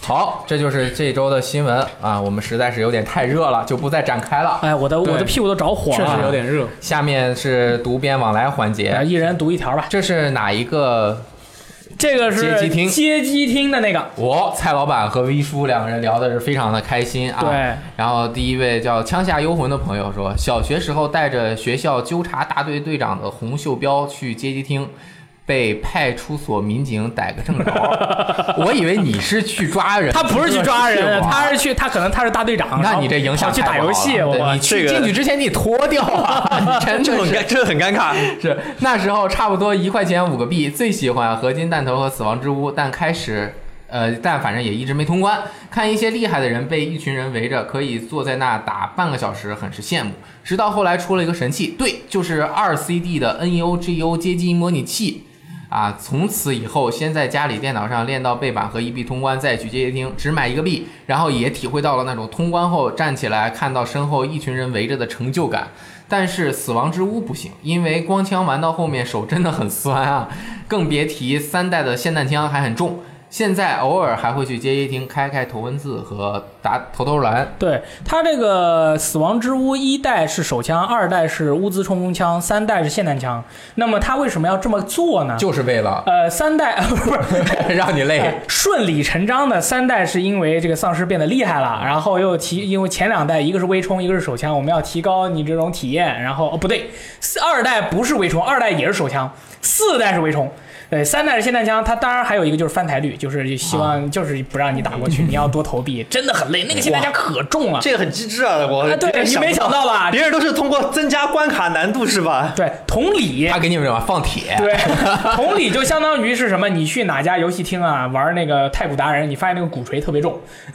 Speaker 1: 好，这就是这周的新闻啊，我们实在是有点太热了，就不再展开了。
Speaker 2: 哎，我的我的屁股都着火了，啊
Speaker 3: 确实有点热。
Speaker 1: 下面是读编往来环
Speaker 2: 哎。
Speaker 1: 节，
Speaker 2: 一人读一条吧。
Speaker 1: 这是哪一个？
Speaker 2: 这个是
Speaker 1: 街机厅
Speaker 2: 街机厅的那个，
Speaker 1: 我蔡老板和 V 叔两个人聊的是非常的开心啊。
Speaker 2: 对。
Speaker 1: 然后第一位叫枪下幽魂的朋友说，小学时候带着学校纠察大队队长的红袖标去街机厅。被派出所民警逮个正着， 我以为你是去抓人，
Speaker 2: 他不是去 抓
Speaker 1: 你
Speaker 2: 人，啊
Speaker 1: 我
Speaker 2: 他是去，他可能他是大队长。
Speaker 1: 那你这影响
Speaker 2: 跑去
Speaker 1: 太
Speaker 2: 打
Speaker 1: 不好
Speaker 2: 游戏，
Speaker 1: 了
Speaker 2: 我
Speaker 1: 对你
Speaker 4: 这
Speaker 1: 去
Speaker 4: 个
Speaker 1: 进去之前你脱掉啊，你 真
Speaker 4: 这
Speaker 1: 的
Speaker 4: 很
Speaker 1: 是嗯
Speaker 4: 尴，这很尴尬。
Speaker 1: 是那时候差不多一块钱五个币，最喜欢合金弹头和死亡之屋，但开始。呃，但反正也一直没通关。看一些厉害的人被一群人围着，可以坐在那打半个小时，很是羡慕。直到后来出了一个神器，对，就是二 CD 的 E NEO GEO 街机模拟器啊。从此以后，先在家里电脑上练到背板和一币通关，再去街机厅只买一个币，然后也体会到了那种通关后站起来看到身后一群人围着的成就感。但是死亡之屋不行，因为光枪玩到后面手真的很酸啊， 更别提三代的霰弹枪还很重。现在偶尔还会去街机厅开开头文字和打投投篮，
Speaker 2: 对他这个《死亡之屋》一代是手枪，二代是乌兹冲锋枪，三代是霰弹枪。那么他为什么要这么做呢？
Speaker 1: 就是为了
Speaker 2: 呃，三代 不是
Speaker 1: 让你
Speaker 2: 哎
Speaker 1: 累。
Speaker 2: 顺理成章的三代是因为这个丧尸变得厉害了，然后又提，因为前两代一个是微冲，一个是手枪，我们要提高你这种体验。然后哦不对，四二代不是微冲，二代也是手枪，四代是微冲。对，三代是霰弹枪，它当然还有一个就是翻台率，就是希望就是不让你打过去，你要多投币，真的很累。那个霰弹枪可重了，
Speaker 4: 这个很机智啊，我
Speaker 2: 啊对你没想
Speaker 4: 到，
Speaker 2: 到吧？
Speaker 4: 别人都是通过增加关卡难度是吧？
Speaker 2: 对，同理，
Speaker 1: 他给你们什么放铁？
Speaker 2: 对，同理就相当于是什么？你去哪家游戏厅啊玩那个太鼓达人，你发现那个鼓锤特别重，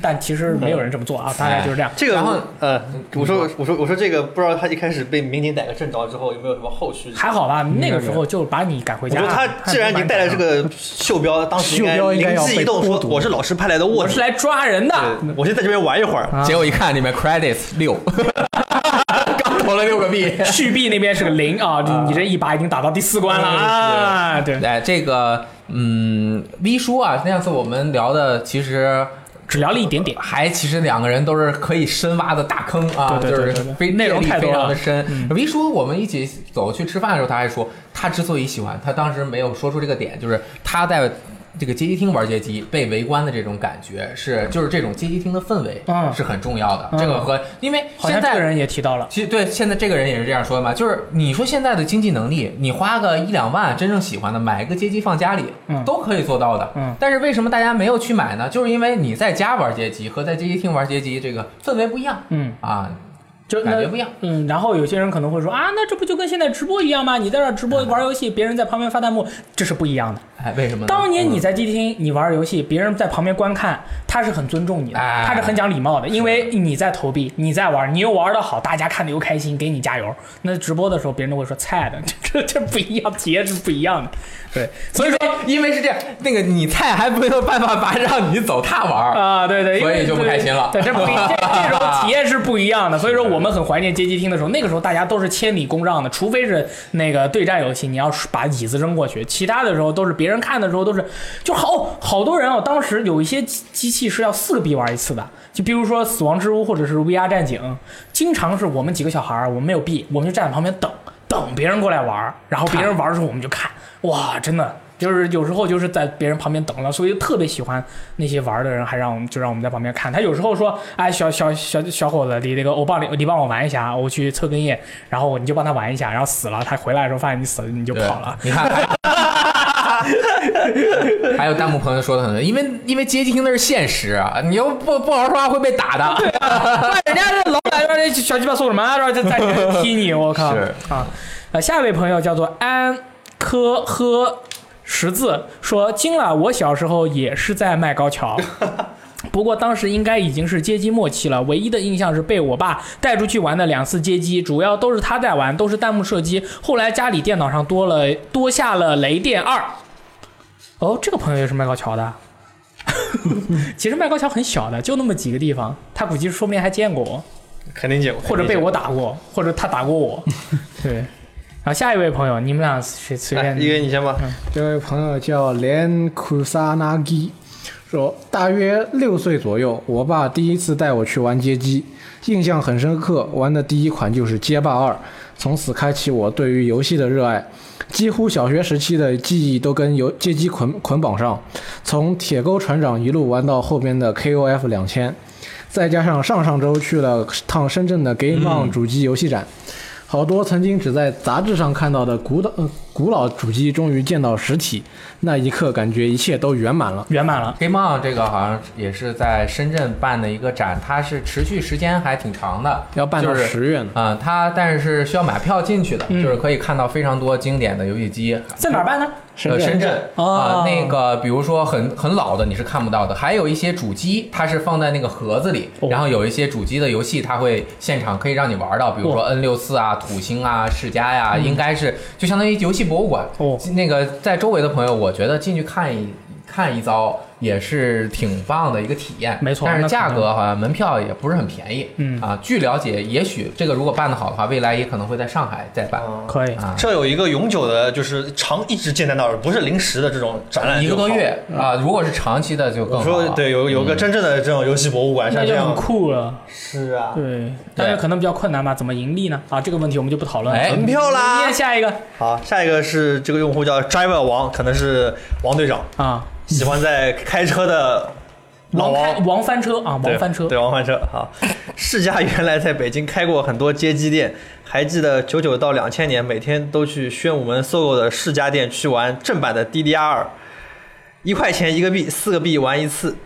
Speaker 2: 但其实没有人这么做啊，大概就是这样。
Speaker 4: 这个
Speaker 1: 然后
Speaker 4: 呃，我说
Speaker 1: 你
Speaker 4: 我说我说这个不知道他一开始被民警逮个正着之后有没有什么后续？
Speaker 2: 还好吧，那个时候就把你赶回
Speaker 4: 我
Speaker 2: 家。
Speaker 4: 说他既然已经带了这，个袖标，当时应该
Speaker 3: 袖标应该
Speaker 4: 灵
Speaker 3: 要
Speaker 4: 机一动
Speaker 3: 被
Speaker 4: 说
Speaker 3: 剥夺
Speaker 4: 我是老师派来的卧
Speaker 2: 我是
Speaker 4: 底，
Speaker 2: 来抓人的。
Speaker 4: 对我先在这边玩一会儿。
Speaker 1: 结果一看里面 credits 六， 刚投了六个币。
Speaker 2: 续币那边是个零啊，你你这一把已经打到第四关了
Speaker 4: 哎
Speaker 2: 啊！对，
Speaker 1: 哎，这个嗯，V 叔啊，那次我们聊的其实
Speaker 2: 只聊了一点点。
Speaker 1: 还其实两个人都是可以深挖的大坑啊，
Speaker 2: 对对对
Speaker 1: 就
Speaker 2: 对
Speaker 1: 是
Speaker 2: 对
Speaker 1: 非
Speaker 2: 内容
Speaker 1: 业力
Speaker 2: 太多
Speaker 1: 非常
Speaker 2: 了嗯
Speaker 1: 的深。V 叔，我们一起走去吃饭的时候，他还说，他之所以喜欢，他当时没有说出这个点，就是他在这个街机厅玩街机被围观的这种感觉是，就是这种街机厅的氛围
Speaker 2: 嗯
Speaker 1: 是很重要的。
Speaker 2: 嗯
Speaker 1: 这个和因为
Speaker 2: 好
Speaker 1: 现
Speaker 2: 像
Speaker 1: 在
Speaker 2: 这个人也提到了，
Speaker 1: 其实对，现在这个人也是这样说的嘛，就是你说现在的经济能力，你花个一两万，真正喜欢的买一个街机放家里，
Speaker 2: 嗯
Speaker 1: 都可以做到的。
Speaker 2: 嗯
Speaker 1: 但是为什么大家没有去买呢？就是因为你在家玩街机和在街机厅玩街机这个氛围不一样
Speaker 2: 嗯，
Speaker 1: 啊，
Speaker 2: 就
Speaker 1: 感
Speaker 2: 那
Speaker 1: 觉不一样。
Speaker 2: 嗯，然后有些人可能会说啊，那这不就跟现在直播一样吗？你在这儿直播玩游戏，别人在旁边发弹幕，这是不一样的。
Speaker 1: 哎，为什么呢？
Speaker 2: 当年你在街机厅，你玩游戏，别人在旁边观看，他是很尊重你的，
Speaker 1: 哎
Speaker 2: 他是很讲礼貌的，因为你在投币，你在玩，你又玩的好，大家看的又开心，给你加油。那直播的时候，别人都会说菜的， 这这这不一样，体验是不一样的。对，所以说
Speaker 1: 嗯因为是这样，那个你菜还没有办法把让你走他玩儿。
Speaker 2: 啊，对对，因为
Speaker 1: 所以就不开心了
Speaker 2: 对， 这不一这这种体验是不一样的。所以说我们很怀念街机厅的时候，那个时候大家都是千里公让的，除非是那个对战游戏，你要是把椅子扔过去，其他的时候都是别人看的时候都是就好好多人哦。当时有一些机机器是要四个币玩一次的，就比如说《死亡之屋》或者是《VR 战警》，经常是我们几个小孩儿，我们没有币，我们就站在旁边等等别人过来玩儿，然后别人玩儿的时候我们就看，哇，真的。就是有时候就是在别人旁边等了，所以特别喜欢那些玩的人，还让我们就让我们在旁边看。他有时候说，哎，小小小小伙子，你那个我帮你，你帮我玩一下，啊我去测根液，然后你就帮他玩一下，然后死了，他回来的时候发现你死了，你就
Speaker 1: 对
Speaker 2: 跑了。
Speaker 1: 你看。 还还有弹幕朋友说的很对，因为因为街机厅那是现实啊，你要不不好好说话会被打的。
Speaker 2: 啊那哎人家这老板说这小鸡巴说什么啊，然后就在 这踢你，我靠！
Speaker 1: 是
Speaker 2: 啊，呃，下一位朋友叫做安科喝识字，说惊了，我小时候也是在迈高桥。不过当时应该已经是街机末期了，唯一的印象是被我爸带出去玩的两次街机，主要都是他在玩，都是弹幕射击。后来家里电脑上多了多下了《雷电二》。哦，这个朋友也是迈高桥的。啊其实迈高桥很小的，就那么几个地方，他估计说不定还见过我，
Speaker 4: 肯定见过，
Speaker 2: 或者被
Speaker 4: 肯定
Speaker 2: 我打过，或者他打过 我。对，然后下一位朋友，你们俩谁随便
Speaker 4: 见过。来，？哎啊一个你先吧。
Speaker 3: 这位朋友叫连库萨纳基，说大约六岁左右，我爸第一次带我去玩街机，印象很深刻。玩的第一款就是《街霸二》，从此开启我对于游戏的热爱。几乎小学时期的记忆都跟游街机捆捆绑上，从铁钩船长一路玩到后边的 KOF 两千，再加上上上周去了趟深圳的 Game On 主机游戏展，好多曾经只在杂志上看到的古董、呃古老主机终于见到实体，那一刻感觉一切都圆满了。
Speaker 2: 圆满了。
Speaker 1: Game On 这个好像也是在深圳办的一个展，它是持续时间还挺长的，
Speaker 3: 要办到
Speaker 1: 就是
Speaker 3: 十月呢
Speaker 1: 啊、它但是需要买票进去的，
Speaker 2: 嗯
Speaker 1: 就是可以看到非常多经典的游戏机。
Speaker 2: 在哪儿办呢？
Speaker 1: 呃，深圳啊、
Speaker 2: 哦
Speaker 1: 那个比如说很很老的你是看不到的，还有一些主机它是放在那个盒子里，
Speaker 3: 哦
Speaker 1: 然后有一些主机的游戏它会现场可以让你玩到，比如
Speaker 3: 哦
Speaker 1: 说 N 六四啊、土星啊、世嘉呀、
Speaker 3: 嗯
Speaker 1: 应该是就相当于游戏博物馆。
Speaker 2: 哦
Speaker 1: 那个在周围的朋友，我觉得进去看一看一遭也是挺棒的一个体验，
Speaker 2: 没错
Speaker 1: 但
Speaker 2: 那
Speaker 1: 是
Speaker 2: 肯
Speaker 1: 价
Speaker 2: 定
Speaker 1: 格好像门票也不是很便宜，
Speaker 2: 嗯
Speaker 1: 啊，据了解，也许这个如果办得好的话，未来也可能会在上海再办。
Speaker 4: 哦
Speaker 2: 哦可以，
Speaker 1: 啊，
Speaker 4: 嗯这有一个永久的，就是长一直建在那儿，不是临时的这种展览。
Speaker 1: 一个多，月啊，如果是长期的就更好
Speaker 4: 我
Speaker 1: 啊
Speaker 4: 说
Speaker 1: 了。嗯
Speaker 4: 对，有有个真正的这种游戏博物馆，
Speaker 2: 那
Speaker 4: 像
Speaker 2: 就
Speaker 4: 这
Speaker 2: 很
Speaker 4: 样
Speaker 2: 酷了。
Speaker 4: 是啊，
Speaker 2: 对，但是可能比较困难吧？怎么盈利呢？啊，这个问题我们就不讨论了。
Speaker 1: 哎
Speaker 4: 门票
Speaker 2: 你
Speaker 4: 啦
Speaker 2: 念。下一个
Speaker 4: 好，下一个是这个用户叫 Driver 王，可能是王队长，
Speaker 2: 啊，
Speaker 4: 喜欢在开车的老
Speaker 2: 王
Speaker 4: 王
Speaker 2: 开。王翻车啊，
Speaker 4: 对
Speaker 2: 王翻车
Speaker 4: 对，王翻车好，世嘉原来在北京开过很多街机店，还记得九九到两千年，每天都去宣武门搜狗的世嘉店去玩正版的 DDR，一块钱一个币，四个币玩一次。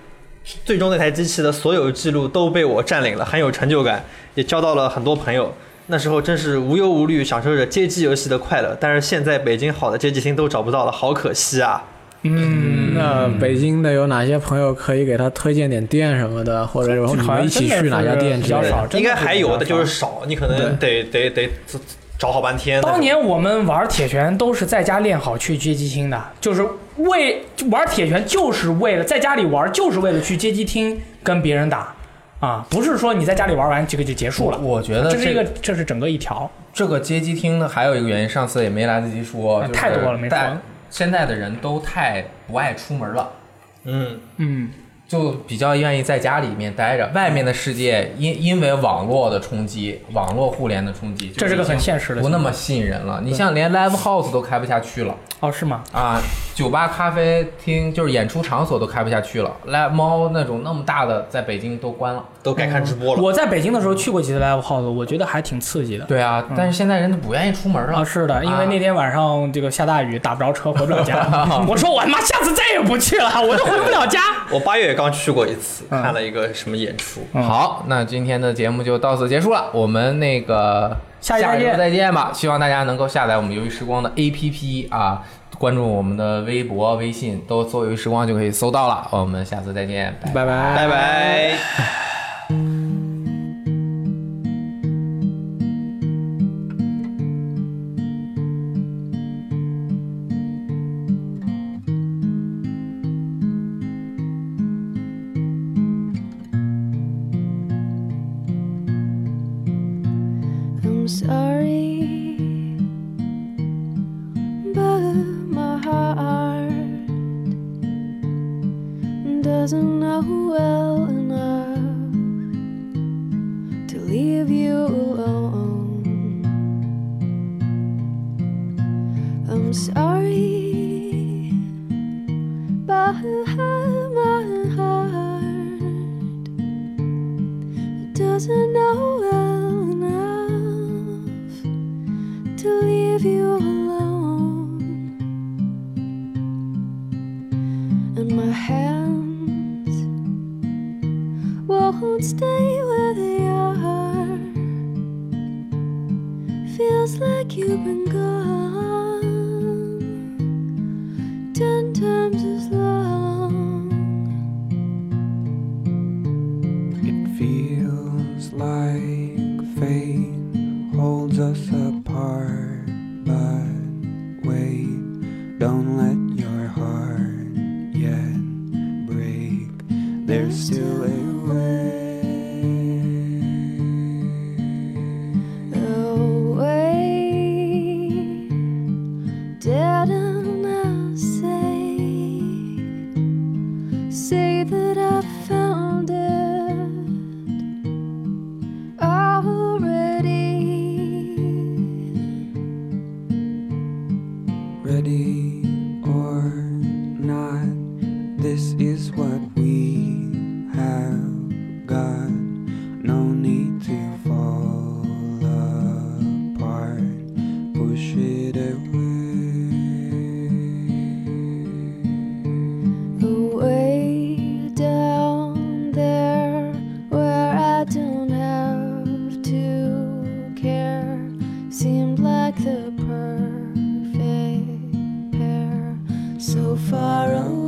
Speaker 4: 最终那台机器的所有记录都被我占领了，很有成就感，也交到了很多朋友。那时候真是无忧无虑，享受着街机游戏的快乐。但是现在北京好的街机厅都找不到了，好可惜啊！
Speaker 2: 嗯
Speaker 3: 嗯那北京的有哪些朋友可以给他推荐点店什么的，或者你
Speaker 2: 好像
Speaker 3: 们一起去哪家店之
Speaker 2: 真的
Speaker 3: 类
Speaker 2: 是比较
Speaker 3: 的？
Speaker 2: 少
Speaker 4: 应该还有
Speaker 2: 真的是
Speaker 4: 的
Speaker 2: 比较少
Speaker 4: 就是少，你可能得得得找找好半天。
Speaker 2: 当年我们玩铁拳都是在家练好去街机厅的，就是为玩铁拳就是为了在家里玩，就是为了去街机厅跟别人打啊，不是说你在家里玩完这个就结束了。
Speaker 1: 我觉得
Speaker 2: 这是一个
Speaker 1: 这，
Speaker 2: 这是整个一条。
Speaker 1: 这个街机厅呢，还有一个原因，上次也没来得及说，
Speaker 2: 啊
Speaker 1: 就是
Speaker 2: 太多了没说
Speaker 1: 但现在的人都太不爱出门了。
Speaker 4: 嗯，
Speaker 2: 嗯，
Speaker 1: 就比较愿意在家里面待着，外面的世界因因为网络的冲击，网络互联的冲击，
Speaker 2: 这是个很现实的
Speaker 1: 不那么吸引人了。你像连 live house 都开不下去了
Speaker 2: 哦，是吗？
Speaker 1: 啊，酒吧、咖啡厅就是演出场所都开不下去了，live 猫那种那么大的在北京都关了。
Speaker 2: 嗯
Speaker 4: 都改看直播了。
Speaker 2: 我在北京的时候去过几次 live house，我觉得还挺刺激的。
Speaker 1: 对啊，但是现在人都不愿意出门了
Speaker 2: 啊，。是的，因为那天晚上这个下大雨，打不着车，回不了家。我说我他妈下次再也不去了，我都回不了家。
Speaker 4: 我八月刚去过一次，
Speaker 2: 嗯
Speaker 4: 看了一个什么演出。
Speaker 1: 好，那今天的节目就到此结束了，我们那个
Speaker 2: 下期再见
Speaker 1: 周再见吧。希望大家能够下载我们“鱿鱼时光”的 APP 啊，关注我们的微博、微信，都搜“鱿鱼时光”就可以搜到了。我们下次再见，拜拜。
Speaker 3: 拜拜。
Speaker 4: 拜拜。
Speaker 6: I'm sorry, but my heart doesn't know well enough to leave you alone. I'm sorry, but my heart doesn't know well enough to leave you alone. And my hands won't stay with yours. Feels like you've been gone ten times as long.
Speaker 7: It feels like fate holds us apart, but wait, don't let your heart yet break. There's still a way.
Speaker 6: away. Didn't I say, say that I found it already?
Speaker 7: Ready or not, this is what we have got. No need to fall apart, push it away.
Speaker 6: the perfect pair so far away.